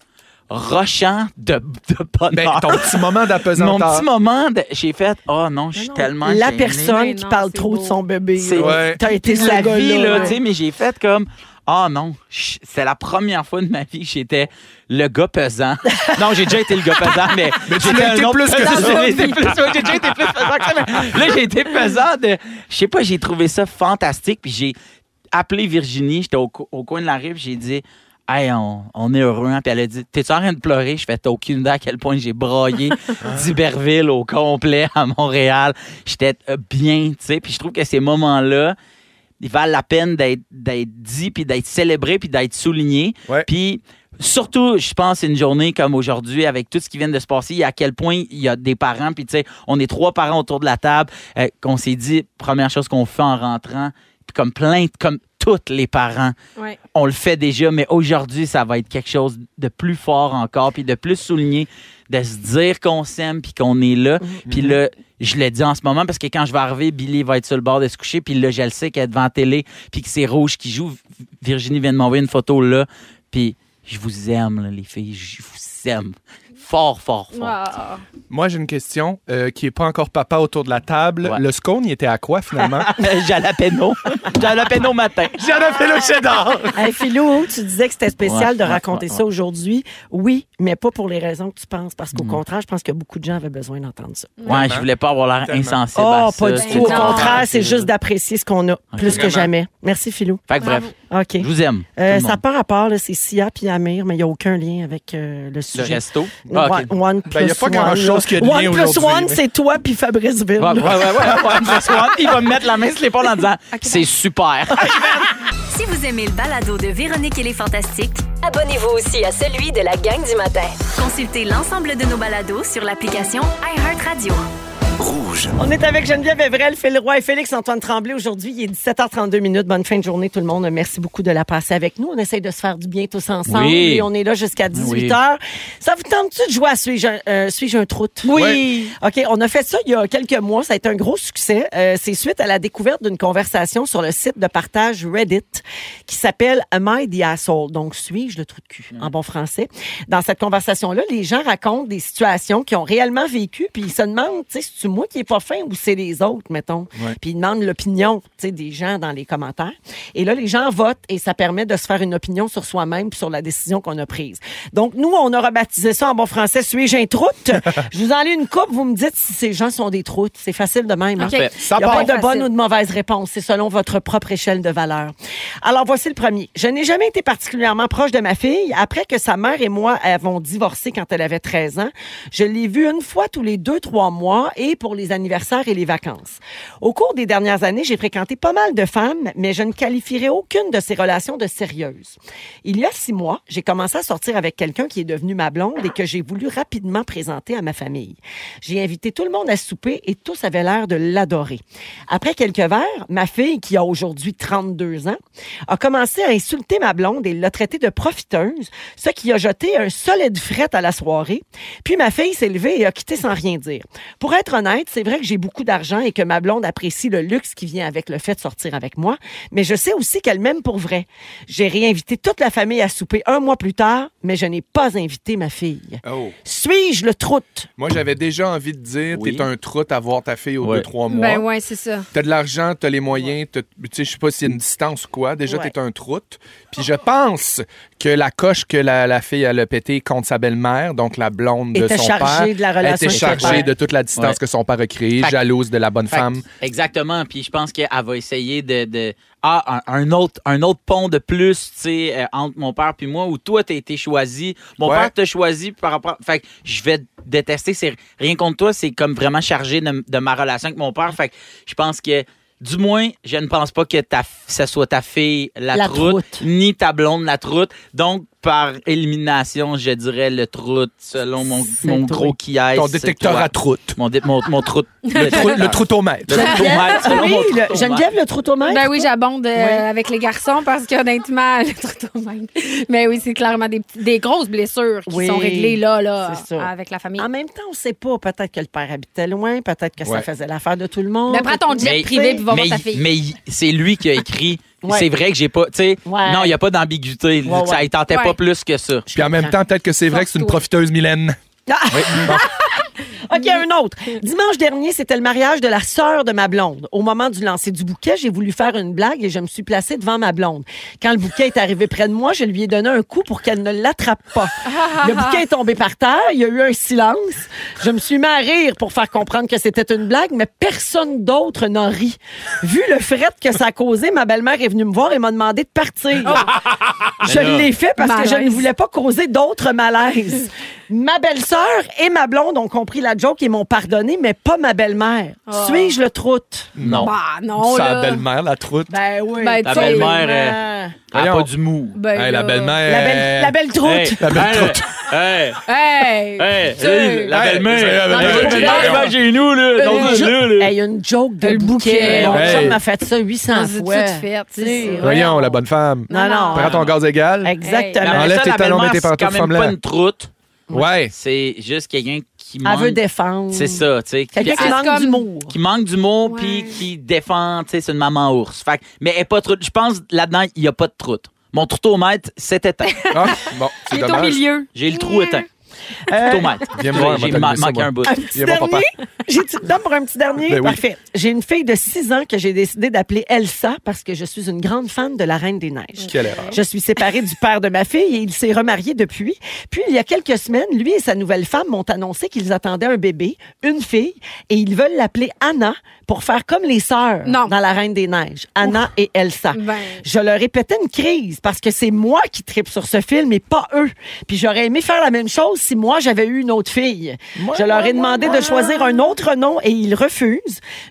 [SPEAKER 2] rochant de, de bonheur.
[SPEAKER 4] Ben, ton petit moment
[SPEAKER 2] Mon
[SPEAKER 4] d'apesanteur.
[SPEAKER 2] petit moment, de- j'ai fait oh non, je suis tellement
[SPEAKER 1] La
[SPEAKER 2] gêné.
[SPEAKER 1] personne
[SPEAKER 3] Mais
[SPEAKER 1] qui
[SPEAKER 3] non,
[SPEAKER 1] parle
[SPEAKER 3] c'est
[SPEAKER 1] trop de
[SPEAKER 3] beau.
[SPEAKER 1] son bébé.
[SPEAKER 2] C'est-
[SPEAKER 1] là.
[SPEAKER 4] Ouais.
[SPEAKER 1] T'as été
[SPEAKER 2] Puis
[SPEAKER 1] ce
[SPEAKER 2] la vie
[SPEAKER 1] gars-là.
[SPEAKER 2] là, tu sais, mais j'ai fait comme ah non, je- c'est la première fois de ma vie que j'étais le gars pesant. non, j'ai déjà été le gars pesant, mais,
[SPEAKER 4] tu
[SPEAKER 2] j'étais
[SPEAKER 4] l'as
[SPEAKER 2] un
[SPEAKER 4] été
[SPEAKER 2] autre
[SPEAKER 4] plus que
[SPEAKER 2] pesant.
[SPEAKER 4] ça.
[SPEAKER 2] J'ai été plus- ouais, j'ai déjà été plus pesant que ça, mais là j'ai été pesant de je sais pas, j'ai trouvé ça fantastique puis j'ai appelé Virginie, j'étais au, co- au coin de la rive, j'ai dit Hey, on, on est heureux. hein. Puis elle a dit T'es-tu en train de pleurer Je fais T'as aucune idée à quel point j'ai broyé d'Iberville au complet à Montréal. J'étais euh, bien, tu sais. Puis je trouve que ces moments-là, ils valent la peine d'être d'être dit, puis d'être célébré, puis d'être souligné.
[SPEAKER 4] Ouais.
[SPEAKER 2] Puis surtout, je pense, une journée comme aujourd'hui, avec tout ce qui vient de se passer, à quel point il y a des parents, puis tu sais, on est trois parents autour de la table, euh, qu'on s'est dit, première chose qu'on fait en rentrant, puis comme plein, comme tous les parents.
[SPEAKER 3] Ouais.
[SPEAKER 2] On le fait déjà, mais aujourd'hui, ça va être quelque chose de plus fort encore, puis de plus souligné, de se dire qu'on s'aime, puis qu'on est là.
[SPEAKER 1] Mhm.
[SPEAKER 2] Puis là, je le dis en ce moment parce que quand je vais arriver, Billy va être sur le bord de se coucher, puis là, je le sais qu'elle est devant la télé, puis que c'est rouge qui joue. Virginie vient de m'envoyer une photo là, puis je vous aime, là, les filles, je vous aime. Fort, fort, fort.
[SPEAKER 3] Ah.
[SPEAKER 4] Moi, j'ai une question euh, qui n'est pas encore papa autour de la table.
[SPEAKER 2] Ouais.
[SPEAKER 4] Le scone, il était à quoi finalement?
[SPEAKER 2] Jalapeno. Jalapeno matin.
[SPEAKER 4] Jalapeno cheddar!
[SPEAKER 1] Hey, Philou, tu disais que c'était spécial
[SPEAKER 2] Ouais,
[SPEAKER 1] de
[SPEAKER 2] ouais,
[SPEAKER 1] raconter
[SPEAKER 2] ouais,
[SPEAKER 1] ça aujourd'hui. Oui, mais pas pour les raisons que tu penses, parce qu'au
[SPEAKER 2] Mm.
[SPEAKER 1] contraire, je pense que beaucoup de gens avaient besoin d'entendre ça.
[SPEAKER 2] Ouais, je voulais pas avoir l'air
[SPEAKER 4] Tellement.
[SPEAKER 2] insensible.
[SPEAKER 1] Oh,
[SPEAKER 2] à ça.
[SPEAKER 1] pas du
[SPEAKER 2] C'est
[SPEAKER 1] tout. Au
[SPEAKER 3] non.
[SPEAKER 1] contraire, c'est juste d'apprécier ce qu'on a, plus que
[SPEAKER 4] Vraiment.
[SPEAKER 1] jamais. Merci, Philou.
[SPEAKER 2] Fait que bref,
[SPEAKER 1] OK.
[SPEAKER 2] je vous aime.
[SPEAKER 1] Euh,
[SPEAKER 2] tout le
[SPEAKER 1] ça
[SPEAKER 2] monde.
[SPEAKER 1] part à part, là, c'est Sia puis Amir, mais il n'y a aucun lien avec euh, le
[SPEAKER 2] Le
[SPEAKER 1] sujet.
[SPEAKER 2] resto.
[SPEAKER 1] One,
[SPEAKER 2] Ah, ok.
[SPEAKER 1] one
[SPEAKER 4] Ben, y a
[SPEAKER 1] plus
[SPEAKER 4] pas grand-chose
[SPEAKER 1] one, là.
[SPEAKER 4] qui a de lien
[SPEAKER 1] One plus
[SPEAKER 4] aujourd'hui,
[SPEAKER 1] one,
[SPEAKER 4] mais-
[SPEAKER 1] c'est toi puis Fabrice Ville.
[SPEAKER 2] Ouais, ouais, ouais, ouais, ouais, plus one. Il va me mettre la main sur l'épaule en disant C'est super.
[SPEAKER 5] Si vous aimez le balado de Véronique et les Fantastiques,
[SPEAKER 6] Abonnez-vous aussi à celui de la gang du matin.
[SPEAKER 5] consultez l'ensemble de nos balados sur l'application iHeartRadio.
[SPEAKER 9] Rouge.
[SPEAKER 1] On est avec Geneviève Evrel, Phil Roy et Félix-Antoine Tremblay aujourd'hui. Il est 17h32 minutes. Bonne fin de journée tout le monde. Merci beaucoup de la passer avec nous. On essaye de se faire du bien tous ensemble.
[SPEAKER 2] Oui.
[SPEAKER 1] Et on est là jusqu'à 18h. Ça vous tente-tu de jouer à Suis-je un, euh, Suis-je un troute?
[SPEAKER 2] Oui.
[SPEAKER 1] OK, on a fait ça il y a quelques mois. Ça a été un gros succès. Euh, C'est suite à la découverte d'une conversation sur le site de partage Reddit qui s'appelle Am I the asshole? Donc, suis-je le trou de
[SPEAKER 2] Mm.
[SPEAKER 1] cul en bon français? Dans cette conversation-là, les gens racontent des situations qu'ils ont réellement vécues puis ils se demandent, tu sais, c'est-tu moi qui est pas fin ou c'est les autres, mettons? Puis ils demandent l'opinion, tu sais, des gens dans les commentaires. Et là, les gens votent et ça permet de se faire une opinion sur soi-même puis sur la décision qu'on a prise. Donc, nous, on a rebaptisé ça en bon français, suis-je un troute? Je vous en lis une coupe, vous me dites si ces gens sont des troutes. C'est facile de même. hein?
[SPEAKER 3] OK.
[SPEAKER 1] Il
[SPEAKER 4] Ça
[SPEAKER 1] n'y a
[SPEAKER 4] part.
[SPEAKER 1] pas de bonne
[SPEAKER 3] Facile.
[SPEAKER 1] ou de mauvaise réponse. C'est selon votre propre échelle de valeur. Alors, voici le premier. Je n'ai jamais été particulièrement proche de ma fille. Après que sa mère et moi avons divorcé quand elle avait 13 ans, je l'ai vue une fois tous les deux, trois mois et pour les anniversaires et les vacances. Au cours des dernières années, j'ai fréquenté pas mal de femmes, mais je ne qualifierais aucune de ces relations de sérieuses. Il y a six mois, j'ai commencé à sortir avec quelqu'un qui est devenu ma blonde et que j'ai voulu rapidement présenter à ma famille. J'ai invité tout le monde à souper et tous avaient l'air de l'adorer. Après quelques verres, ma fille, qui a aujourd'hui 32 ans, a commencé à insulter ma blonde et l'a traitée de profiteuse, ce qui a jeté un solide fret à la soirée. Puis ma fille s'est levée et a quitté sans rien dire. Pour être honnête, c'est vrai que j'ai beaucoup d'argent et que ma blonde apprécie le luxe qui vient avec le fait de sortir avec moi, mais je sais aussi qu'elle m'aime pour vrai. J'ai réinvité toute la famille à souper un mois plus tard, mais je n'ai pas invité ma fille.
[SPEAKER 4] Oh.
[SPEAKER 1] Suis-je le troute?
[SPEAKER 4] Moi, j'avais déjà envie de dire,
[SPEAKER 2] Oui.
[SPEAKER 4] t'es un troute à voir ta fille aux
[SPEAKER 2] Ouais.
[SPEAKER 4] deux, trois mois.
[SPEAKER 3] Ben ouais, c'est ça.
[SPEAKER 4] T'as de l'argent, t'as les moyens, t'as- tu sais, je sais pas s'il y a une distance ou quoi. Déjà,
[SPEAKER 1] Ouais.
[SPEAKER 4] t'es un troute. Puis je pense que la coche que la, la fille elle a pété contre sa belle-mère, donc la blonde de
[SPEAKER 1] Était
[SPEAKER 4] son
[SPEAKER 1] chargée
[SPEAKER 4] père,
[SPEAKER 1] de la relation
[SPEAKER 4] était
[SPEAKER 1] avec son père.
[SPEAKER 4] chargée de toute la distance
[SPEAKER 2] Ouais.
[SPEAKER 4] que son père a créée,
[SPEAKER 2] Fait que-
[SPEAKER 4] jalouse de la bonne
[SPEAKER 2] Fait que-
[SPEAKER 4] femme.
[SPEAKER 2] Exactement. Puis je pense qu'elle va essayer de. de- ah, un, un autre, un autre pont de plus, tu sais, euh, entre mon père puis moi, où toi, t'as été choisi. Mon
[SPEAKER 4] Ouais.
[SPEAKER 2] père t'a choisi par rapport. Fait que je vais détester. C'est rien contre toi, c'est comme vraiment chargé de, de ma relation avec mon père. Fait que je pense que. Du moins, je ne pense pas que ta, ce soit ta fille la,
[SPEAKER 1] La
[SPEAKER 2] troute,
[SPEAKER 1] troute.
[SPEAKER 2] ni ta blonde la troute. Donc, par élimination, je dirais le troute, selon mon,
[SPEAKER 1] C'est
[SPEAKER 2] mon
[SPEAKER 1] toi.
[SPEAKER 2] gros qui est.
[SPEAKER 4] Ton
[SPEAKER 2] c'est
[SPEAKER 4] détecteur
[SPEAKER 2] toi.
[SPEAKER 4] à troute.
[SPEAKER 2] Mon, dé- mon, mon troute.
[SPEAKER 4] Le, trou, le troutomètre.
[SPEAKER 2] troutomètre, selon
[SPEAKER 1] Ah Oui,
[SPEAKER 2] mon
[SPEAKER 1] le-
[SPEAKER 2] troutomètre.
[SPEAKER 1] Geneviève, le troutomètre?
[SPEAKER 3] Ben oui, j'abonde euh, avec les garçons parce qu'honnêtement, le trottoir même. Mais oui, c'est clairement des, petits- des grosses blessures qui
[SPEAKER 1] Oui.
[SPEAKER 3] sont réglées là, là,
[SPEAKER 1] C'est ça.
[SPEAKER 3] avec la famille.
[SPEAKER 1] En même temps, on sait pas. Peut-être que le père habitait loin, peut-être que ça
[SPEAKER 4] Ouais.
[SPEAKER 1] faisait l'affaire de tout le monde.
[SPEAKER 3] Mais prends ton jet
[SPEAKER 2] Mais-
[SPEAKER 3] privé puis va
[SPEAKER 2] mais,
[SPEAKER 3] voir ta fille.
[SPEAKER 2] mais il- c'est lui qui a écrit.
[SPEAKER 1] Ouais.
[SPEAKER 2] C'est vrai que j'ai pas. Tu sais,
[SPEAKER 1] Ouais.
[SPEAKER 2] non, il n'y a pas d'ambiguïté.
[SPEAKER 1] Ouais, ouais.
[SPEAKER 2] Ça, il tentait
[SPEAKER 3] Ouais.
[SPEAKER 2] pas plus que ça.
[SPEAKER 4] Puis en même temps, peut-être que c'est vrai que c'est une
[SPEAKER 3] Force-toi.
[SPEAKER 4] profiteuse, Mylène.
[SPEAKER 1] OK, un autre. Dimanche dernier, c'était le mariage de la sœur de ma blonde. Au moment du lancer du bouquet, j'ai voulu faire une blague et je me suis placée devant ma blonde. Quand le bouquet est arrivé près de moi, je lui ai donné un coup pour qu'elle ne l'attrape pas. Le bouquet est tombé par terre, il y a eu un silence. Je me suis mis à rire pour faire comprendre que c'était une blague, mais personne d'autre n'en rit. Vu le fret que ça a causé, ma belle-mère est venue me voir et m'a demandé de partir.
[SPEAKER 2] Ben
[SPEAKER 1] Je l'ai fait parce que je ne
[SPEAKER 3] Malaise.
[SPEAKER 1] voulais pas causer d'autres malaises. ma belle-sœur et ma blonde ont compris la joke et m'ont pardonné, mais pas ma belle-mère.
[SPEAKER 3] Ah.
[SPEAKER 1] Suis-je le troute?
[SPEAKER 2] Non.
[SPEAKER 3] Bah non,
[SPEAKER 4] Sa
[SPEAKER 3] là.
[SPEAKER 4] belle-mère, la troute.
[SPEAKER 1] Ben oui.
[SPEAKER 3] Ben,
[SPEAKER 2] La
[SPEAKER 3] tu sais, euh,
[SPEAKER 2] belle-mère,
[SPEAKER 1] tellement.
[SPEAKER 2] elle a
[SPEAKER 4] Voyons.
[SPEAKER 2] pas du mou.
[SPEAKER 3] ben
[SPEAKER 4] Hey,
[SPEAKER 3] là.
[SPEAKER 4] la belle-mère.
[SPEAKER 1] La belle, la belle troute.
[SPEAKER 2] euh, Hey,
[SPEAKER 4] La belle
[SPEAKER 2] elle,
[SPEAKER 4] troute.
[SPEAKER 2] Hey,
[SPEAKER 3] Hey!
[SPEAKER 2] hey,
[SPEAKER 3] tu-
[SPEAKER 2] hey, la
[SPEAKER 4] Hey,
[SPEAKER 2] belle-mère.
[SPEAKER 4] c'est la belle-mère.
[SPEAKER 2] Hey, la belle-mère chez nous, là.
[SPEAKER 1] Il y a
[SPEAKER 2] dans
[SPEAKER 1] une
[SPEAKER 2] un
[SPEAKER 1] jo-
[SPEAKER 2] lieu, là.
[SPEAKER 1] Hey, il y a une joke de
[SPEAKER 3] Le
[SPEAKER 1] bouquet.
[SPEAKER 3] bouquet.
[SPEAKER 1] Mon
[SPEAKER 4] Hey.
[SPEAKER 1] chum m'a fait ça 800
[SPEAKER 3] C'est tout
[SPEAKER 1] fois.
[SPEAKER 3] de fait,
[SPEAKER 1] Tu
[SPEAKER 3] c'est
[SPEAKER 1] sais, ouais.
[SPEAKER 3] vrai.
[SPEAKER 4] Voyons, la bonne femme.
[SPEAKER 1] Non, non.
[SPEAKER 4] Prends ton gaz égal.
[SPEAKER 2] Mais
[SPEAKER 1] Exactement.
[SPEAKER 2] après
[SPEAKER 4] Enlève
[SPEAKER 2] ça,
[SPEAKER 4] tes
[SPEAKER 2] la
[SPEAKER 4] talons, mets tes
[SPEAKER 2] belle-mère, c'est quand
[SPEAKER 4] pantoufles,
[SPEAKER 2] même
[SPEAKER 4] ferme-la.
[SPEAKER 2] pas une troute.
[SPEAKER 4] Ouais.
[SPEAKER 2] C'est juste quelqu'un qui
[SPEAKER 1] Elle veut
[SPEAKER 2] manque.
[SPEAKER 1] défendre.
[SPEAKER 2] C'est ça, tu sais.
[SPEAKER 1] Quelqu'un
[SPEAKER 2] qui-
[SPEAKER 1] qui
[SPEAKER 3] C'est
[SPEAKER 1] manque
[SPEAKER 3] comme-
[SPEAKER 1] d'humour.
[SPEAKER 2] qui manque d'humour
[SPEAKER 3] Ouais.
[SPEAKER 2] puis qui défend, tu sais, c'est une maman ours. Fait que- mais elle est pas troute. Je pense là-dedans, il n'y a pas de troute. Mon troutomètre, c'est éteint.
[SPEAKER 4] Ah, bon, c'est
[SPEAKER 3] Il est au
[SPEAKER 4] dommage.
[SPEAKER 3] milieu.
[SPEAKER 2] J'ai le trou éteint. Troutomètre.
[SPEAKER 4] Viens me voir,
[SPEAKER 2] J'ai
[SPEAKER 4] moi, t'as
[SPEAKER 2] ma-
[SPEAKER 4] allumé ça,
[SPEAKER 2] manqué
[SPEAKER 4] moi.
[SPEAKER 2] un bout.
[SPEAKER 4] Il y a mon papa.
[SPEAKER 1] J'ai tu te donnes pour un petit dernier.
[SPEAKER 4] Ben oui.
[SPEAKER 1] Parfait. J'ai une fille de 6 ans que j'ai décidé d'appeler Elsa parce que je suis une grande fan de la Reine des Neiges.
[SPEAKER 4] Quelle erreur.
[SPEAKER 1] Je suis séparée du père de ma fille et il s'est remarié depuis. Puis, il y a quelques semaines, lui et sa nouvelle femme m'ont annoncé qu'ils attendaient un bébé, une fille, et ils veulent l'appeler Anna pour faire comme les sœurs
[SPEAKER 3] Non.
[SPEAKER 1] dans La Reine des Neiges, Anna et Elsa.
[SPEAKER 3] Ben.
[SPEAKER 1] Je leur ai pété une crise parce que c'est moi qui tripe sur ce film et pas eux. Puis, j'aurais aimé faire la même chose si moi, j'avais eu une autre fille. Je leur ai demandé de choisir un autre nom et ils refusent.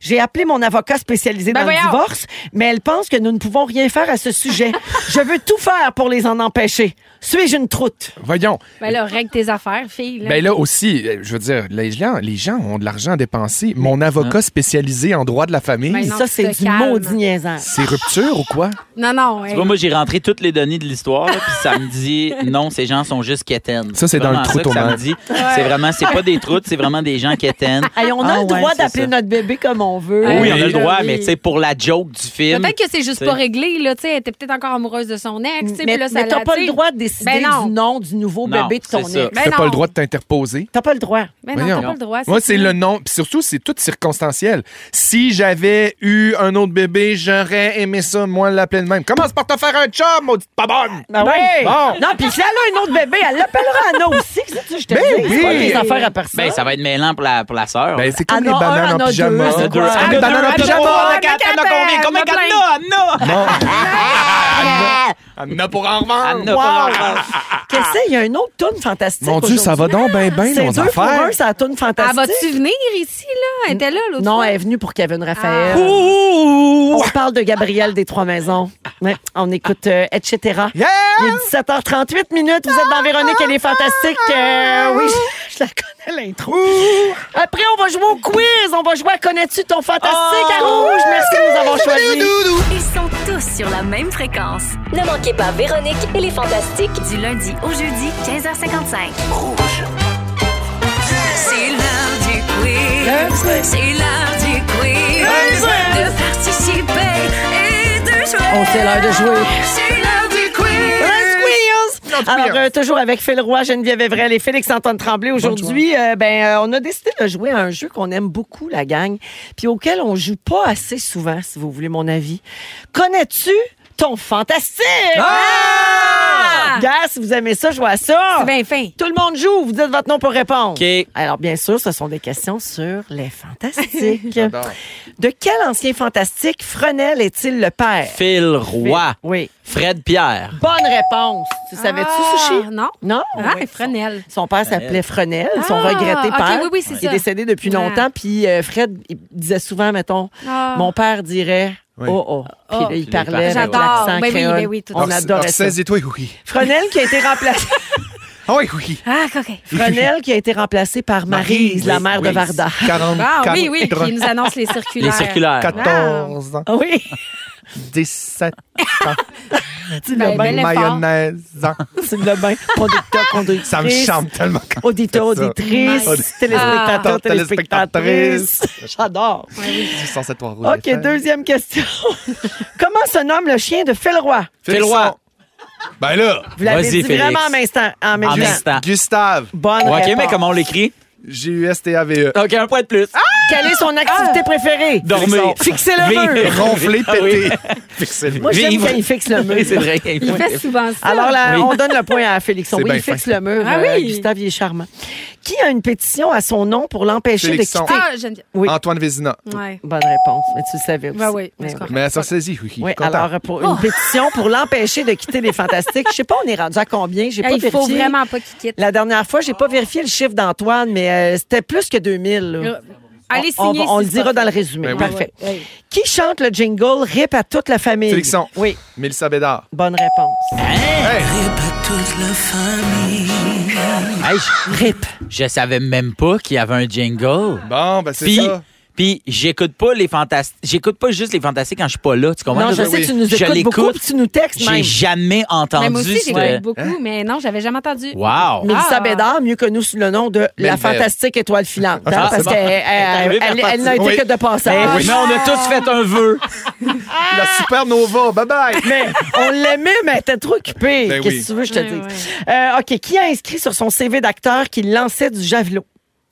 [SPEAKER 1] J'ai appelé mon avocat spécialisé
[SPEAKER 3] Ben
[SPEAKER 1] dans le
[SPEAKER 3] voyons.
[SPEAKER 1] divorce, mais elle pense que nous ne pouvons rien faire à ce sujet. Je veux tout faire pour les en empêcher. Suis-je une troute?
[SPEAKER 4] Voyons.
[SPEAKER 3] Ben là, règle tes affaires, fille. là.
[SPEAKER 4] Ben là aussi, euh, je veux dire, les gens, les gens ont de l'argent à dépenser. Mon
[SPEAKER 1] Hein?
[SPEAKER 4] avocat spécialisé en droit de la
[SPEAKER 3] Ben
[SPEAKER 4] famille,
[SPEAKER 3] non,
[SPEAKER 1] ça,
[SPEAKER 3] tu
[SPEAKER 1] c'est
[SPEAKER 3] te
[SPEAKER 1] du
[SPEAKER 3] calmes.
[SPEAKER 1] maudit niaisage.
[SPEAKER 4] c'est rupture ou quoi?
[SPEAKER 3] Non, non.
[SPEAKER 2] Tu
[SPEAKER 3] hey.
[SPEAKER 2] vois, moi, j'ai rentré toutes les données de l'histoire, là, puis ça me dit non, ces gens sont juste quétaines.
[SPEAKER 4] Ça, c'est dans le
[SPEAKER 2] vraiment ça que Ça
[SPEAKER 4] troutomètre.
[SPEAKER 2] me dit, c'est vraiment, c'est pas des troutes, c'est vraiment des gens quétaines.
[SPEAKER 1] Hey, on a
[SPEAKER 2] Ah
[SPEAKER 1] le droit
[SPEAKER 2] ouais, c'est
[SPEAKER 1] d'appeler
[SPEAKER 2] ça. Ah
[SPEAKER 1] notre bébé comme on veut.
[SPEAKER 2] Oui,
[SPEAKER 3] Oui,
[SPEAKER 2] on a le droit,
[SPEAKER 3] oui.
[SPEAKER 2] mais tu sais, pour la joke du film.
[SPEAKER 3] Peut-être que c'est juste
[SPEAKER 2] T'sais.
[SPEAKER 3] pas réglé, là, tu sais, elle était peut-être encore amoureuse de son ex, tu sais,
[SPEAKER 1] Mais,
[SPEAKER 3] puis là, ça
[SPEAKER 1] mais t'as
[SPEAKER 3] la-
[SPEAKER 1] pas
[SPEAKER 3] tu
[SPEAKER 1] le
[SPEAKER 3] sais.
[SPEAKER 1] droit de décider
[SPEAKER 3] Ben non.
[SPEAKER 1] du nom du nouveau
[SPEAKER 2] Non,
[SPEAKER 1] bébé de ton
[SPEAKER 2] c'est ça.
[SPEAKER 1] ex.
[SPEAKER 3] Ben
[SPEAKER 4] T'as pas
[SPEAKER 3] non.
[SPEAKER 4] le droit de t'interposer.
[SPEAKER 1] T'as pas le droit.
[SPEAKER 3] Ben non, t'as
[SPEAKER 4] Voyons.
[SPEAKER 3] pas le droit.
[SPEAKER 4] Moi, c'est
[SPEAKER 3] tout.
[SPEAKER 4] le nom. Puis surtout, c'est tout circonstanciel. Si j'avais eu un autre bébé, j'aurais aimé ça, moi, l'appeler de même. Commence par te faire un chum, maudite pas bonne!
[SPEAKER 1] Ben oui.
[SPEAKER 4] Bon.
[SPEAKER 1] Non, puis si elle a un autre bébé, elle l'appellera Anna aussi. C'est ça que je te
[SPEAKER 4] Ben
[SPEAKER 1] dis. C'est pas
[SPEAKER 4] oui.
[SPEAKER 1] des affaires à personne.
[SPEAKER 2] Ben, ça va être mêlant pour la, pour la sœur.
[SPEAKER 4] Ben, c'est comme
[SPEAKER 1] Anna
[SPEAKER 4] les
[SPEAKER 1] un,
[SPEAKER 4] bananes
[SPEAKER 1] Anna
[SPEAKER 4] en
[SPEAKER 1] deux,
[SPEAKER 4] pyjama.
[SPEAKER 1] c'est quoi?
[SPEAKER 4] Ah,
[SPEAKER 1] Anna
[SPEAKER 4] Les bananes en
[SPEAKER 1] deux,
[SPEAKER 4] pyjama!
[SPEAKER 2] Anna quatre, Anna combien? Combien Anna? Anna?
[SPEAKER 3] Ah!
[SPEAKER 4] Anna pour en revendre!
[SPEAKER 2] Anna, pas grave.
[SPEAKER 1] Qu'est-ce que c'est? Il y a un autre tourne fantastique.
[SPEAKER 4] Mon Dieu, ça va donc ben ben,
[SPEAKER 1] C'est
[SPEAKER 4] nos
[SPEAKER 1] deux pour un,
[SPEAKER 4] affaires.
[SPEAKER 1] ça tourne
[SPEAKER 3] Elle
[SPEAKER 1] fantastique.
[SPEAKER 3] va-tu Ah, venir ici, là? Elle était là, l'autre
[SPEAKER 1] Non,
[SPEAKER 3] fois.
[SPEAKER 1] elle est venue pour Kevin Raphaël.
[SPEAKER 3] Ah.
[SPEAKER 1] On parle de Gabriel des Trois Maisons. Ouais, on écoute euh, etc.
[SPEAKER 4] Yeah!
[SPEAKER 1] Il est 17h38 minutes. Vous êtes dans Véronique, elle est fantastique. Euh, oui, je, je la connais l'intro. Après, on va jouer au quiz. On va jouer à Connais-tu ton fantastique à rouge? Merci de nous avoir choisis.
[SPEAKER 5] Ils sont tous sur la même fréquence.
[SPEAKER 6] Ne manquez pas Véronique et les Fantastiques.
[SPEAKER 5] Du lundi au jeudi, 15h55. Rouge. C'est l'heure du quiz. C'est l'heure du quiz. De participer et de jouer.
[SPEAKER 1] Oh, c'est l'heure de jouer.
[SPEAKER 5] C'est l'heure du quiz.
[SPEAKER 1] Alors, euh, toujours avec Phil Roy, Geneviève Evrel et Félix-Antoine Tremblay. Aujourd'hui, euh, ben, euh, on a décidé de jouer à un jeu qu'on aime beaucoup, la gang, puis auquel on joue pas assez souvent, si vous voulez mon avis. Connais-tu ton fantastique? Ah! Gars, si vous aimez ça, jouez à ça.
[SPEAKER 3] C'est bien fin.
[SPEAKER 1] Tout le monde joue, vous dites votre nom pour répondre.
[SPEAKER 2] OK.
[SPEAKER 1] Alors, bien sûr, ce sont des questions sur les fantastiques.
[SPEAKER 4] J'adore.
[SPEAKER 1] de quel ancien fantastique Fresnel est-il le père?
[SPEAKER 2] Phil Roy.
[SPEAKER 1] Oui.
[SPEAKER 2] Fred Pierre.
[SPEAKER 1] Bonne réponse. Tu savais-tu,
[SPEAKER 3] Ah,
[SPEAKER 1] Sushi?
[SPEAKER 3] Non.
[SPEAKER 1] Non?
[SPEAKER 3] Ah,
[SPEAKER 1] Oui.
[SPEAKER 3] Frenel.
[SPEAKER 1] Son père s'appelait Fresnel, son
[SPEAKER 3] Ah,
[SPEAKER 1] regretté
[SPEAKER 3] ok,
[SPEAKER 1] père.
[SPEAKER 3] oui, oui, c'est
[SPEAKER 1] Il est
[SPEAKER 3] ça.
[SPEAKER 1] décédé depuis
[SPEAKER 3] Ah.
[SPEAKER 1] longtemps. Puis euh, Fred il disait souvent, mettons,
[SPEAKER 3] Ah.
[SPEAKER 1] mon père dirait.
[SPEAKER 4] Oui.
[SPEAKER 1] Oh, oh. Puis
[SPEAKER 3] Oh.
[SPEAKER 1] là, il
[SPEAKER 2] Puis
[SPEAKER 1] parlait
[SPEAKER 2] il
[SPEAKER 1] avec
[SPEAKER 2] parlait.
[SPEAKER 1] l'accent
[SPEAKER 3] J'adore. Ben oui,
[SPEAKER 1] créole.
[SPEAKER 3] ben oui, tout à
[SPEAKER 1] On
[SPEAKER 3] fait.
[SPEAKER 1] adorait ça.
[SPEAKER 4] toi oui.
[SPEAKER 1] Frenel qui a été remplacé.
[SPEAKER 4] Ah oui, oui.
[SPEAKER 3] Ah, OK.
[SPEAKER 1] Frenel qui a été remplacé par Marise, la mère de Varda.
[SPEAKER 4] 40,
[SPEAKER 3] Ah, oui, oui, qui nous annonce les circulaires.
[SPEAKER 2] Les circulaires.
[SPEAKER 4] 14,
[SPEAKER 1] Ah Oui,
[SPEAKER 4] 17 ans.
[SPEAKER 1] tu l'as
[SPEAKER 3] Ben,
[SPEAKER 1] bien.
[SPEAKER 3] bel effort.
[SPEAKER 4] Mayonnaise. hein.
[SPEAKER 1] Tu l'as bien. Producteur, conductrice.
[SPEAKER 4] Ça me chante tellement.
[SPEAKER 1] Auditeur,
[SPEAKER 4] C'est ça.
[SPEAKER 1] auditrice,
[SPEAKER 4] Nice.
[SPEAKER 1] téléspectateur,
[SPEAKER 4] Ah.
[SPEAKER 1] téléspectatrice. J'adore. OK, deuxième question. Comment se nomme le chien de Phil Roy?
[SPEAKER 2] Phil Roy.
[SPEAKER 4] Ben là,
[SPEAKER 1] Vous l'avez dit
[SPEAKER 2] Vas-y,
[SPEAKER 1] vraiment
[SPEAKER 2] Félix.
[SPEAKER 1] en même temps. En même
[SPEAKER 2] En
[SPEAKER 1] temps.
[SPEAKER 2] même temps.
[SPEAKER 4] Gustave.
[SPEAKER 1] Bonne
[SPEAKER 2] OK,
[SPEAKER 1] réponse.
[SPEAKER 2] mais comment on l'écrit? Ah,
[SPEAKER 4] G-U-S-T-A-V-E.
[SPEAKER 2] OK, un point de plus.
[SPEAKER 1] Quelle est son activité
[SPEAKER 2] Ah!
[SPEAKER 1] préférée?
[SPEAKER 2] Dormir.
[SPEAKER 1] Fixer le mur.
[SPEAKER 2] Vivre.
[SPEAKER 4] Ronfler,
[SPEAKER 2] Ah oui.
[SPEAKER 4] péter. Fixer les-
[SPEAKER 1] Moi, j'aime
[SPEAKER 2] Vivre.
[SPEAKER 1] quand il fixe le mur.
[SPEAKER 2] Oui, c'est vrai.
[SPEAKER 3] Il fait souvent ça.
[SPEAKER 1] Alors là,
[SPEAKER 2] Oui.
[SPEAKER 1] on donne le point à Félix.
[SPEAKER 4] C'est
[SPEAKER 1] Oui,
[SPEAKER 4] bien
[SPEAKER 1] il fixe
[SPEAKER 4] fin.
[SPEAKER 1] le mur.
[SPEAKER 3] Ah
[SPEAKER 1] euh,
[SPEAKER 3] oui.
[SPEAKER 1] Gustave, il est charmant. Qui a une pétition à son nom pour l'empêcher de
[SPEAKER 4] Félixon.
[SPEAKER 1] quitter?
[SPEAKER 3] Ah, Geneviève.
[SPEAKER 1] Oui.
[SPEAKER 4] Antoine Vézina.
[SPEAKER 3] Ouais.
[SPEAKER 1] Bonne réponse. Mais tu le savais aussi.
[SPEAKER 3] Ben oui,
[SPEAKER 1] Mais
[SPEAKER 3] mais c'est
[SPEAKER 1] oui.
[SPEAKER 3] correct.
[SPEAKER 4] Mais ça saisit, oui.
[SPEAKER 1] Oui,
[SPEAKER 4] Content.
[SPEAKER 1] alors euh, pour une pétition pour l'empêcher de quitter les fantastiques. Je sais pas, on est rendu à combien. J'ai pas
[SPEAKER 3] Il faut
[SPEAKER 1] vérifié.
[SPEAKER 3] vraiment pas qu'il quitte.
[SPEAKER 1] La dernière fois, j'ai pas vérifié le chiffre d'Antoine, mais euh, c'était plus que 2000. là.
[SPEAKER 3] Euh, Allez
[SPEAKER 1] on,
[SPEAKER 3] signer
[SPEAKER 1] va- on
[SPEAKER 3] si
[SPEAKER 1] le
[SPEAKER 3] c'est
[SPEAKER 1] dira
[SPEAKER 3] pas
[SPEAKER 1] dans le résumé.
[SPEAKER 4] Ben oui.
[SPEAKER 1] Parfait. Qui chante le jingle Rip à toute la famille?
[SPEAKER 4] Félixon.
[SPEAKER 1] Oui,
[SPEAKER 4] Mélissa Bédard.
[SPEAKER 1] bonne réponse.
[SPEAKER 4] Hey!
[SPEAKER 2] Hey, je-
[SPEAKER 1] Rip.
[SPEAKER 2] je savais même pas qu'il y avait un jingle.
[SPEAKER 4] Bon, ben c'est
[SPEAKER 2] Puis,
[SPEAKER 4] ça.
[SPEAKER 2] puis j'écoute pas les fantastiques. J'écoute pas juste les fantastiques quand je suis pas là. Tu comprends?
[SPEAKER 1] non, je
[SPEAKER 4] oui,
[SPEAKER 1] sais,
[SPEAKER 4] oui.
[SPEAKER 1] tu nous
[SPEAKER 2] Je
[SPEAKER 1] écoutes beaucoup
[SPEAKER 2] l'écoute.
[SPEAKER 1] puis tu nous textes
[SPEAKER 2] J'ai
[SPEAKER 1] même.
[SPEAKER 2] jamais entendu
[SPEAKER 3] Mais moi aussi,
[SPEAKER 2] ce-
[SPEAKER 3] j'écoute beaucoup, mais non, j'avais jamais entendu.
[SPEAKER 2] euh, Wow!
[SPEAKER 1] Mélissa
[SPEAKER 3] Ah.
[SPEAKER 1] Bédard, mieux connue sous le nom de La
[SPEAKER 4] Belle.
[SPEAKER 1] fantastique étoile filante. hein,
[SPEAKER 2] Ah,
[SPEAKER 1] parce
[SPEAKER 2] c'est bon.
[SPEAKER 1] qu'elle elle-
[SPEAKER 2] arrivée
[SPEAKER 1] elle- elle-
[SPEAKER 2] par
[SPEAKER 1] elle n'a été
[SPEAKER 4] partie.
[SPEAKER 1] que de passage.
[SPEAKER 2] Mais on a tous fait un vœu.
[SPEAKER 4] La supernova. Bye-bye.
[SPEAKER 1] Mais on l'aimait, mais elle était trop occupée. Qu'est-ce
[SPEAKER 4] Ben
[SPEAKER 1] que
[SPEAKER 4] oui.
[SPEAKER 1] tu veux, je te
[SPEAKER 3] Ouais,
[SPEAKER 1] dis. Euh, OK, qui a inscrit sur son CV d'acteur qu'il lançait du javelot?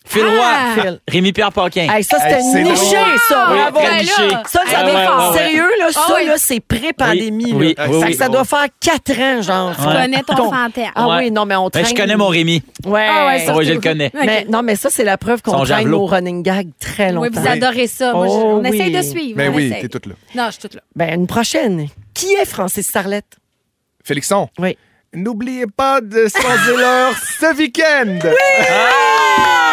[SPEAKER 2] Phil
[SPEAKER 3] Ah!
[SPEAKER 2] Roy, Rémi-Pierre Paquin.
[SPEAKER 1] Hey, ça, c'était
[SPEAKER 4] Hey, c'est
[SPEAKER 1] niché,
[SPEAKER 4] drôle.
[SPEAKER 1] ça.
[SPEAKER 2] Oui,
[SPEAKER 1] Bravo.
[SPEAKER 3] Ben
[SPEAKER 2] très niché.
[SPEAKER 1] Ça, ça
[SPEAKER 2] Ah,
[SPEAKER 1] doit
[SPEAKER 2] ouais,
[SPEAKER 1] faire
[SPEAKER 2] ouais, ouais.
[SPEAKER 1] sérieux, là.
[SPEAKER 3] Ah
[SPEAKER 1] ça,
[SPEAKER 3] oui.
[SPEAKER 1] là, c'est pré-pandémie.
[SPEAKER 2] Oui,
[SPEAKER 1] là.
[SPEAKER 2] oui,
[SPEAKER 1] ça,
[SPEAKER 2] oui.
[SPEAKER 1] ça doit faire quatre ans, genre.
[SPEAKER 3] Tu connais ton
[SPEAKER 1] Ton-
[SPEAKER 3] fantasme.
[SPEAKER 1] Ah
[SPEAKER 2] Ouais.
[SPEAKER 1] oui, non, mais on
[SPEAKER 2] Ben,
[SPEAKER 1] traîne.
[SPEAKER 2] je connais mon Rémi.
[SPEAKER 1] Ouais.
[SPEAKER 3] Ah ouais, ça,
[SPEAKER 2] Oui, je
[SPEAKER 3] c'est-
[SPEAKER 2] le connais.
[SPEAKER 3] Ok.
[SPEAKER 1] Mais, non, mais ça, c'est la preuve qu'on
[SPEAKER 2] Son
[SPEAKER 1] traîne
[SPEAKER 2] javelot.
[SPEAKER 1] nos running gags très
[SPEAKER 3] Oui,
[SPEAKER 1] longtemps.
[SPEAKER 3] vous adorez ça. Moi, je-
[SPEAKER 1] Oh,
[SPEAKER 3] on essaye
[SPEAKER 1] oui.
[SPEAKER 3] de suivre.
[SPEAKER 4] Ben
[SPEAKER 3] on
[SPEAKER 4] oui,
[SPEAKER 3] essaye.
[SPEAKER 4] t'es toute là.
[SPEAKER 3] Non, je suis toute là.
[SPEAKER 1] Ben, une prochaine. Qui est Francis Starlette?
[SPEAKER 4] Félixon.
[SPEAKER 1] Oui.
[SPEAKER 4] N'oubliez pas de sponsor leur ce week-end.
[SPEAKER 2] Ah!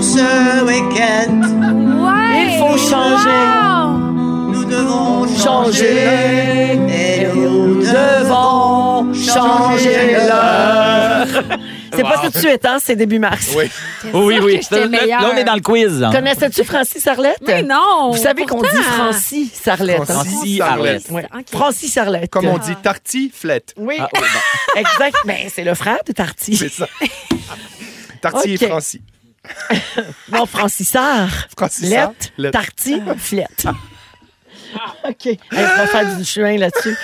[SPEAKER 1] Ce week-end,
[SPEAKER 3] Ouais!
[SPEAKER 1] il faut changer.
[SPEAKER 3] Wow!
[SPEAKER 1] changer et nous devons changer l'heure. C'est pas tout de suite, hein? C'est début mars.
[SPEAKER 4] Oui.
[SPEAKER 2] Oui, oui.
[SPEAKER 3] C'est Oh! sûr que j'étais
[SPEAKER 2] Là, là, on est dans le quiz. là.
[SPEAKER 1] Connaissais-tu Francis Sarlette?
[SPEAKER 3] Mais non!
[SPEAKER 1] Vous savez qu'on
[SPEAKER 3] pourtant.
[SPEAKER 1] dit Francis Sarlette. hein?
[SPEAKER 2] Francis
[SPEAKER 4] Francis
[SPEAKER 2] Arlette.
[SPEAKER 4] Arlette.
[SPEAKER 1] Ouais.
[SPEAKER 3] Ok.
[SPEAKER 1] Francis Sarlette.
[SPEAKER 4] Comme on dit, tartiflette.
[SPEAKER 1] Oui,
[SPEAKER 2] Ah, oui, bon.
[SPEAKER 1] exact. Mais c'est le frère de
[SPEAKER 4] C'est
[SPEAKER 1] Tarty.
[SPEAKER 4] ça. Tarty
[SPEAKER 1] Ok.
[SPEAKER 4] et Francis.
[SPEAKER 1] Non, Francis Sarlette.
[SPEAKER 4] Francis hein. Arlette.
[SPEAKER 1] Tarty,
[SPEAKER 2] Ah.
[SPEAKER 1] Flette. OK. Hey, on va faire du chemin là-dessus.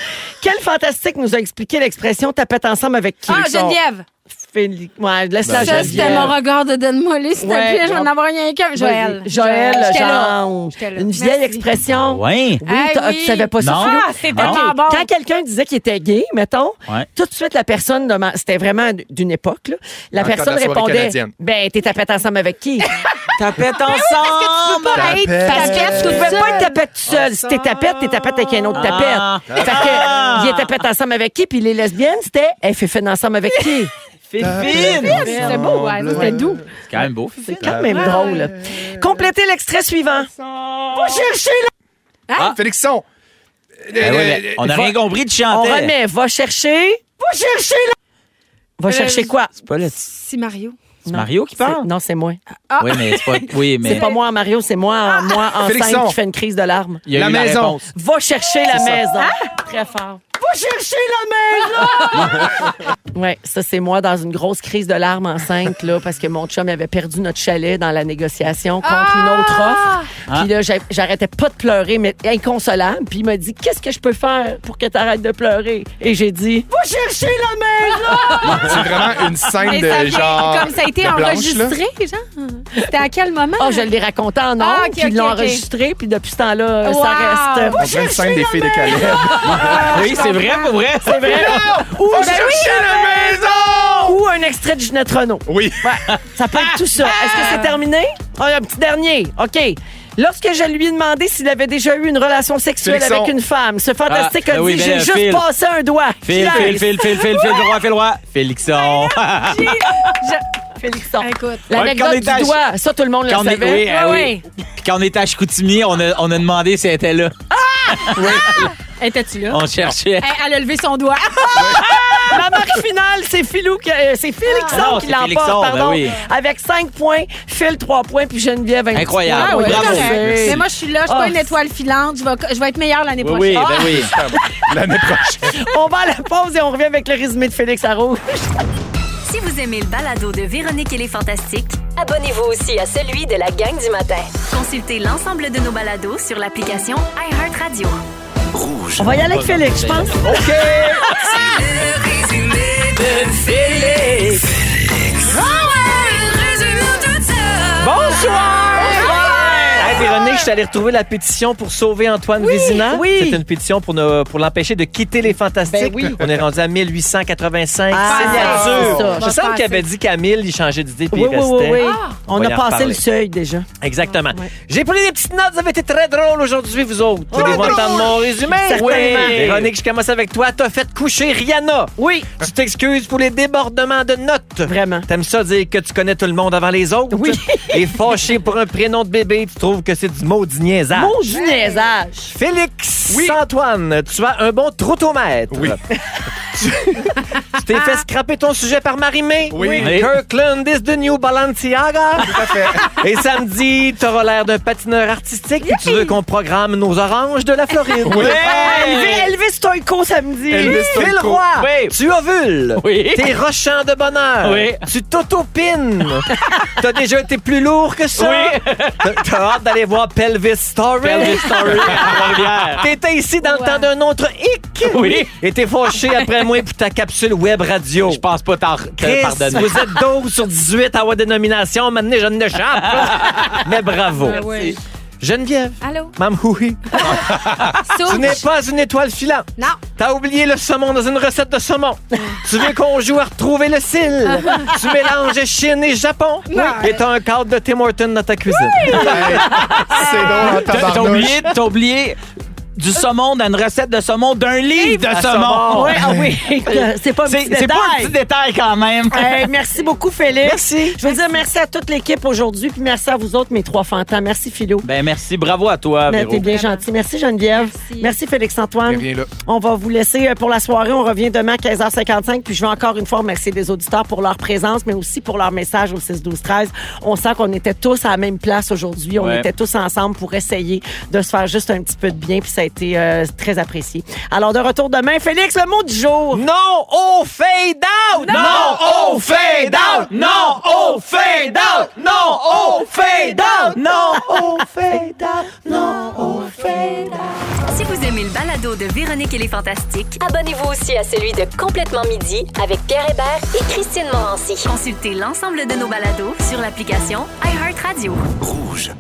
[SPEAKER 1] Quel fantastique nous a expliqué l'expression tapette ensemble avec qui?
[SPEAKER 3] Ah, Geneviève!
[SPEAKER 1] Ben, Félix. Ouais,
[SPEAKER 2] Ben,
[SPEAKER 3] Ça,
[SPEAKER 1] laisse-la
[SPEAKER 4] Geneviève.
[SPEAKER 3] c'était mon regard de Don Molly, s'il te
[SPEAKER 1] Ouais,
[SPEAKER 3] plaît. Je vais en
[SPEAKER 1] Jean-
[SPEAKER 3] avoir rien qu'un. Joël.
[SPEAKER 1] Vas-y. Joël,
[SPEAKER 3] J'étais là.
[SPEAKER 1] genre.
[SPEAKER 3] J'étais là.
[SPEAKER 1] Une vieille
[SPEAKER 3] Merci.
[SPEAKER 1] expression.
[SPEAKER 2] Ouais.
[SPEAKER 1] Oui,
[SPEAKER 3] Ah
[SPEAKER 1] t'as-
[SPEAKER 3] oui.
[SPEAKER 1] tu savais pas ça.
[SPEAKER 2] Non.
[SPEAKER 1] Philo?
[SPEAKER 3] Ah, c'est
[SPEAKER 1] OK.
[SPEAKER 3] tellement bon.
[SPEAKER 1] Quand quelqu'un disait qu'il était gay, mettons,
[SPEAKER 2] Ouais.
[SPEAKER 1] tout de suite, la personne, demande- c'était vraiment d'une époque, là. la
[SPEAKER 4] Encore
[SPEAKER 1] personne
[SPEAKER 4] de la soirée
[SPEAKER 1] répondait,
[SPEAKER 4] canadienne.
[SPEAKER 1] ben, t'es tapette ensemble avec qui?
[SPEAKER 2] Tapette ensemble.
[SPEAKER 3] Pas être
[SPEAKER 4] Tapette.
[SPEAKER 3] tapette
[SPEAKER 1] Tu
[SPEAKER 3] toute
[SPEAKER 1] pouvais
[SPEAKER 3] seule.
[SPEAKER 1] pas être tapette tout seul. Si t'es tapette, t'es tapette avec un autre tapette.
[SPEAKER 2] Ah.
[SPEAKER 1] Fait que,
[SPEAKER 2] Ah.
[SPEAKER 1] il est tapette ensemble avec qui? Puis les lesbiennes, c'était, elle fait fin ensemble avec qui?
[SPEAKER 2] Fifine.
[SPEAKER 3] C'était beau, ouais. Ah, ça, C'était doux.
[SPEAKER 2] C'est quand même beau, Fifine.
[SPEAKER 1] C'est quand même drôle. Complétez l'extrait suivant. Vous cherchez la
[SPEAKER 4] Ah,
[SPEAKER 3] Hein?
[SPEAKER 4] Félixon.
[SPEAKER 2] Eh ouais, mais on n'a rien compris de
[SPEAKER 1] On
[SPEAKER 2] chanter.
[SPEAKER 1] remet. Va chercher. Va chercher là. Va
[SPEAKER 3] Euh,
[SPEAKER 1] chercher quoi?
[SPEAKER 2] C'est pas le- c'est
[SPEAKER 3] Si Mario.
[SPEAKER 2] Mario qui parle?
[SPEAKER 1] C'est- Non, c'est moi.
[SPEAKER 2] Oui, mais c'est pas. Oui, mais.
[SPEAKER 1] C'est pas moi, Mario, c'est moi, en- moi enceinte
[SPEAKER 4] Félixon.
[SPEAKER 1] qui fait une crise de larmes.
[SPEAKER 2] Il y a
[SPEAKER 4] La
[SPEAKER 2] eu
[SPEAKER 4] maison.
[SPEAKER 2] réponse.
[SPEAKER 1] Va chercher la maison. Très fort. Hein? Va chercher la maison! ouais, ça, c'est moi dans une grosse crise de larmes enceinte, là, parce que mon chum avait perdu notre chalet dans la négociation contre une autre offre. Puis là, j'a- j'arrêtais pas de pleurer, mais inconsolable. Puis il m'a dit, qu'est-ce que je peux faire pour que t'arrêtes de pleurer? Et j'ai dit, va chercher la maison!
[SPEAKER 4] Ah,
[SPEAKER 2] Ah.
[SPEAKER 4] C'est vraiment une
[SPEAKER 3] Mais
[SPEAKER 4] scène
[SPEAKER 3] ça
[SPEAKER 4] de
[SPEAKER 3] vient
[SPEAKER 4] genre.
[SPEAKER 3] comme ça a été
[SPEAKER 4] de blanche,
[SPEAKER 3] enregistré, genre. C'était à quel moment?
[SPEAKER 1] Ah, je l'ai raconté en ondes,
[SPEAKER 3] Ah, ok,
[SPEAKER 1] puis ils
[SPEAKER 3] ok,
[SPEAKER 1] l'ont
[SPEAKER 3] ok.
[SPEAKER 1] enregistré, puis depuis ce temps-là,
[SPEAKER 3] Wow.
[SPEAKER 1] ça reste. euh,
[SPEAKER 4] là. On dirait une scène des filles de Calais.
[SPEAKER 2] Oui, c'est vrai, pour vrai. C'est vrai.
[SPEAKER 1] Ou,
[SPEAKER 4] Va
[SPEAKER 1] ben oui,
[SPEAKER 4] chercher la maison!
[SPEAKER 1] ou un extrait de Ginette Renault.
[SPEAKER 4] Oui.
[SPEAKER 1] Ça peut être tout ça. Est-ce que c'est terminé? Ah, un petit dernier. OK. Lorsque je lui ai demandé s'il avait déjà eu une relation sexuelle
[SPEAKER 4] Félixon.
[SPEAKER 1] avec une femme, ce fantastique
[SPEAKER 2] Ah,
[SPEAKER 1] a
[SPEAKER 2] ben
[SPEAKER 1] dit
[SPEAKER 2] oui, ben
[SPEAKER 1] J'ai
[SPEAKER 2] là,
[SPEAKER 1] juste
[SPEAKER 2] Phil.
[SPEAKER 1] passé un doigt.
[SPEAKER 2] Phil,
[SPEAKER 1] Yes.
[SPEAKER 2] Phil, Phil, Phil, Phil, Phil, le roi, Phil, le roi. Félixon.
[SPEAKER 1] Félixon.
[SPEAKER 3] Écoute.
[SPEAKER 1] L'anecdote
[SPEAKER 2] Ouais, quand
[SPEAKER 1] du
[SPEAKER 2] on était à-
[SPEAKER 1] doigt, ça, tout le monde le
[SPEAKER 2] Quand on est-
[SPEAKER 1] savait.
[SPEAKER 2] oui, ah
[SPEAKER 3] Ouais,
[SPEAKER 2] oui. Puis quand on était à Chicoutimi, on a, on a demandé si elle était là.
[SPEAKER 3] Étais-tu là?
[SPEAKER 2] On cherchait.
[SPEAKER 3] Hey, Elle a levé son doigt.
[SPEAKER 1] Ma marque finale, c'est Philou, qui- euh, c'est Félixon
[SPEAKER 2] Ah non,
[SPEAKER 1] qui
[SPEAKER 2] c'est Félixon,
[SPEAKER 1] l'emporte,
[SPEAKER 2] ben
[SPEAKER 1] pardon.
[SPEAKER 2] oui.
[SPEAKER 1] Avec 5 points, Phil 3 points, puis Geneviève 20
[SPEAKER 2] Incroyable.
[SPEAKER 3] Ah ouais,
[SPEAKER 2] Bravo.
[SPEAKER 3] correct.
[SPEAKER 2] Merci.
[SPEAKER 3] Mais moi, je suis là, je suis
[SPEAKER 1] Ah.
[SPEAKER 3] pas une étoile filante. Je vais, je vais être meilleure l'année
[SPEAKER 2] Oui, oui,
[SPEAKER 3] prochaine.
[SPEAKER 2] ben oui.
[SPEAKER 4] L'année prochaine.
[SPEAKER 1] On va à la pause et on revient avec le résumé de Félix Arrow.
[SPEAKER 5] Si vous aimez le balado de Véronique et les Fantastiques,
[SPEAKER 6] Abonnez-vous aussi à celui de la gang du matin.
[SPEAKER 5] consultez l'ensemble de nos balados sur l'application iHeartRadio.
[SPEAKER 1] On va y aller avec Félix, je pense.
[SPEAKER 5] Le résumé de Félix. Oh
[SPEAKER 1] Ah
[SPEAKER 5] ouais, le résumé de tout ça.
[SPEAKER 1] Bonsoir! Hey, Véronique, je
[SPEAKER 8] je suis allé retrouver la pétition pour sauver Antoine Vézina.
[SPEAKER 1] oui.
[SPEAKER 8] C'est une pétition pour, ne- pour l'empêcher de quitter les Fantastiques.
[SPEAKER 1] Ben oui.
[SPEAKER 8] On est rendu à 1885
[SPEAKER 1] Ah,
[SPEAKER 8] signatures.
[SPEAKER 1] c'est ça.
[SPEAKER 8] Je
[SPEAKER 3] Bon,
[SPEAKER 8] sens qu'il
[SPEAKER 3] passé.
[SPEAKER 8] avait dit qu'à 1000, il changeait d'idée puis
[SPEAKER 1] Oui,
[SPEAKER 8] il
[SPEAKER 1] oui,
[SPEAKER 8] restait.
[SPEAKER 1] oui, oui.
[SPEAKER 8] On
[SPEAKER 1] On
[SPEAKER 8] va y
[SPEAKER 1] a
[SPEAKER 8] en
[SPEAKER 1] passé
[SPEAKER 8] reparler.
[SPEAKER 1] le seuil déjà.
[SPEAKER 8] Exactement.
[SPEAKER 1] Ouais.
[SPEAKER 8] J'ai pris des petites notes, vous avez été très drôle aujourd'hui, vous autres. Voulez-vous entendre mon résumé?
[SPEAKER 1] Certainement.
[SPEAKER 8] Véronique, je commence avec toi. T'as fait coucher Rihanna.
[SPEAKER 1] Oui,
[SPEAKER 8] Tu t'excuses pour les débordements de notes.
[SPEAKER 1] Vraiment.
[SPEAKER 8] T'aimes ça dire que tu connais tout le monde avant les autres?
[SPEAKER 1] Oui.
[SPEAKER 8] Et fâché pour un prénom de bébé, tu trouves que c'est du maudit niaisage.
[SPEAKER 1] mon ginaisage.
[SPEAKER 8] Félix
[SPEAKER 4] Oui.
[SPEAKER 8] Antoine, tu as un bon trottomètre.
[SPEAKER 4] Oui.
[SPEAKER 8] Tu t'es fait scraper ton sujet par Marie-Mé.
[SPEAKER 4] Oui. Oui.
[SPEAKER 8] Kirkland is the new Balenciaga.
[SPEAKER 4] Tout à fait.
[SPEAKER 8] Et samedi, t'auras l'air d'un patineur artistique puis tu veux qu'on programme nos oranges de la Floride.
[SPEAKER 4] Oui.
[SPEAKER 1] Elvis, Elvis Toyko samedi.
[SPEAKER 4] Elvis
[SPEAKER 8] Phil
[SPEAKER 4] Toyko.
[SPEAKER 8] Roy,
[SPEAKER 2] Oui.
[SPEAKER 8] tu ovules.
[SPEAKER 2] Oui.
[SPEAKER 8] T'es rochant de bonheur.
[SPEAKER 2] Oui.
[SPEAKER 8] Tu t'autopines. T'as déjà été plus lourd que ça.
[SPEAKER 2] Oui.
[SPEAKER 8] T'as- T'as hâte d'aller voir Pelvis Story.
[SPEAKER 2] Pelvis Story à Trois-Rivières.
[SPEAKER 8] T'étais ici dans le temps d'un autre hic.
[SPEAKER 2] Oui.
[SPEAKER 8] Et t'es fâché après moi pour ta capsule web radio.
[SPEAKER 2] Je pense pas t'en- te
[SPEAKER 8] Chris,
[SPEAKER 2] pardonner.
[SPEAKER 8] vous êtes 12 sur 18 à votre dénomination. Maintenant, je ne chape. Mais
[SPEAKER 2] Oh.
[SPEAKER 8] bravo.
[SPEAKER 3] Ben oui.
[SPEAKER 8] Geneviève,
[SPEAKER 3] Allô?
[SPEAKER 8] Mme Houhi,
[SPEAKER 3] Souche?
[SPEAKER 8] tu n'es pas une étoile filante.
[SPEAKER 3] Non.
[SPEAKER 8] T'as oublié le saumon dans une recette de saumon. tu veux qu'on joue à retrouver le cil. tu mélanges Chine et Japon. Et t'as un cadre de Tim Horton dans ta cuisine.
[SPEAKER 4] Hey, C'est drôle, en
[SPEAKER 2] T'as t'as
[SPEAKER 4] tabarnouche.
[SPEAKER 2] oublié, t'as oublié du saumon dans une recette de saumon, d'un livre de
[SPEAKER 8] à
[SPEAKER 2] saumon.
[SPEAKER 8] saumon.
[SPEAKER 1] Ouais, ah oui, c'est pas un petit
[SPEAKER 2] C'est c'est pas un
[SPEAKER 1] détail.
[SPEAKER 2] petit détail quand même.
[SPEAKER 1] Hey, merci beaucoup, Félix.
[SPEAKER 8] Merci.
[SPEAKER 1] Je veux dire merci à toute l'équipe aujourd'hui, puis merci à vous autres, mes trois fantans. Merci, Philo.
[SPEAKER 2] Ben merci, bravo à toi,
[SPEAKER 1] Mais
[SPEAKER 2] Véro.
[SPEAKER 1] Ben, T'es bien gentil. Merci, Geneviève. Merci,
[SPEAKER 3] Merci.
[SPEAKER 1] Félix-Antoine.
[SPEAKER 4] Mais rien là.
[SPEAKER 1] On va vous laisser euh, pour la soirée. On revient demain à 15h55. Puis je veux encore une fois remercier les auditeurs pour leur présence, mais aussi pour leur message au 6-12-13. On sent qu'on était tous à la même place aujourd'hui. On
[SPEAKER 2] Ouais.
[SPEAKER 1] était tous ensemble pour essayer de se faire juste un petit peu de bien. Puis ça a été euh, très apprécié. Alors, de retour demain, Félix, le mot du jour.
[SPEAKER 8] Non au fade out! Non, au fade out! Non au fade out! Non au fade out! Non au fade out! Non au fade out!
[SPEAKER 5] Si vous aimez le balado de Véronique et les Fantastiques,
[SPEAKER 6] Abonnez-vous aussi à celui de Complètement Midi avec Pierre Hébert et Christine Morancy.
[SPEAKER 5] consultez l'ensemble de nos balados sur l'application iHeartRadio.
[SPEAKER 9] Rouge.